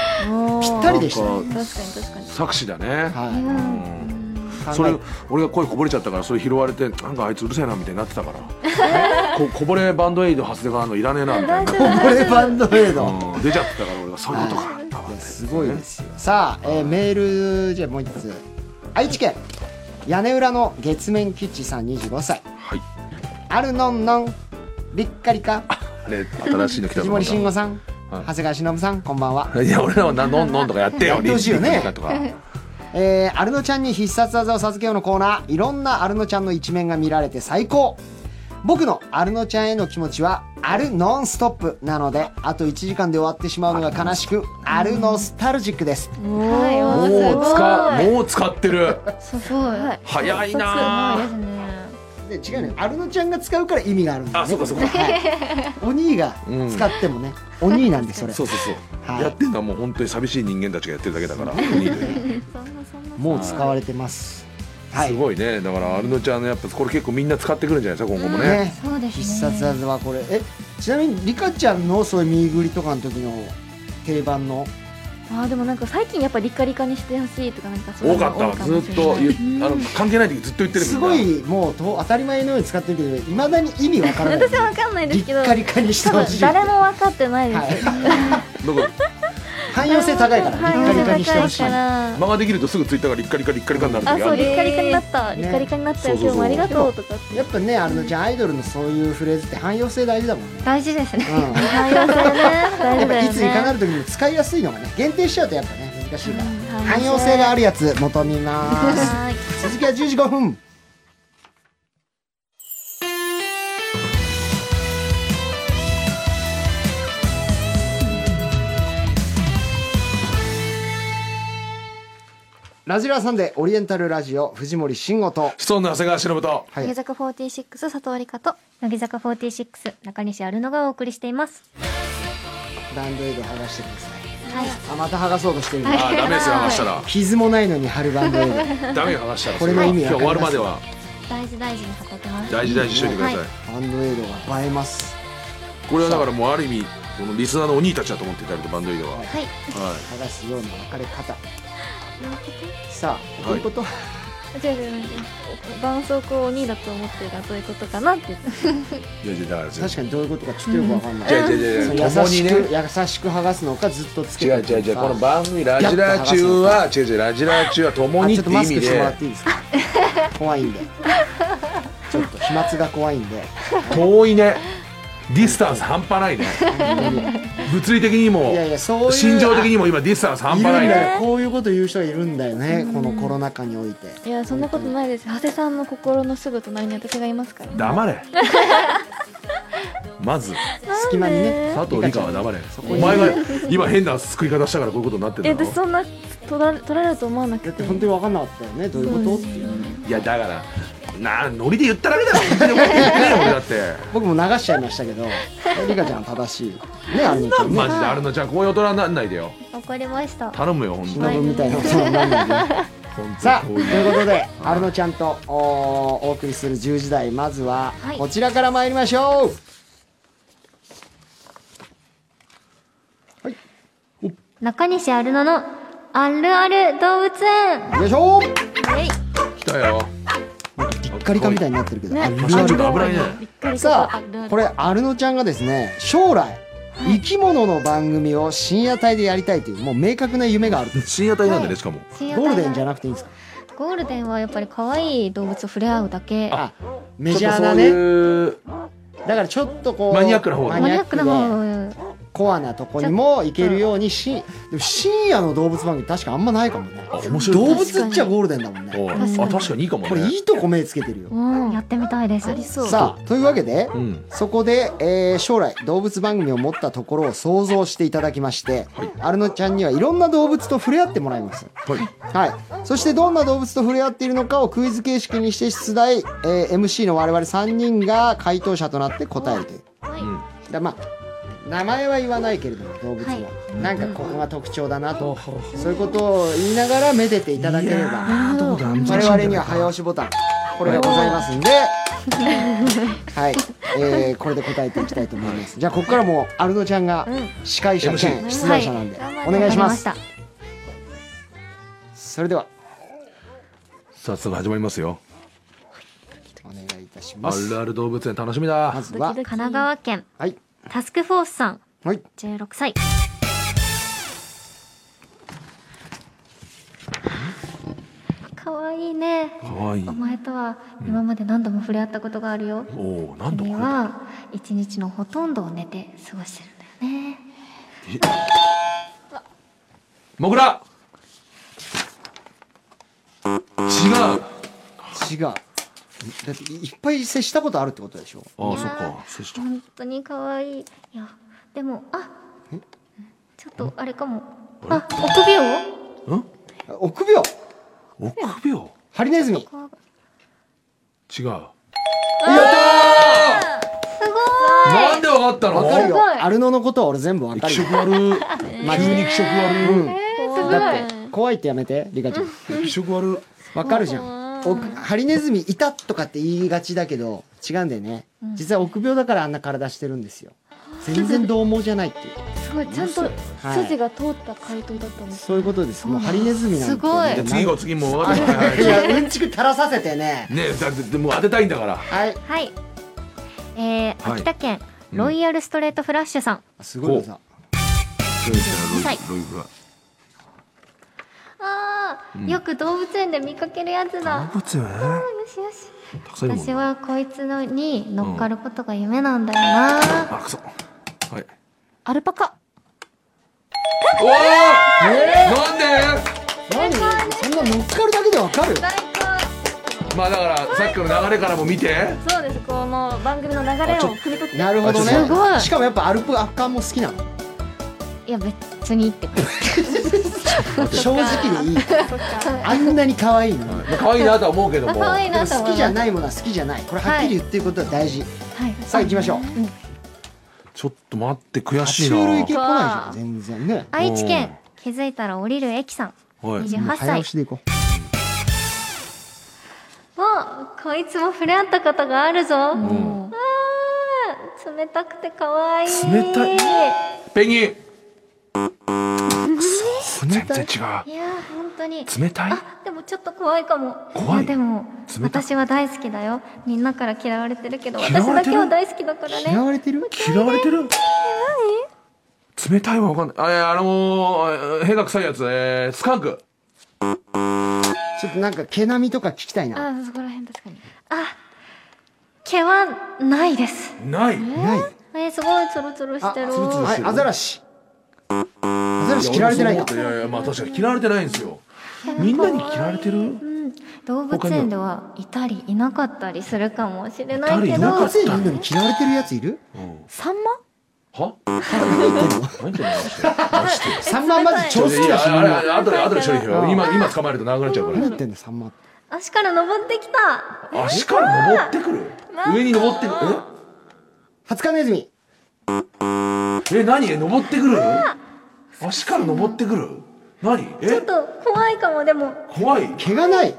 ぴったりでしたね、
なんか
確かに確かに
作詞だね
は
うん
い、
それ
考
俺が声こぼれちゃったからそれ拾われてなんかあいつうるせえなみたいになってたからここぼれバンドエイド発生があるのいらねえなみたいな
えこれバンドエイド、
うん出ちゃってたから俺がそういうことかと思って
すごいですよさあ、えーメールじゃあもう一つ愛知県屋根裏の月面キッチさん25歳
はい
あるのんのんりっかりか
あれ新しいの来た
藤
と
森慎
思
吾
っ
さん、
はい
長谷川忍さんこんばんは
たいや俺らはなのんのんとかやってよ
やってほしいよね
リンリンとか
えー、アルノちゃんに必殺技を授けようのコーナーいろんなアルノちゃんの一面が見られて最高僕のアルノちゃんへの気持ちはアルノンストップなのであと1時間で終わってしまうのが悲しくアルノスタルジックです
はいおー
もう使もう使ってる
すごい。
はい
早い
すごい
な
ですね。
で違うねアルノちゃんが使うから意味があるんだよね
あそうかそうか
はいお兄が使ってもね、お兄なんでそれ
そうそうそう
はい
やってんのはもう本当に寂しい人間たちがやってるだけだからニートに
もう使われてますはい
すごいねだからアルノちゃんのやっぱこれ結構みんな使ってくるんじゃないですか今後もね
ね
そうですね。
必殺技はこれえちなみにリカちゃんのそういう見ぐりとかの時の定番の
あーでもなんか最近やっぱリカリカにしてほしいとかなんかそうい
多
うの
かったずっと言うあの関係ない時ずっと言ってるみん
す
な
ごいもうと当たり前のように使ってるけどいまだに意味わから ない
私は分かんないで
リ
すけど
ッカリカにして
多
ほし
分
い
誰も分かってないです、
はい、
なんか
汎用性高いからリッカリカにしてほしい
汎用性高いから
間ができるとすぐツイッターがリッカリカリッカリカになる
あ
時
そ
あ
う
る
リ
ん
ッ
だ
カリ
よ
カになった、
ね
リッカリカになったよ
そうそうそう
今日もありがとうとかって
やっぱねあのじゃんアイドルのそういうフレーズって汎用性大事だもんね、
大事ですね。
うん、
汎用性ね大
や
事
っぱ
だ
いついかな
よね
る時に使いやすいのがね限定しちゃうとやっぱね難しいから、汎
汎
用
用
性
性
があるやつ求めます
はい
続きは10時5分ラジラーさんでオリエンタルラジオ藤森慎吾と
シソンの長谷川忍と
はい
乃木坂46佐藤理香と
乃木坂46、中西アルノがお送りしています。
バンドエイド剥がしてください、あまた剥がそうとしてる、
あダメですよ話したら
傷もないのに貼るバンド エイド
ダメよ話したら
これの意味
今日終わるまで
わ
は
大事大事に働いてます。
大事大事にしといてください
バンドエイドが映えます
これはだからもうある意味このリスナーのお兄たちだと思っていただいてバンドリードは、はい
はい
正すような別れ方さあどう
はい
いうこと、
違う違う違う絆創膏を鬼だと思ってるがどういうことかなって言って
いやいやだから全然
確かにどういうことかちょっとよくわかんない、
違う違う違う
そ優しく、
共に
優しく剥がすのかずっとつけ
違う
て
違う違うこの
あ
番組ラジラ中は違う違うラジラ中は共に
ちょって
っ
と
意
マスク
味
してもら
で
っていい ですか怖いんでちょっと飛沫が怖いんで
遠いねディスタンス半端ないね物理的にも
いやいやそういう
心情的にも今ディスタンス半
いるん
端ない
だ
ね
よこういうこと言う人がいるんだよねこのコロナ禍において
いやそんなことないです長谷さんの心のすぐ隣に私がいますから
黙 れまず
隙間にね
佐藤理香は黙れ
そこ
お
に
前が今変な作り方したからこういうことになって
え
るんだ
私
ろ
そんな取ら取られると思わな
だ
く
って
て
本当に分かんなかったよねどういうことっていうね
いやだからなノリで言っただけだろ本当に思って言ってねえよ俺だって
僕も流しちゃいましたけどリカちゃんは正しいねあの人ね
マジであるのちゃんこういう大人になんないでよ
わかりました
頼むよ本当
忍みたいなことになんないで
本
さあ
当
と
に
い
こういう
うことでアルノちゃんとおお送りする10時台まずは
はい
こちらから参りましょ
中西アルノのあるある動物園
うよいしょ
来たよ
うカリカみたいになってるけどある
確かにちょっと危ないね
さあこれアルノちゃんがですね将来生き物の番組を深夜帯でやりたいというもう明確な夢があると
深夜帯なんだねしかも
ゴールデンじゃ
な
なくていいんですか
ゴールデンはやっぱり可愛い動物と触れ合うだけ
あメジャーなね
ね
だからちょっとこう
マニアックな方
マ
マ
ニ
ニ
アッ
アッ
ク
ク
で
な方
コアなとこにも行けるようにしでも深夜の動物番組確かあんまないかもね
あ面白い
動物っちゃゴールデンだもんね
おうあ確かにいいかもね
これいいとこ目つけてるよ
をやってみたいです
さあというわけで、
うん
そこで、えー将来動物番組を持ったところを想像していただきまして、アルノちゃんにはいろんな動物と触れ合ってもらいます
はい
はい、そしてどんな動物と触れ合っているのかをクイズ形式にして出題、えー MC の我々3人が回答者となって答えるという、だまあ名前は言わないけれども動物は、なんかここが特徴だなと、そういうことを言いながらめでていただければ
どうだ
我々には早押しボタンこれがございますんで。はい、えーこれで答えていきたいと思います。じゃあここからもうアルノちゃんが司会者兼
MC
出題者なんで、お願いします。それでは
早速始まりますよ
お願いいたしま
あ
す。
るある動物園楽しみ
ま
だ
ずは、
神奈川県
はい、
タスクフォースさん
はい、
16歳可愛いね
かわいい
お前とは今まで何度も触れ合ったことがあるよ、
おおなんだこ
君
れ
は一日のほとんどを寝て過ごしてるんだよね
モグラ違う
違う。だっていっぱい接したことあるってことでしょ。
ああそっかそした
本当に可愛いいやでもあちょっとあれかもあ臆
ん
病
臆病、
臆病
ハリネズミ。や
違う
った
なんでわかった
ー。
の
わかるよ
すごい。
アルノのことは俺全部わか
気
るよ
色。悪
マジ
急
で
に気色悪
うん。だって怖いってやめて、リカちゃん。
気色悪
わかるじゃん。おハリネズミいたとかって言いがちだけど違うんだよね。実は臆病だからあんな体してるんですよ。全然獰猛じゃないっていう。
すごいちゃんと
はい
筋が通った回答だったんです
そういうことです。もうハリネズミなんてね。
じゃあ次
は
も次もわかんないはいは い
いやうんちく垂らさせてね。
ねえだってでも当てたいんだから
はい。
はいえー、
はい
秋田県
うん
ロイヤルストレートフラッシュさん、
すごい技。
はい
ロイブは
あー、よく動物園で見かけるやつだ
動物園
よしよした
くさんいるもん
私
な
はこいつのに乗っかることが夢なんだよな、
あくそはい
アルパカ
おおなんで
何そんな乗っかるだけでわかる
まあだからさっきの流れからも見て
そうですこの番組の流れを汲み取って
なるほどね
す
ごい
しかもやっぱアルプアカンも好きなの
いや別にって感じ
正直でいいあんなに可愛いのに
可愛いなとは思うけども
可愛い
でも
なと
好
思い
きじゃ
い
ないものは好きじゃないこれはっきり言ってることは大事さあ行きましょう
ちょっと待って悔
爬
しい
虫
な
類系来ないじゃん全然ね
愛知県気づいたら降りる駅さん
はい
28
早
歳
押しでいこ
もうこいつも触れ合ったことがあるぞ、あーち冷たくて可愛い
冷たいペンギン全然違
いやー本当に
う冷たい
あでもちょっと怖いかも
怖い
やでも
冷たい
私は大好きだよみんなから嫌われてるけど
嫌わ
私
れ
だ
て
け
る
は大好きだからね
嫌われてる
嫌われてる冷たいはわかんないあれあのー、屁が臭いやつえー、スカンク
ちょっとなんか毛並みとか聞きたいな。
あそこら辺確かに
あ毛はないです
ない
ない。
えーすごいツルツルしてる
ツルツル
はい、アザラシ。アザラシ嫌われてない
や
か
俺。もそう思ったいやいやまあ確かに嫌われてないんですよみんなに嫌われて る
うん、動物園ではいたりいなかったりするかもしれない
いた
け
りいな
動
か
ど
っ
物園いるのに嫌われてるやついる
サンマ
は 何じゃないです
三万まず超好きだし、みん
あれあ
な。
れ後で後で処理しよう今今捕まえるとなくなっちゃうか
何やってんだ、三万。
足から登ってきた
ら足から登ってくる上に登ってくる
ハツカネズミ。
ええ何え登ってくる足から登ってくる何
ちょ
え
っと怖いかもでも
怖い
毛がない。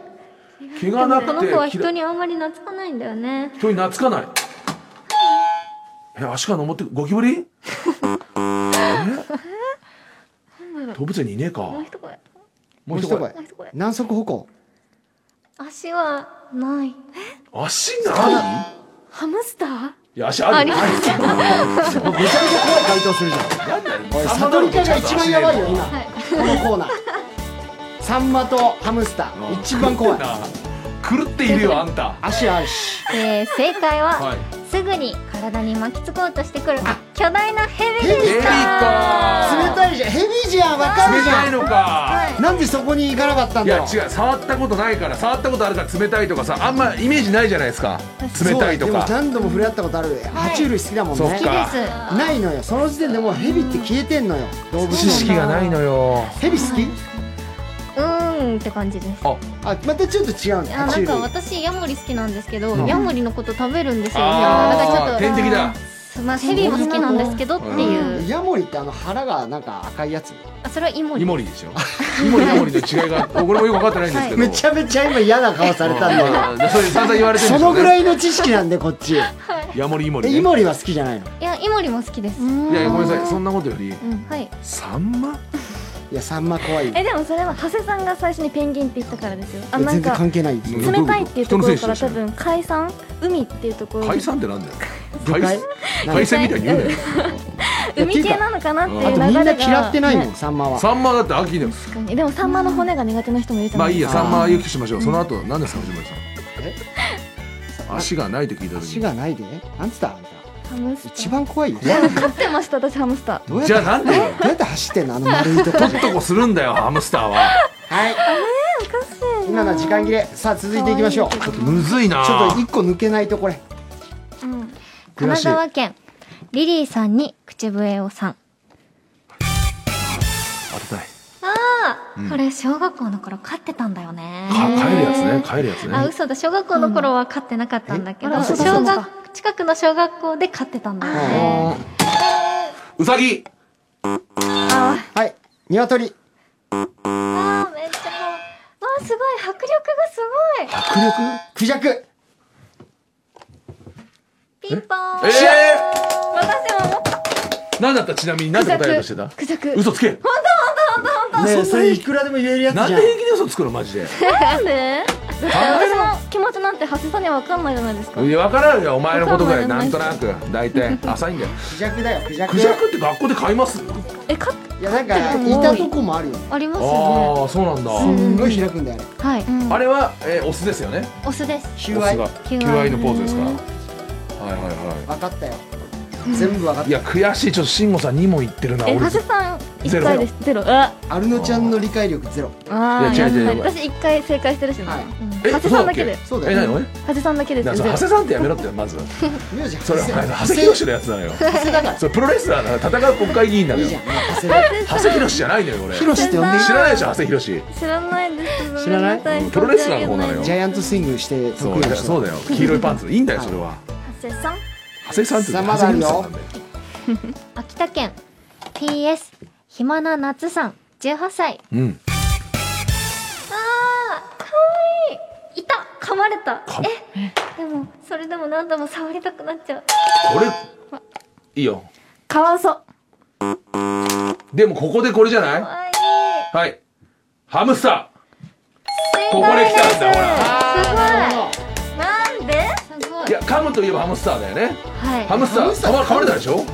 怪我な
こ
く
の
て
子は
嫌
人にあんまり懐かないんだよね
人に懐かない。え、足から登ってく、ゴキ ブリえ動物園にいねえか。
もう一声
もう一声。
もう一声
軟足歩行。
足はない
足ない
ハムスター
いや、足あるよ。
あ
めちゃめちゃ怖い回答するじゃん。おい、悟りかが一番やばいよ、今。このコーナー。サンマとハムスター。 一番怖い。
狂っているよ、あんた。
足あるし。
えー正解は、
はい
すぐに体に巻きつこうとしてくる巨大なヘビで
ヘ
ヘ
し
ビ
冷
た
か。
たいじゃん。ヘビじゃん。わかる
冷
じ
たい
ゃ
のか。
ん。なんでそこに行かなかったん
い
だ
や
ろう。
違う触ったことないから触ったことあるから冷たいとかさあんまイメージないじゃないですか冷たいと
そうでも
か
何度も触れ合ったことある。爬虫類好きだもん
そっ
ね。
か
です
ないのよ。その時点でもうヘビって消えてんのよ。動物
知識がないのよ
ヘビ好き？
うーんって感じです
あ、またちょっと違うん
い
だ。
や
爬
な
虫
んか
類。
私ヤモリ好きなんですけど、
うん
ヤモリのこと食べるんですよだからちょ
あー
っと
天敵だ
まあ、ヘビも好きなんですけどっていう、
ヤモリってあの腹がなんか赤いやつ。
あそれはイモリ
イモリでしょイモリイモリの違いが俺もよく分かってないんですけど
めちゃめちゃ今嫌な顔されたんだ よ。
だそれ散々言われてる
そ
んでし
の
ょう
ぐ
ね
らいの知識なんでこっち。
ヤモリイモリ
え、
ね
イモリは好きじゃないの。
いやイモリも好きです、
いやごめんなさいそんなことより
はい
サンマ
いや、サンマ怖いよ。
えでもそれは長谷さんが最初にペンギンって言ったからですよあ
いや
なん
全然
か
関係ない。
冷
冷たいっていうところから多
人の選
分海産海っていうところ
解散ってなんだよ
魚介
解解散みたいに言うなよ
海系なのかなってい
あ
う
とみ
流
ん
れが
な嫌ってない
ね
の、サンマは。
サンマだって秋の
確かにでもサンマの骨が苦手な人もいるじゃ
ま
な
あ
い
いい
です
や
か
サンマはゆきしましょうその後何ですか藤森さん
え
足がないと聞いた
足
時に
がないで。なんつったあんた
ハムスター
一番怖いよ。
飼ってました私ハムスター
どうやって
じゃあなんで
どうやって走ってんのあの丸いと こ。
とっとこするんだよハムスターは
はい。今のは時間切れ。さあ続いていきましょう。ちょっ
むずいな
と一個抜けないとこれ。
神奈川県リリーさんに口笛をさん
当てたい
これ小学校の頃飼ってたんだよね
か帰るやつね帰るやつね
あ嘘だ小学校の頃は飼ってなかったんだけど、
えあら嘘だ
小
そうか
学近くの小学校で飼ってたんだよね
うさぎ
はい。鶏。
あーめっちゃかわいいわあすごい迫力がすごい
迫力。クジャク。
ピンポーン
ええ
私も持って
ー何だったちなみに何て答えようとしてた
クジャク
嘘つけ
ねえそれいくらでも言えるや
な
つ
ん
じ
で
ゃん。
平気で嘘つくのマジで
たんで
私の気持ちなんて長谷さんには分かんないじゃないですか
いや分からんよお前のことぐらいなんとなく大体浅いんだよ
クジャクだよ。クジャク。
クジャクって学校で買います
え飼っ
いやなんかいたとこもあるよね。
ありますよね
ああそうなん
す
だ
んごい開くんだよね。
はい、
あれはえーオスですよね
オスです
求
オ
愛
ス
分
が
求愛
求愛のポーズですからはいはいは
かったよ。全部分かっ
い
た。
いや悔しいちょっと慎吾さん2問いってるな
え
俺
長谷さん一回ですゼロあ
アルノちゃんの理解力ゼロ。
あ
いや違う違う
やっぱり私一回正解してるしな
はい
うん
え
長谷さんだけで
そうだ
え
よ。
何俺
長谷さんだけで
だ
す
から
よゼロ
それ長谷さんってやめろってまず
名字
それは
長谷
長谷博士のやつなのよそれプロレスラーだから戦う国会議員なの
いいじ
よ
ゃん。長谷川
長谷博士じゃないのよ俺
ヒロシって呼んでいい
知らないでしょ長谷博士
知らないです
知らない
ごめんさ
うんプロレスラーの方なのよ
ジャイアントスイングして得
そう
意
だ
な
よ
人。
そうだよ黄色いパンツいいんだよそれは
長谷さん
長谷さんって
さあ
長
まだある
谷
よ
博士なんだよ
秋田県 PS 暇な夏さん18歳
うん
あーかわいいいた噛まれた
か
えでもそれでも何度も触りたくなっちゃう
これいいよ
カワウソ
でもここでこれじゃない
可愛い
はいハムスタ
正
ここで来たんだほ
らすごいなんです
ーいや噛むといえばハムスターだよね
はい
ハムスター噛ま噛まれたでしょ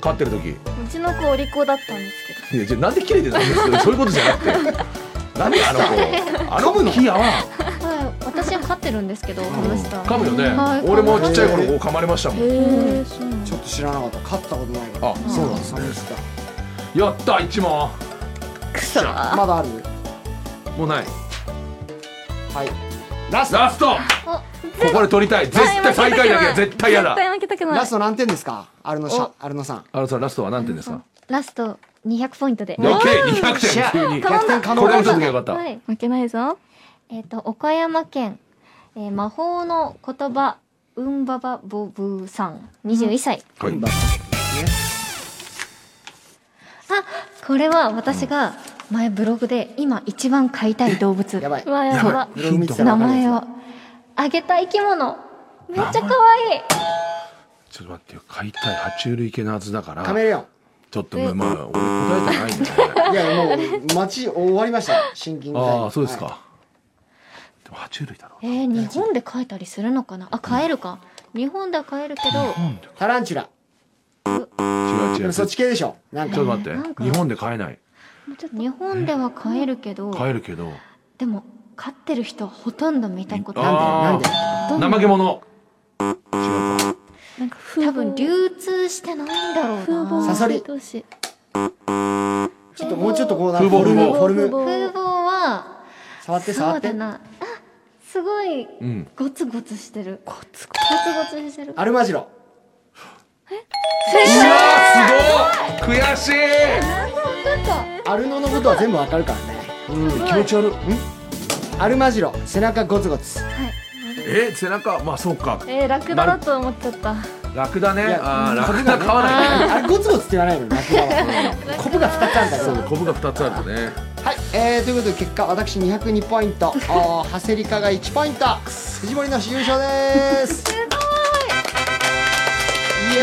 飼ってる時
うちの子お利口だったんですけど
いやじゃあなんで切れてたんですかそういうことじゃなくて何あの子あ の子のキヤは
はい私飼ってるんですけどハムスター
噛むよね
はい
俺もちっちゃい頃こう噛まれましたもん
へえそう
ちょっと知らなかった勝ったことないから
あ
そうだサムスタ
やった一問
くそ
ーまだある
もうない
はい
ラストここで取りたい絶対最下位だけは絶対嫌だ
絶対負けたくない
ラスト何点ですかアルノシャアルノさん
あのさラストは何点ですか
ラスト200ポイントで
オッケー200
シ
点
ャ
急に
逆転可能
これ
だ
見とけよかった
はい
負けないぞ
えっ、と岡山県、えー魔法の言葉うんばばぼぶーさん21歳、
はい
あこれは私が前ブログで今一番飼いたい動物
やばいう
わやば
ブログ見てたら
名
分かる
前
や
をあげた生き物めっちゃ可愛い
ちょっと待ってよ飼いたい爬虫類系のはずだか
つカメ
ら
レオン
ちょっとまあまあ俺答えてないんだよ
い
ね
やもう街終わりました新近代
ああそうです
は
かでも爬虫類だろ
えー、日本で飼えたりするのかなあ飼えるか日本では飼えるけど
いタランチュラ
違う
で
違う
も
ち
そ
ょ
っ
っ
ち系でしょなんか
と待っ
なん
て
か
日本で飼えない
日本では飼えるけど
飼えるけど
でも飼ってる人はほとんど見たこと
あ
な
なんで
いどんな
怠け者違うか
なんか風貌
多分流通してないんだろう
風貌
な
サソリ
教えてほしい
ちょっともうちょっとこうなんかフ
風貌
ォルム
風貌
フォルム
風貌
風貌は
触って触
そう
って
だなあすごい
うん
ゴツゴツしてるゴツゴツしてる
アルマジロ
うわすごい悔しい
アルノのことは全部わかるからねうん
気持ち悪い
アルマジロ背中ゴツゴツ
え背中まあそうか
えー、ラクダだと思っちゃった
ラクダね
いや
ああラクダ買わない
あれゴツゴツって言わないのラクダはコブが2つあるんだけど
コブが2つあるとね
はい、えー、ということで結果私202ポイントあー長谷理香が1ポイント藤森の優勝でーすすごい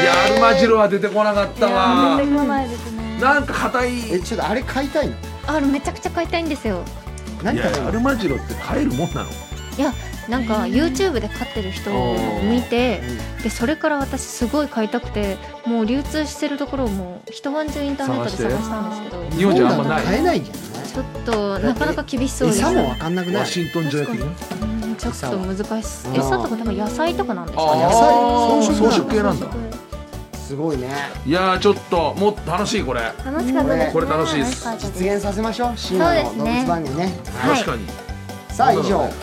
いやアルマジロは出てこなかったわ
出てこないですね
なんか硬い
えちょっとあれ買いたいの
あれめちゃくちゃ飼いたいんですよ
何
い
買いたい
やアル
の
マジロって飼えるもんなの
いやなんか YouTube で飼ってる人を見てでそれから私すごい飼いたくてもう流通してるところをもう一晩中インターネットで探したんですけど
日本じゃあんまない
買えないんじゃ
ちょっとなかなか厳しそう
ない
です
餌もわかんなくな
ワ
い
シントン条約に
うんちょっと難し
うん
い餌とか多分野菜とかなんですかね
あ
野
あ
菜
草食系なんだ
すごいね
いやーちょっともっと楽しいこれ
楽しかったですね
これ楽しいです
楽しかった
実現させましょう深夜の動物番組ねは
確かに
い、さあ以
そう
上
だね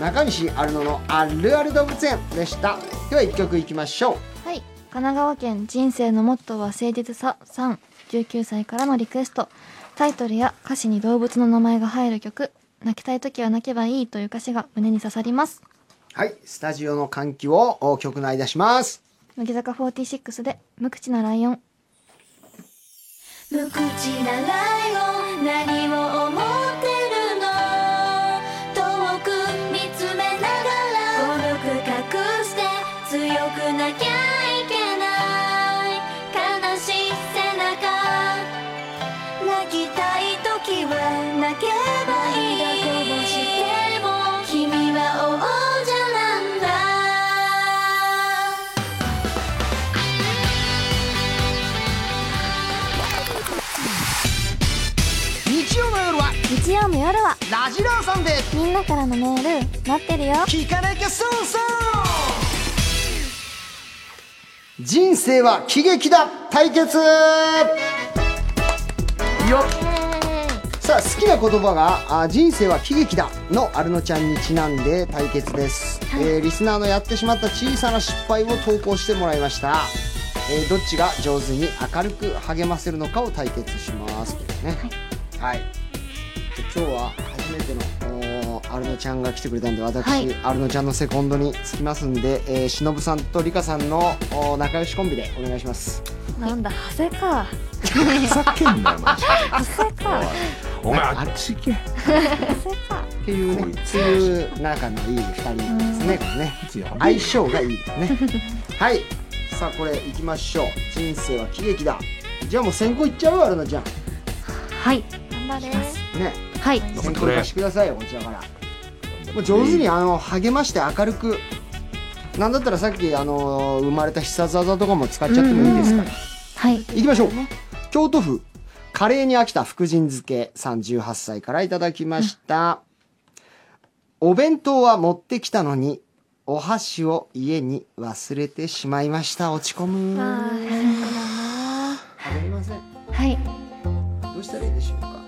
中西アルノのあるある動物園でしたでは1曲いきましょう
はい神奈川県人生のモットーは誠実ささん19歳からのリクエストタイトルや歌詞に動物の名前が入る曲泣きたい時は泣けばいいという歌詞が胸に刺さります
はいスタジオの換気をお曲内出します
乃木坂46で無口なライオン
無口なライオン何を思ってるの遠く見つめながら孤独隠して強くなきゃいけない悲しい背中泣きたい時は泣けばいい涙こぼしても君は王者なんだ
日曜の夜は
日曜の夜は
ラジラーさんで
みんなからのメール待ってるよ
聞かなきゃ損さ人生は喜劇だ対決
よっ
さあ好きな言葉があ「人生は喜劇だ」のアルノちゃんにちなんで対決です、えーリスナーのやってしまった小さな失敗を投稿してもらいました、えーどっちが上手に明るく励ませるのかを対決しますけどねはい、で今日は初めてのおーアルノちゃんが来てくれたんで私、
はい
アルノちゃんのセコンドにつきますんで、えー、しのぶさんとリカさんのおー仲良しコンビでお願い します
なんだ長谷か
ふざけんなよマジで
長谷か
お前
あ
あっち行けい
っていう
こ
ね
い
そういう仲のいい2人ですねこれね
つやばい
相性がいいですねはいさあこれいきましょう人生は喜劇だじゃあもう先行いっちゃうわアルナちゃん
はい
頑張れ
ね
はい
頑張っ
先行
てくれ
貸してくださいよこちらからもう上手にあの励まして明るくなんだったらさっきあの生まれた必殺技とかも使っちゃってもいいですから、
はい
行きましょう京都府カレーに飽きた福神漬けさん18歳からいただきました、お弁当は持ってきたのにお箸を家に忘れてしまいました落ち込む
あー
食べれません
はい
どうしたらいいでしょうか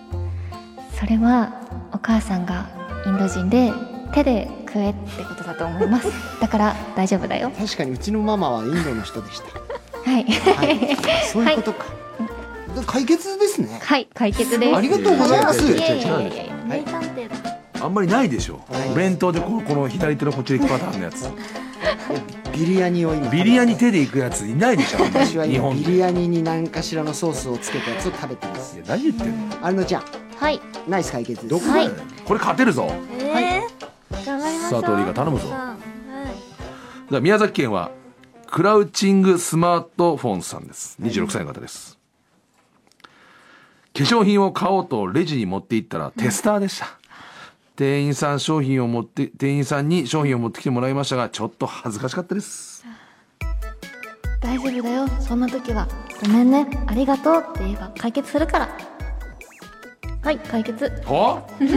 それはお母さんがインド人で手で食えってことだと思いますだから大丈夫だよ
確かにうちのママはインドの人でし
はい
た、はい、そういうことか、で解決ですね
はい解決です
ありがとうございます
違う違う
いえいえ
違う違う
いえいえ
はい
名探偵だ
あんまりないでしょ
はい
お弁当でこうこの左手のこっちで行くパターンのやつ
ビリヤニを今
ビリヤニ手で行くやついないでしょあんまり
私は
日
今
本
ビ
でい
リヤニに何かしらのソースをつけたやつを食べてます
や何言ってんの
アルノちゃん
はい
ナイス解決です
どこだよこれ勝てるぞ
えー頑張りましょう
佐藤里香頼むぞ
さ
じゃあ宮崎県はクラウチングスマートフォンさんです26歳の方です化粧品を買おうとレジに持って行ったらテスターでした店員さん商品を持って店員さんに商品を持ってきてもらいましたがちょっと恥ずかしかったです
大丈夫だよそんな時はごめんねありがとうって言えば解決するからはい解決
お
終了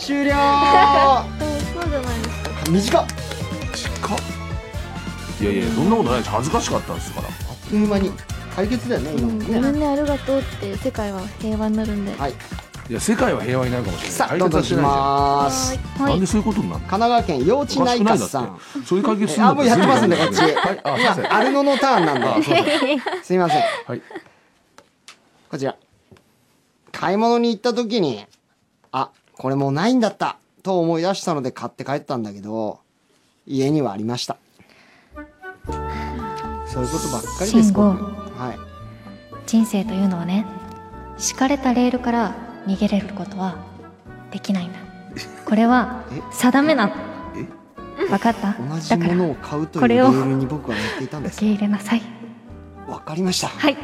そうじゃないです
短っ
近っいやいやそんなことないです恥ずかしかったんですから
あっという間に解決だよね今の
ごめ
ね、
んねありがとうって世界は平和になるんで
はい
いや世界は平和になるかもしれない
さあどんどんいき
な
ます神
いじゃんなんでそういうことになるの
奈川県幼稚
おか
内
し
科
くないだって
さん
そういう解決する
あもうやってますんでこっち
はいあすいません
アルノのターンなん
あすい
で
ません
すいません
はい
こちら買い物に行った時にあこれもうないんだったと思い出したので買って帰ったんだけど家にはありましたそういうことばっかりです
慎吾
僕はい
人生というのはね敷かれたレールから逃げれることはできないんだこれは
え
定めなの分かった
同じ
だか
も
ら
の
受
を買うという
こ
レ
れを
ールに僕は乗っていたんです
け入れなさい
わかりました、
はい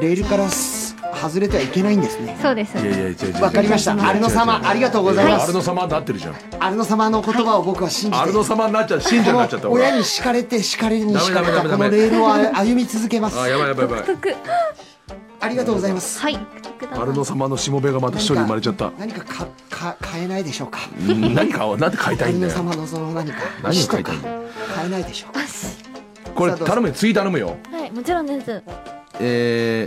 レールからす外れてはいけないんですね
そうです
いやいや違う違う違う
わかりましたアルノ様ありがとうございます
アルノ様になってるじゃん
アルノ様の言葉を僕は信じて
アルノ様になっちゃう信者になっちゃった
この親
俺
に敷かれて敷かれに敷かれた
ダ
こ
メダメダメダメ
のレールを歩み続けます
あやばいやばいやばい
ありがとうございます
はい
アルノ様のしもべがまた一人生まれちゃった
何かかか買えないでしょうか
うん何かをなんて買いた
ア
い
ル
んだ
ノ
よ
様のその何か
何を
石
買
と
いた
か
いんだ
買えないでしょうか
これ頼むよ次頼むよ
はいもちろんです
え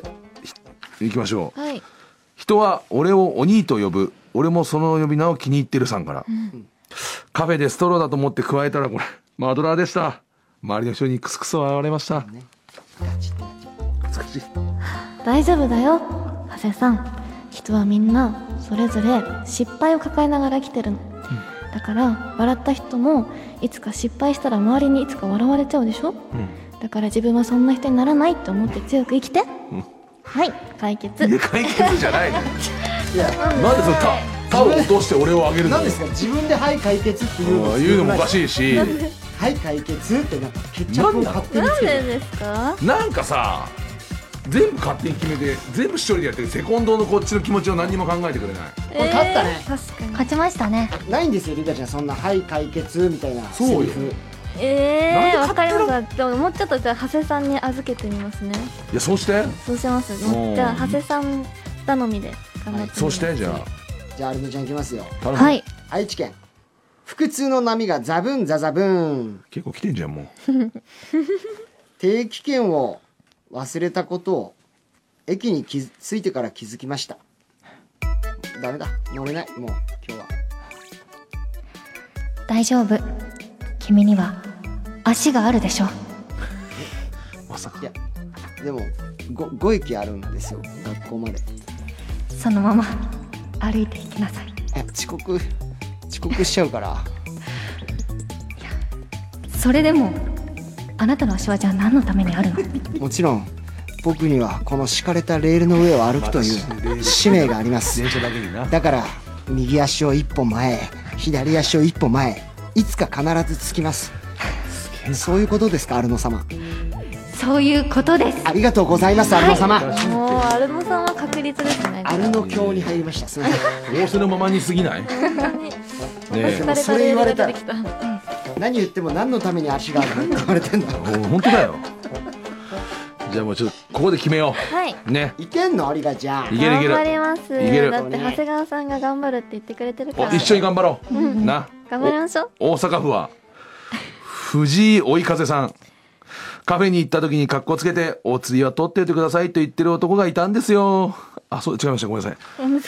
ー、いきましょう
はい
人は俺をお兄と呼ぶ俺もその呼び名を気に入ってるさんから、カフェでストローだと思って加えたらこれマドラーでした周りの人にクスクス笑われました
大丈夫だよ長谷さん人はみんなそれぞれ失敗を抱えながら生きてるの、だから笑った人もいつか失敗したら周りにいつか笑われちゃうでしょ、だから自分はそんな人にならないと思って強く生きて、はい解決
いや解決じゃないのよなんでそのタタを落として俺をあげるの
何ですか自分で「はい解決」っていうの
うん言うのもおか
い
しいし
「はい解決」ってなんか決着を勝手につけて
ですか
なんかさ全部勝手に決めて全部一人でやってるセコンドのこっちの気持ちを何にも考えてくれない
これ勝ったね
確かに
勝ちましたね
ないんですよリカちゃんそんな「はい解決」みたいなセ
そう
リ
よ
フ
ええ
なんで
わか
買っ
り
てる
ましたでももうちょっとじゃあ長谷さんに預けてみますね
いやそうして
そうします
おー
じゃあ長谷さん頼みで頑張ってみます
そうしてじゃあ
じゃあアルノちゃんいきますよ
頼む
はい
愛知県腹痛の波がザブンザザブン
結構来てんじゃんも
定期券を忘れたことを駅に気づ着いてから気づきましたダメだ乗れないもう今日は
大丈夫君には足があるでしょ
うまさか
いやでも 5, 5駅あるんですよ学校まで
そのまま歩いていきなさい
え遅刻遅刻しちゃうから
それでもあなたの足はじゃあ何のためにあるの
もちろん僕にはこの敷かれたレールの上を歩くという使命があります
電車だけにな
だから右足を一歩前へ左足を一歩前へいつか必ずつきますそういうことですかアルノ様
そういうことです
ありがとうございますアルノ様、
もうアルノさんは確率ですね
アルノ教に入りま したすみませ
仰せのままに過 ぎない
んでもそれ言われたら何言っても何のために足があるのって言われてんだ
お本当だよじゃあもうちょっとここで決めよ
はい。
うね
いけんのアリがじゃあ
いけるいけ
頑張
る
ります。
いける
だって長谷川さんが頑張るって言ってくれてるか
お
ら。
一緒に頑張ろう、な
頑張りましょう。
大阪府は藤井追い風さんカフェに行った時に格好つけて「お釣りは取っておいてください」と言ってる男がいたんですよあそう違いましたごめんなさい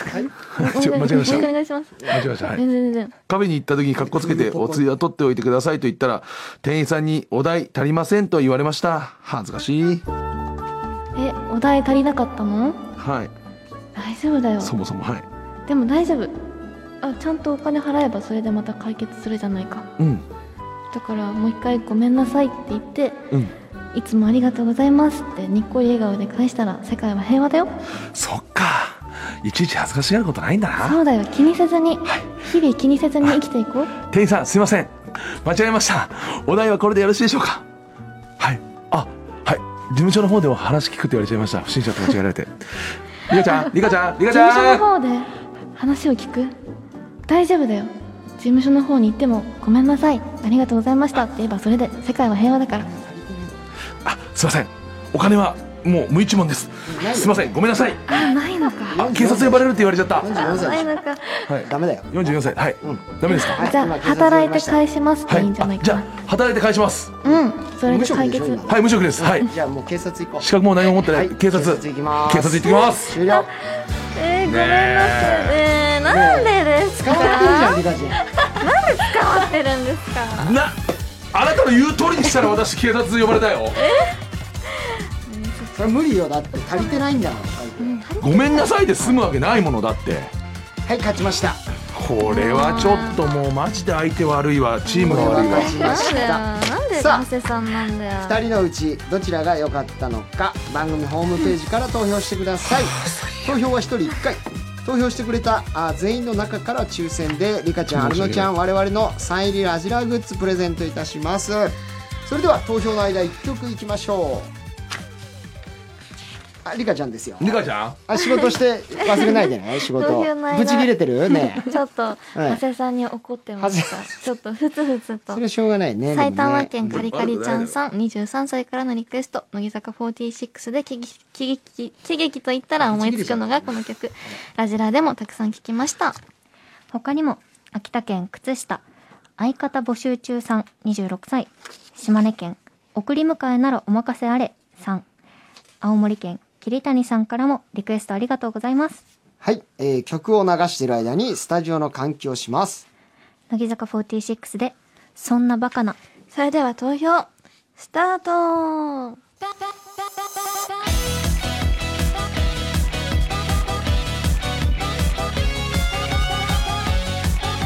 お
ちょ 間違えました
お願いします。
間違えました、はい
全然全然。
カフェに行った時に格好つけて、お釣りは取っておいてくださいと言ったら、店員さんにお題足りませんと言われました。恥ずかしい。
え、お題足りなかったの
はい。
大丈夫だよ。
そもそも、はい。
でも大丈夫。あ、ちゃんとお金払えばそれでまた解決するじゃないか。
うん。
だからもう一回ごめんなさいって言って、
うん。
いつもありがとうございますってにっこり笑顔で返したら世界は平和だよ。
そっか。いちいち恥ずかしがることないんだな。
そうだよ。気にせずに、日々気にせずに生きていこう。
店員さん、すいません。間違えました。お題はこれでよろしいでしょうかはい。あ、はい。事務所の方では話聞くって言われちゃいました。不審者と間違えら れて。リカちゃん、リカちゃん、リカ
事
ちゃん
務所の方で話を聞く大丈夫だよ事務所の方に行っても「ごめんなさいありがとうございました」って言えばそれで世界は平和だから
あ、すいません。お金はもう無一文です。すいません。ごめんなさい。
あないのか
あ、警察呼ばれるって言われちゃった。
47
ない
歳
のか
はい。
ダメだよ
四十四歳、はい、
ん
ダメですか。
はい
じゃあ
今警察呼
働い
びま
て
した
返しますっていいんじゃない
じ
か
ゃ
な
あ、働いて返します。
うんそれ
無
で
職
解
でしょ
決
今
はい、無職です。はい。
じゃあもう警察行こう
資格も何も持ってない。
はい
警察。
警察行きます
警察行ってきます。
終了
えー、ごめんなさいねえなんでです
捕まってるじゃんリカちゃん
捕まってるんですか
な、あなたの言う通りにしたら私警察呼ばれたよ。
それ無理よだって足りてないんだもん
ごめんなさいで済むわけないものだって。
はい勝ちました
これはちょっともうマジで相手悪いわ。チーム
こ
が
れは
悪いわ。
勝ちました
なんで
さあ
加瀬さんなんだよ
2人のうちどちらが良かったのか番組ホームページから投票してください投票は1人1回投票してくれたあ全員の中から抽選でリカちゃんアルノちゃん我々のサイン入りラジラグッズプレゼントいたしますそれでは投票の間1曲いきましょうあリカちゃんですよ
リカちゃん。
あ仕事して忘れないでね仕事
投票の間
ぶち切れてるねえ
ちょっと加瀬さんに怒ってましたちょっとふつふつと
それしょうがないねでもね
埼玉県カリカリちゃんさん23歳からのリクエスト乃木坂46で喜劇喜劇喜劇と言ったら思いつくのがこの曲ラジラでもたくさん聞きました
他にも秋田県靴下相方募集中さん26歳島根県送り迎えならお任せあれさん青森県桐谷さんからもリクエストありがとうございます
はい、えー曲を流している間にスタジオの換気をします
乃木坂46でそんなバカな
それでは投票スタート
どうすればいいの「そんなバカなバカなバカバカバカバカ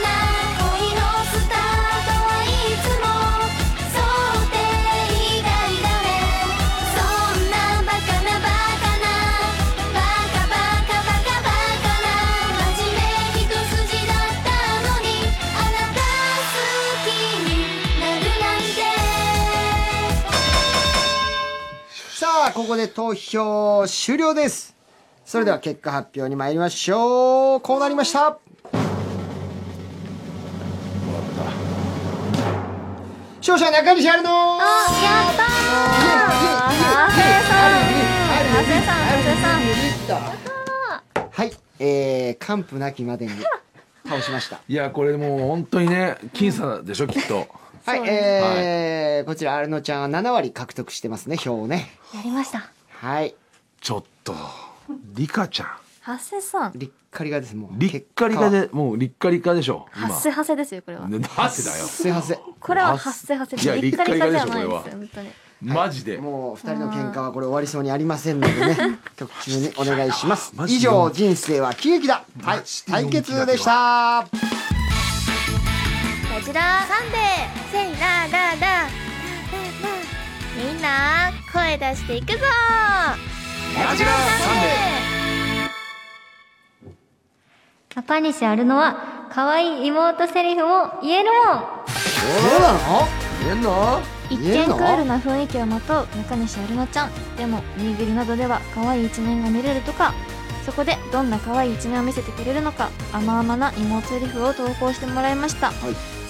な」「恋のスタートはいつも想定以外だね」「そんなバカなバカなバカバカバカバカな」「真面目一筋だったのにあなた好きになるなんて」
さあここで投票終了ですそれでは結果発表に参りましょうこうなりました勝者中西あるのやったはい、えー、完膚なきまでに倒しました。
いや、これもう本当にね、僅差でしょ、きっと。
はい、えー、こちら、アルノちゃんは7割獲得してますね、票をね。
やりました
はい。
ちょっと。リカちゃん。
ハセさん
リッカリがです、もう。
リッカリカで、もうリッカリカでしょ。
ハセハセですよこれは
今。だって
結
だよ。
果は。すいません。
これはハセハセ
いや
リッカリカじゃないです
リ
よ
ッカリカでしょ
本当に
マジで。
もう二人の喧嘩はこれ終わりそうにありませんので ね曲中にお願いします
マジ
以
で
上人生は喜劇だはい対決でした
ラジラーサンデーせいラーラーラーラーラーみんな声出していくぞラジラーサン
ラパニシあるのは可愛い妹セリフも言えるもん
そうなの
見えんの
一
言え
見
ん
ク
の
ールな雰囲気をまとう中西アルナちゃんでもぬいぐるなどでは可愛い一面が見れるとかそこでどんな可愛い一面を見せてくれるのか甘々な妹セリフを投稿してもらいました、
い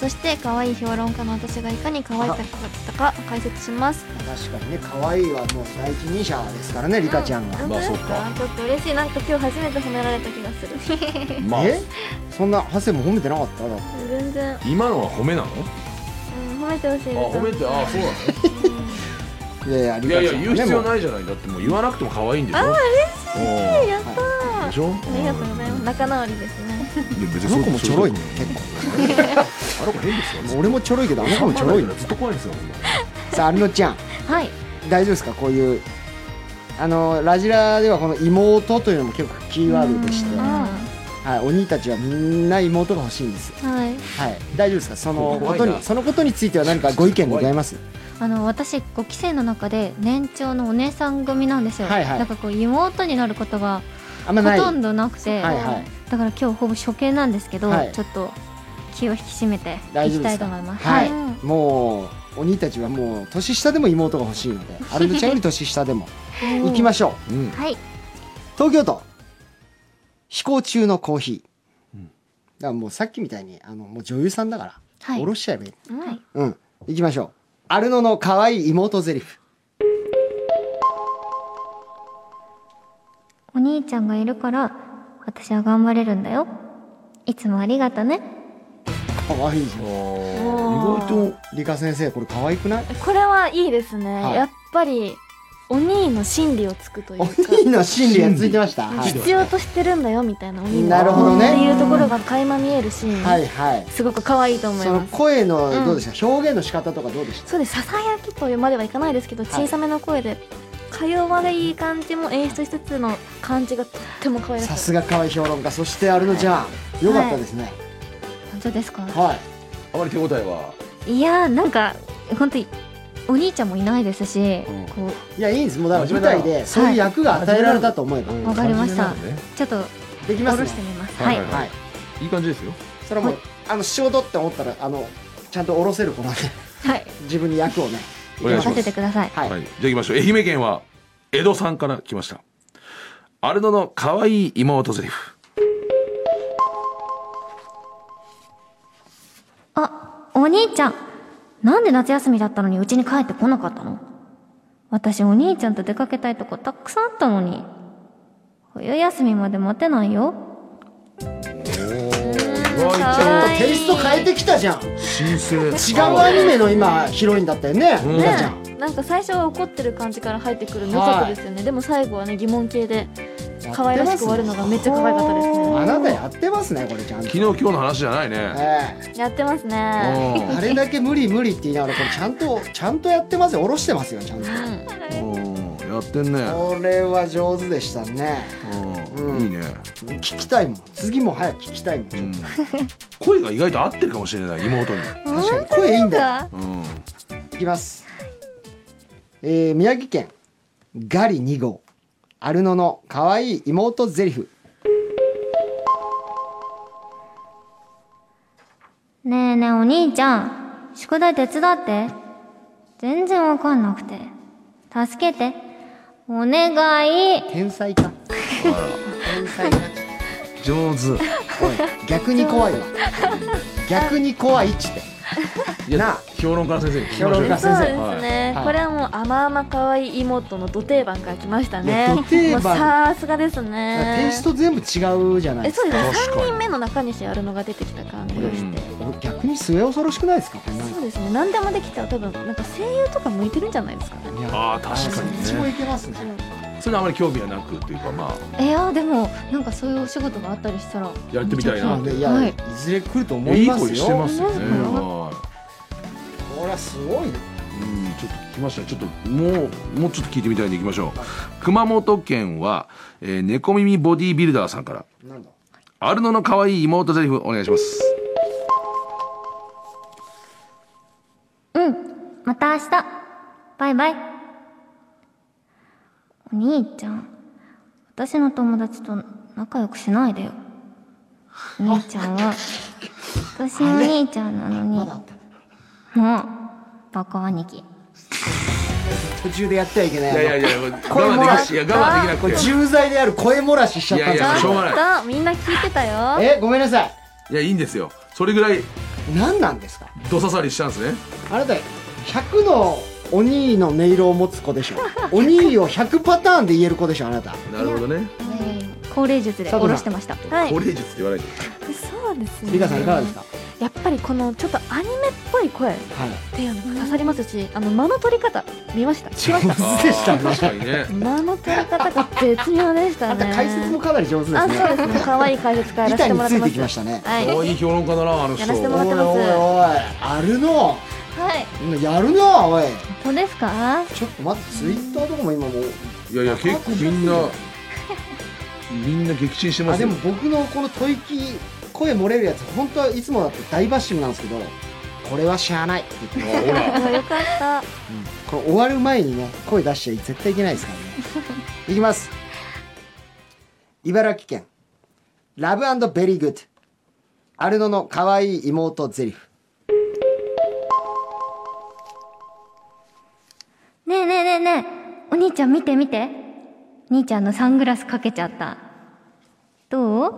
そして可愛い評論家の私がいかに可愛かったか解説します
確かにね可愛いはもう第一人者ですからねリカちゃんが、
まあそうか。
あちょっと嬉しいなんか今日初めて褒められた気がする
まあ
えそんなハセも褒めてなかっただって
全然、
今のは褒めなの？
うん、褒めてほしい
あ
です
褒めてあそうなの。
いやいやリ
い
カ
やい
ち
や
ゃん
言う必要
も
ないじゃないだってもう言わなくても可愛いんでしょあ嬉しいやったでしょ
ありがとうございます仲直りですね
あの子もちょろいね結
あの子変ですよ
構俺もちょろいけどあの子もちょろいね
ずっと怖いんですよ
さあアルノちゃん
はい
大丈夫ですかこういうあのラジラではこの妹というのも結構キーワードでして、はい、お兄たちはみんな妹が欲しいんですよ
は
は
い
い大丈夫ですかそのこと
怖いな
にそのことについては何かご意見ございます
あの私5期生の中で年長のお姉さん組なんですよ、
はいはい
だからこう妹になることが
あんま
ほ
ない
とんどなくて、
はいはい
だから今日ほぼ初見なんですけど、
はい
ちょっと気を引き締めて
大
い
丈
き
夫で
た
す
い
か
と思います
はい、
はい
もうお兄たちはもう年下でも妹が欲しい のでアルノちゃんより年下でも行きましょう
うん
はい
東京都飛行中のコーヒー、だからもうさっきみたいにあのもう女優さんだから、
はい
下ろしちゃえばいい
はい
うん行きましょうアルノの可愛い妹ゼリフ
お兄ちゃんがいるから私は頑張れるんだよいつもありがとね
可愛いじゃん
意外と
理科先生これ可愛くない
これはいいですね、
はい
やっぱりお兄の心理をつくという
お
か
兄の心理がついてましたはい
必要としてるんだよみたいなお兄の
なるほどね
っていうところが垣間見えるシーン、
はいはい
すごく可愛いと思い
その
ます
声のどうでした、表現の仕方とかどうでした
そうですささやきというまではいかないですけど、
はい
小さめの声でか弱でいい感じも演出しつつの感じがとっても可愛らしい
さすが可愛い評論家そしてアルノちゃんよかったですね
本当ですか
はい、
あまり手応えはい
やーなんか本当にお兄ちゃんもいないですし、
うん
こ
い、やいいんですもうだから
真
舞
面目だ
台でそういう役が与えられたと思えば、
うわかりました、
感じなのね
ちょっと
できま
下
す
ろ
ね
してみます
は
はいい、
はい
はい
いい感じですよ
それはもう、
は
あの仕事って思ったらあのちゃんと下ろせる子なんで
はい、
自分に役をね
お願いし
任
ま
せ
す
てください
はい、
はい、じゃあ行きましょう。愛媛県は江戸さんから来ました。アルノの可愛い妹ゼリフ。
あ、お兄ちゃん。なんで夏休みだったのにうちに帰ってこなかったの私お兄ちゃんと出かけたいとこたくさんあったのに。冬休みまで待てないよ。
意
ちょっとテイスト変えてきたじゃん違
新生。
うアニメの今ヒロインだったよね、
うん
リカちゃん
なんか最初は怒ってる感じから入ってくるの良かったですよね、でも最後はね疑問系で可愛らしく終わるのがめっちゃ可愛かったですね
あなたやってますねこれちゃんと
昨日今日の話じゃないね。
え
やってます
う
ね
えあ
ん
れだけ無理無理って言いながらこれちゃんとちゃんとやってますよ下ろしてますよちゃんと
うんやってんね。
これは上手でしたね
うんいいね。
聞きたいもん次も早く聞きたいもん、
うん声が意外と 合ってるかもしれない妹に。
確かに声いいんだよ
うん
いきます、えー、宮城県ガリ2号アルノの可愛い妹ゼリフ
ねえねえお兄ちゃん。宿題手伝って。全然わかんなくて。助けて。お願い。
天才か天才か
上手。
おい逆に怖いわ逆に怖いっちって
いや
なあ
評論家の先生に聞きましょう。
評論家
そう
先
ですね、
はい
これはもう甘々可愛い妹のド定番から来ましたね
いやド定番
もうさすがです
テ
ね
イスト全部違うじゃない
え
です
そう
か
ですね
確かに
3人目の中西あるのが出てきた感じがして、
俺逆に末恐ろしくないですかこれなん
そ
か
うですね何でもできちゃう多分なんか声優とか向いてるんじゃないですかね
いや
ああ確か
そっち
に
もい
ね。
けますね
それあまり興味がなくっていうかまあ
えや、でも、なんかそういうお仕事があったりしたら。
やってみたい
な
な
の
って。
でいや、
はい
い、ずれ来ると思
い
い
い
ますよ
声してますよね。
うん
は
これはすごいね
うんちょっと聞きましたねちょっともうもうちょっと聞いてみたいんでいきましょう熊本県は、えー、猫耳ボディビルダーさんから
なんだ
アルノの可愛い妹ゼリフお願いします
うん、また明日。バイバイ。お兄ちゃん、私の友達と仲良くしないでよ。お兄ちゃんは、私のお兄ちゃんなのに、もう、バカ兄貴。
途中でやってはいけない
いやいや
い
いや我
これ
慢
も
でき
ら
なくていや我慢できな
こ
く
れ
て
重罪である声漏らししちゃったん
いやいやしょうがない
だみんな聞いてたよ
えごめんなさい
いやいいんですよそれぐらい
何なんですか
どささりしたんですね
あなた100のお兄の音色を持つ子でしょ お兄を100パターンで言える子でしょあなた
なるほどね
高齢術で
佐藤さん
おろしてました。
はい
高齢術って言わないで
そうですね
リカさんいかがですか
やっぱりこのちょっとアニメっぽい声っ
はい
ていうのが刺さりますしあの間の取り方見ました聞 きまし
上手でしたね
あー確かにね
た間の取り方が絶妙でし
あ な
たね
た解説もかなり上手です
あそう
ね
ですね可愛い解説からやらせ
板
て
に
もらっ
つ
て
い
ま
て
す
きましたね
はい
可愛い評論家だなあの人
やらせても
お
ら
い
っ
おい
て
おい
ます
あるの
はい
やるなおい
どうですか
ちょっと待ってツイッターとかも今もう
いやいや結構みんなみんな激震してま
あ
す
で
よ
も僕のこの吐息声漏れるやつ本当はいつもだって大バッシングなんですけどこれはしゃあないって言って
ほら
あよかった
これ終わる前にね声出しちゃ絶対いけないですからねいきます茨城県ラブベリーグッドアルノの可愛い妹ゼリフ
ねえねえねえねえ、お兄ちゃん見て見て。兄ちゃんのサングラスかけちゃった。どう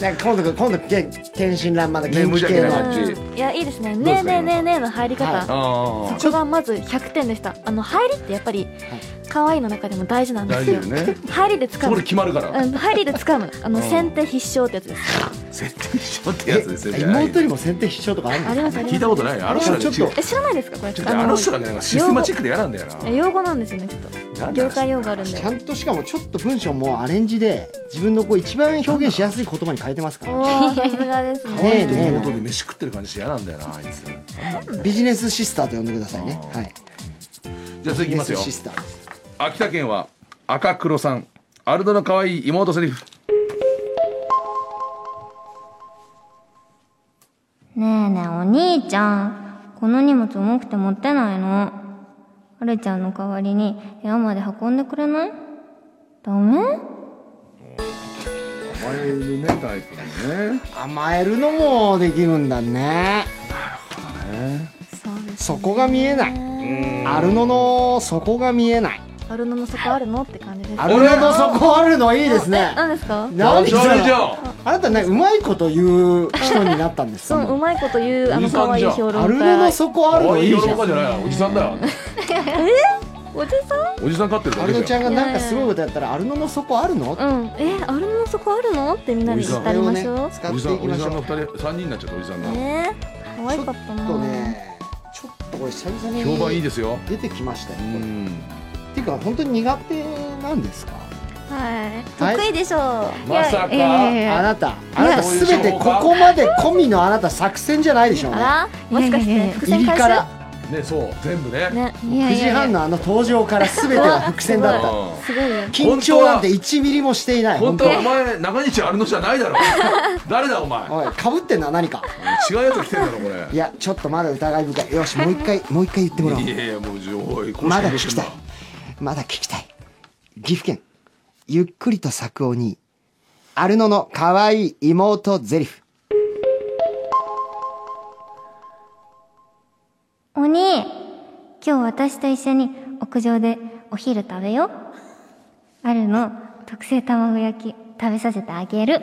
なんか今度今度け天真爛漫な
ね
元
無
気
邪
系
気な
の
感
い
じ
やいいですねねえねえねえねえの入り
はい
方
あ
そこがまず100点でしたあの入りってやっぱり可愛いの中でも大事なん
あ
で
大
す
丈
よ
夫ね
入りで
そ
掴
こで
む
決まるから
うん入りで掴むあの
うん
先手必勝ってやつです
絶対一緒ってやつですよ
え
ね
妹にも先手必勝とかある
あ
の
りますあります
聞いたことないあの人ら
ちょ
が
っと
え知らないですかこれ
ちょっとあの人らがなんかシステマチックで嫌なんだよな
え用語なんですよねちょっ
な
と
んだ
業界用語あるんで
ちゃんとしかもちょっと文章もアレンジで自分のこう一番表現しやすい言葉に変えてますか
お
ら
おーさすがです
ねえ
ね
ねえ
妹で飯食ってる感じして嫌なんだよなあいつ
ビジネスシスターと呼んでくださいね
あ
は
ー
い
じゃあ続
ビ
き
ジ
ま
ネ
す
ス
よ
シスターです
秋田県は赤黒さんアルドの可愛い妹セリフ
ねえねえお兄ちゃんこの荷物重くて持ってないのはるちゃんの代わりに部屋まで運んでくれないダメ
甘えるねタイプのね
甘えるのもできるんだね
そうです
そこが見えないアルノの底が見えない。
アルノの底あるのって感じです
アルノの底あるのいいですね。
何ですか
何
じゃんじゃ
あ
ん
なたねうまいこと言う人になったんです。
そのうまいこと言うあの可愛い評
ア
論
ルノの
家
底ある
可
の
愛
い
い
い
喜
じゃ
ば
ん。
じゃないわおじさんだよ
おじさ
おじさん飼ってる
ア
だ
ル
け
ノち
じゃ
ゃ
ん
んがなんかすごいことやったらアルノの底あるの？
んうんえアルノの底あるのってみんなで言ってありましょう
使っ
お
て
じさん
いき
お
ま
じ
し
さん
ょう。
の二人三人になっちゃったおじさんが
ね可愛かった
ちょっと
な
ね、ちょっとこれ久々に
評判いいですよ
出てきましたよ
う。ん
っていうか本当に苦手なんですか？
は
はいい
得意でしょう
まさ
いやいや
か
い
あ
や
なた、あなた
そういう
すべてここまで込みのあなた作戦じゃないでしょうね。
あらもしかし
いやいやい
て
や
伏
入
線
り
回収
から
ねそう全部ね
ね
いや
9
い
時
や
半
いや
のあの登場から全ては伏線だった。
うん
すごいよ
緊張なんて1ミリもしていない。
本
本
当
当
はお前中日あるのじゃない だろ誰だお前
おい、かぶってんな、何か。
違うやつ来てんだろこれ
いや、ちょっとまだ疑い深い。よし、もう一回、もう一回言ってもらおう
い。やいやもう情報い
まだ聞きたい。まだ聞きたい。岐阜県、ゆっくりと咲く鬼。アルノの可愛い妹ゼリフ。
お兄今日私と一緒に屋上でお昼食べようあるの特製卵焼き食べさせてあげる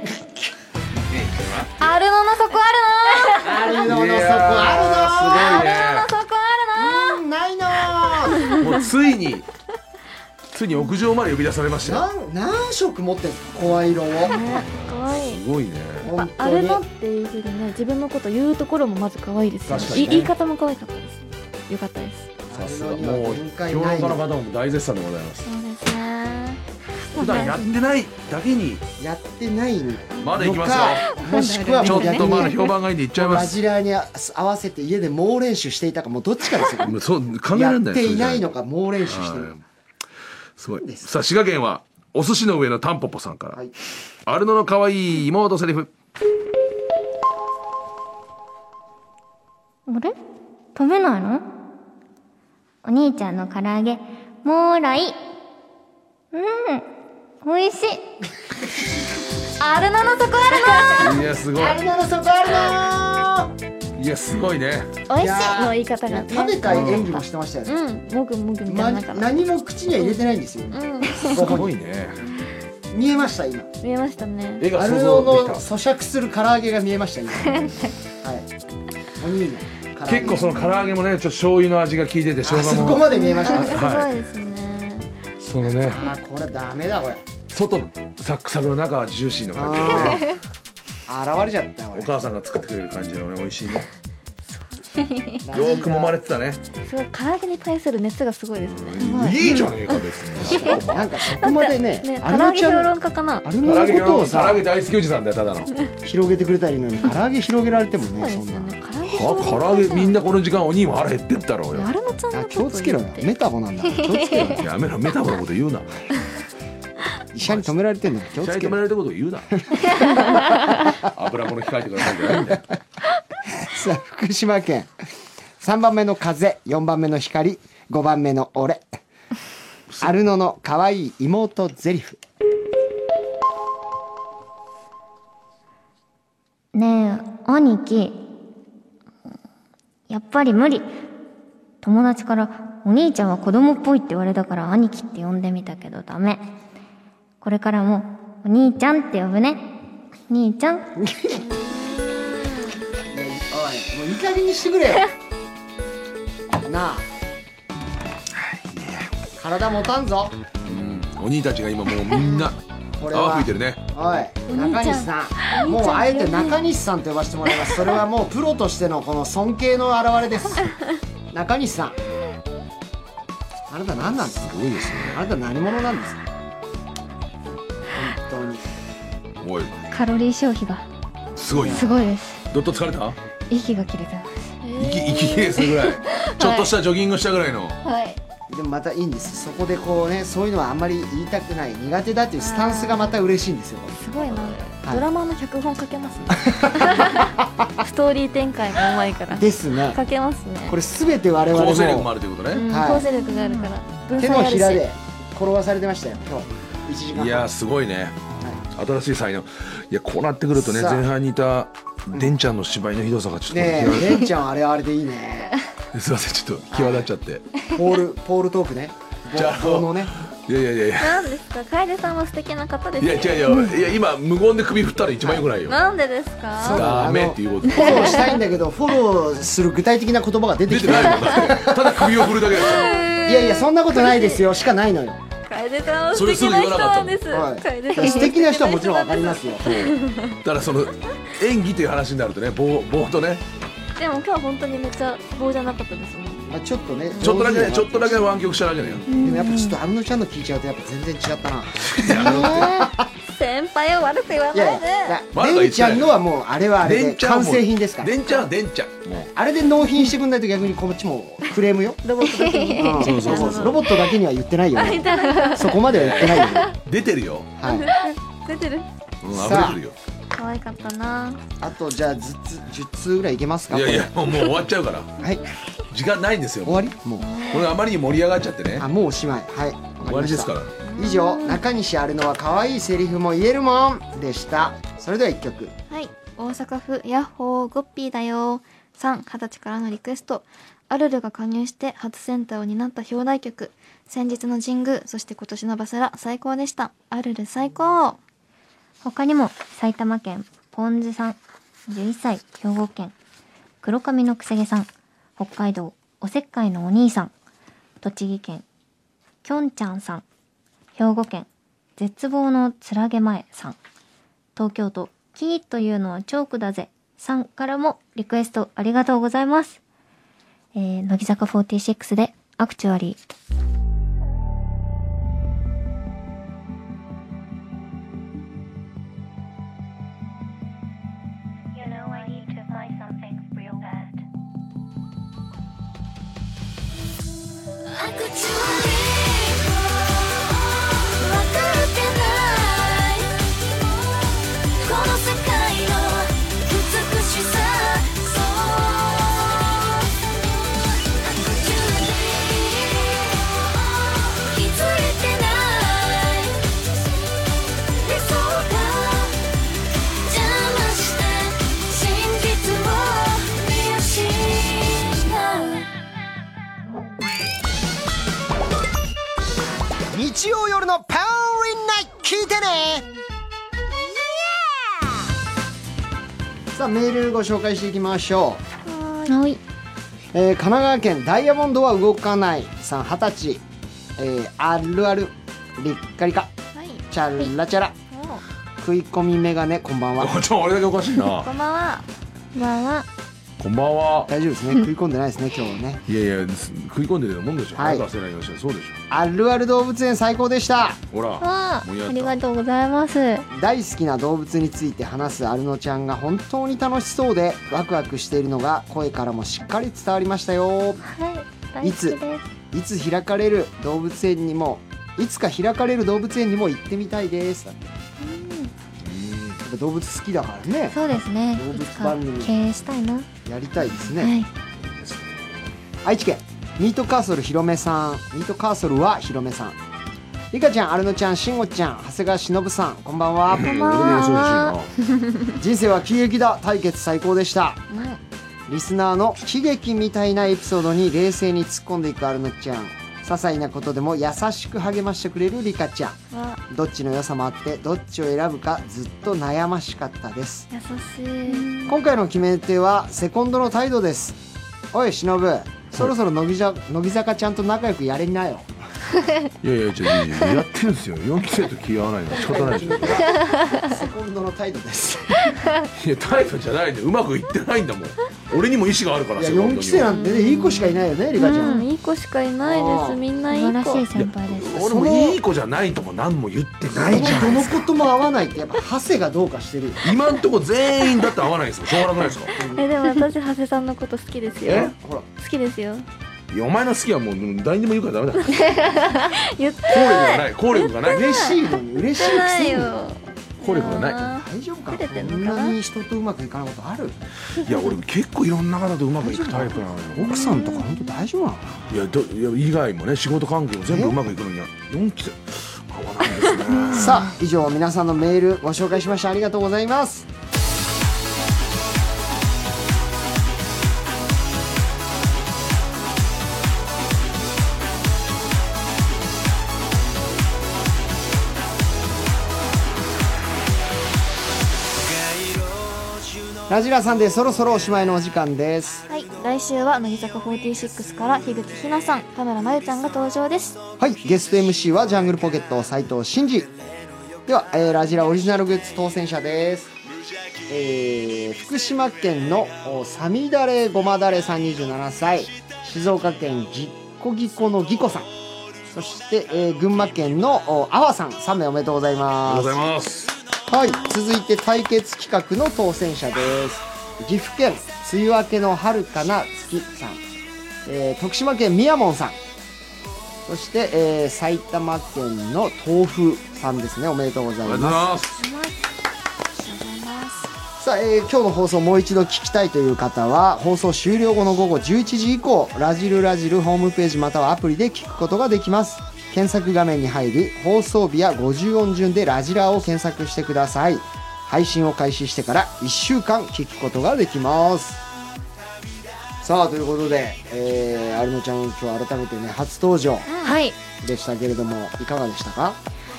アルノの底あ
アル
いやー
るの底あ
るのないのー
すごいねもうついについに屋上まで呼び出されましたよ
なん何色持ってんすか声色を。
るの可愛い
すごいね
本
ア
当
ル
に
ノっていうふうにね自分のこと言うところもまず可愛いですよ、
確かに
い
ね
言い方も可愛かったですよかったです
さすがもう評論家の方も大絶賛でございます
そうですね
普段やってないだけに
やってないの
まだ行きますよ
かもしくは
ち
も
ょ
う
っとまだ
逆に
評判がいいんで行っちゃいま
バ
す
ジラーに合わせて家で猛練習していたかもうどっちかですよ
もうそう考え
や
られ
っ
ない
ていないの
か
か猛練習してるのか
すごい
です
さあ滋賀県はお寿司の上のタンポポさんから、
はい
アルノの可愛い妹セリフ
あれ食べないのお兄ちゃんの唐揚げ、もーらい。うん、美味しい。アルナの底あ
いやすごい
あれなのそこある
いやすごいね
おいしい
やー
の言い方が
な
ね
食べたい演技もしてましたよね、
うんもぐもぐみた
ま
いなから
何も口には入れてないんですよ、
うん
こ
す
こ
ご
に
いね
見えました今
見えましたね
絵が
ア
想
ルロ
像
の
でき
咀嚼する唐揚げが見えました 今はいお兄の唐揚
た
げ
結構その唐揚げもねちょっと醤油の味が効いてて生
あそ
姜
こ
も
まで見えました
すごいですね
そのね
あこれダメだこれ
外サックサクの中はジューシーな感じでね
あー現れちゃったよ
お母さんが作ってくれる感じのね美味しいね
俺
よーく揉まれてたね
すごい唐揚げに対する熱がすごいですね
いいじゃねえか別に
なんかそこまでね
ね唐
ア
揚
ル
げ
ちゃ
評
んの
論家かな
アル
唐
ミ
揚
のこ
げ
とを
唐揚
さ
げ大好きおじさんだよただの
広げてくれたらいいのに唐揚げ広げられても
そう
ね
で
そん
す
な
よね唐揚げ評論
唐
家
揚げみんなこの時間おにも腹減ってったろうよ
アルナちゃん
あ
の
気を
こと
つけ
言
ろ
っ
よ
て
メタボなん だから気をつけろよ
やめろメタボのこと言うな
医者に止められてんだから気を
試合
つ
止
け
めら
ろ
れたこと を言うな油物控えてくださいじゃないんだよ
さあ福島県3番目の風4番目の光5番目の俺アルノの可愛い妹ゼリフ
るな。ねえ、兄貴。やっぱり無理。友達から、お兄ちゃんは子供っぽいって言われたから兄貴って呼んでみたけどダメ。これからも、お兄ちゃんって呼ぶね。兄ちゃん。
おいもういい加減にしてく れよなあ体持たんぞ
うんお兄たちが今もうみんな
これ
泡
は
吹いてるね
おい中西さんもうあえて中西さんと呼ばせてもらいますそれはもうプロとしてのこの尊敬の表れです 中西さんあなた何なんですか
すごいですね
あなた何者なんですか本当に
おい
カロリー消費が
すごい
すごいです。
どっと疲れた
息が切れてます。
息息切れするぐらいちょっとしたジョギングしたぐらいの
でもまたいいんですそこでこうねそういうのはあんまり言いたくない苦手だっていうスタンスがまた嬉しいんですよ
すごいな
はい
ドラマの脚本書けますねストーリー展開がうまいから
ですね
書けますね
これ全て我々
構成力もあ
も
るということね
うん
はい
構成力があるから文
手
才
の
ある
ひ
し
らで転がされてましたよ今日1時間
いや
半
ーすごいね、新しい才能いやこうなってくるとね
さあ
前半にいたデンちゃんの芝居のひどさがちょっと
ね
際立
えれんちゃんあれはあれでいいね
っすいませんちょっと際立っちゃって
ポールポールトークね
じゃあ
棒棒のね
いやいやいやいや
なんですか楓さんは素敵な方です
いや
よ
違うよいや今無言で首振ったら一番よくないよ
なんでですか
そう
ダメ
あの
っていうこと
フォローしたいんだけどフォローする具体的な言葉が出て
出
き
て
てな
ないいもんだってただ首を振るだけだから
いやいやそんなことない ですよしかないのよ、
楓さんは素敵な人なんです
はい、
楓さん
素敵な人はもちろんわかりますすよ
ただその演技という話になるとね棒棒とね
でも今日は本当にめっちゃ棒じゃなかったですもん
まあちょっとね
ちょっとだけねちょっとだけ
で
湾曲しただけだよ
もやっぱちょっとアルノちゃんの聞いちゃうとやっぱ全然違った な
先輩を悪く言わ
いや
ない
い
で
や
まだ
レ
言ってない
ンちゃんのはもうあれはあれ
デ
で
ンちゃん
完
も
成品ですから
デンちゃんはデンちゃんもう
あれで納品してくんないと逆にこっちもクレームよ
ロボットだけ
う
に
ん
そうそうそう
ロボットだけには言ってないよねそこまでは言ってないよね
出てるよ
はい
出てる
うん
さ
溢
あ
れてるよ
可愛かったな
あとじゃあずつ10通ぐらいいけますか
いやいやもうもう終わっちゃうから
これはい
時間ないんですよ
終わりもう
これあまりに盛り上がっちゃってね
あもうおしまいはい
終わりですから
以上中西アルノは可愛いセリフも言えるもんでしたそれでは1曲
はい大阪府ヤッホーゴッピーだよ3二十歳からのリクエストアルルが加入して初センターを担った表題曲先日の神宮そして今年のバセラ最高でしたアルル最高
他にも埼玉県ポンズさん11歳兵庫県黒髪のくせ毛さん北海道おせっかいのお兄さん栃木県きょんちゃんさん兵庫県絶望のつらげ前さん東京都キーというのはチョークだぜさんからもリクエストありがとうございます、えー、乃木坂46でアクチュアリー
Actually 分かってないこの世界の美しさそう Actually 気づいてない理想が邪魔して真実を見失う
日曜夜のパウリンナイト聞いてねさあメールご紹介していきましょう、
はい
えー神奈川県ダイヤモンドは動かないさん二十歳、えーあるあるりっかりか
はい
チャラチャラ食い込みメガネこんばんは
ちょ俺だけおかしいな
こんばんは
こんばんは
こんばんは
大丈夫ですね食い込んでないですね今日はね
いやいやす食い込んでるようなもんでしょ
はい
早くせないようにしてそうでし
あるある動物園最高でした
ょほら
わあ
もうやった
ありがとうございます
大好きな動物について話すアルノちゃんが本当に楽しそうでワクワクしているのが声からもしっかり伝わりましたよ
はい大好き
いつ
です
いつ開かれる動物園にもいつか開かれる動物園にも行ってみたいですだってやっぱ動物好きだからね
そうですね
動物
いつか
番組
経営したいな、
やりたいですね、
はい
愛知県ミートカーソルひろめさんミートカーソルはひろめさんリカちゃんアルノちゃんしんごちゃん長谷川忍さんこんばんは
俺もそうだし
人生は喜劇だ対決最高でしたリスナーの喜劇みたいなエピソードに冷静に突っ込んでいくアルノちゃん些細なことでも優しく励ましてくれるリカちゃんどっちの良さもあってどっちを選ぶかずっと悩ましかったです
優しい
今回の決め手はセコンドの態度ですおい忍そろそろ乃木じゃ乃木坂ちゃんと仲良くやれな よ
ないやいやちょいやいややってるんですよ4期生と気が合わないのは仕方ないで しょ
セコンドの態度です
いやタイプじゃないんでうまくいってないんだもん俺にも意思があるから
いや
セコンドに
4期生なんてねいい子しかいないよねリカちゃん、
いい子しかいない
あ
で
ー
すみんない
素晴ら
い
し
子
い先輩です
俺もいい子じゃないとも何も言ってないじゃん
どのことも合わないってやっぱハセがどうかしてるよ
今んとこ全員だって合わないですよしょうがなくないですか
えでも私長谷さんのこと好きですよ
ほら
好きですよ
いやお前の好きはもう誰にでも言うからダメだ効
言って
力がない効力がない
嬉しいのに嬉しいく
な
せ
い
に
よ
効力がない
あ
大丈夫か
照れてんの
こ
か
ん
な
なに人とうまくいかないことある
いや俺結構いろんな方とうまくいくタイプなのよ
奥さんとか本当大丈夫なのか
いやどいや以外もね仕事関係も全部うまくいくのには4期生合わないですね
なさあ以上皆さんのメールご紹介しましたありがとうございますラジラさんでそろそろおしまいのお時間です
はい来週は乃木坂46から樋口日奈さん田村真由ちゃんが登場です
はい、ゲスト MC はジャングルポケット斉藤真二では、えーラジラオリジナルグッズ当選者です、えー福島県のおサミダレごまだれさん27歳静岡県ぎっこぎこのぎこさんそして、えー群馬県のおあわさん3名おめでとうございま
あり
す
がとうございます
はい、続いて対決企画の当選者です。岐阜県、梅雨明けの遥かな月さん。えー徳島県、みやもんさん。そして、えー埼玉県の豆腐さんですね。おめでとうござ
あ
い
りがとうござい
ま
ます
す。さあ、えー今日の放送もう一度聞きたいという方は、放送終了後の午後11時以降、ラジルラジルホームページまたはアプリで聞くことができます。検索画面に入り、放送日や50音順でラジラを検索してください。配信を開始してから1週間聞くことができますさあということで、えー、アルノちゃん今日改めてね初登場
はい
でしたけれどもいかがでしたか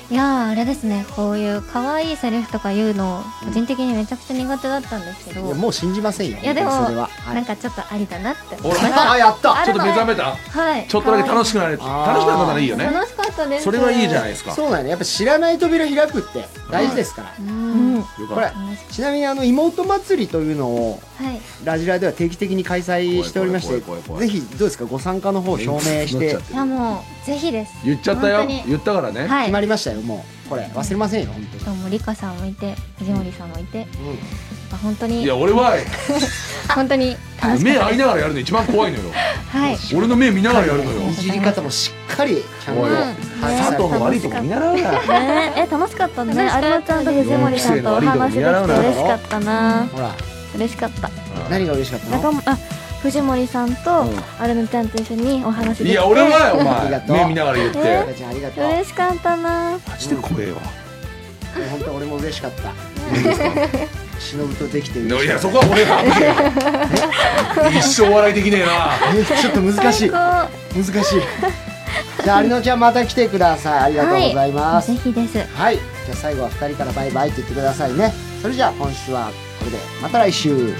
いやーあれですねこういう可愛いセリフとか言うの個人的にめちゃくちゃ苦手だったんですけど、
いや
い
もう信じませんよ
やでも、
本当にそれは、はい
なんかちょっとありだなって
ほら
あやった
あ
ちょ
る
っと
の
目覚めた
はい
ちょっとだけ楽しくなれ楽しく
あー
なったらいいよね
楽しかったです
それはいいじゃない
い
ですか
そうだねやっぱ知らない扉開くって大事ですから、
うんは
よ
こ
かっ
れちなみにあの妹祭りというのを
い
ラジラでは定期的に開催しておりまして
怖い怖い怖
ぜ
い怖い
ひどうですかご参加の方
た
表明 して
いやもうぜひです
言っちゃったよ
本当に
言ったからね、
は
決
い
まりましたよもうこれ忘れませんよ本当に
どうもリカさんもいて藤森さんもいて、ぱ本当
い
に
や俺は
本当に楽しかっ
目
た
合
で
いながらやるの一番怖いのよ
す。はい。
俺の目見ながらやるのよ
いじり方もしっかりちゃんと
おいおい
はい
佐藤の悪いとこ見習うな
ねえ楽しかったね
楽しかった
有馬ちゃんと藤森さんとお話できて嬉しかったな
ほら
嬉しかった
何が嬉しかった
中
の
もあ藤森さんと有馬ちゃんと一緒にお話できて
いや俺はお
ありがとう
前目見ながら言って
赤ちゃんありがとう
嬉しかったな
マジで怖えわ
本当俺も嬉しかった
いいですか
忍とできて嬉
い
しか
や
った
そこは俺が 一生笑いできねえな
え ちょっと難しい難しいじゃあ有野ちゃんまた来てくださいありがとうございます
ぜひです。
はい、じゃあ最後は2人からバイバイって言ってくださいねそれじゃあ今週はこれでまた来週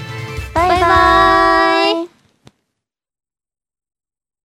バイバイ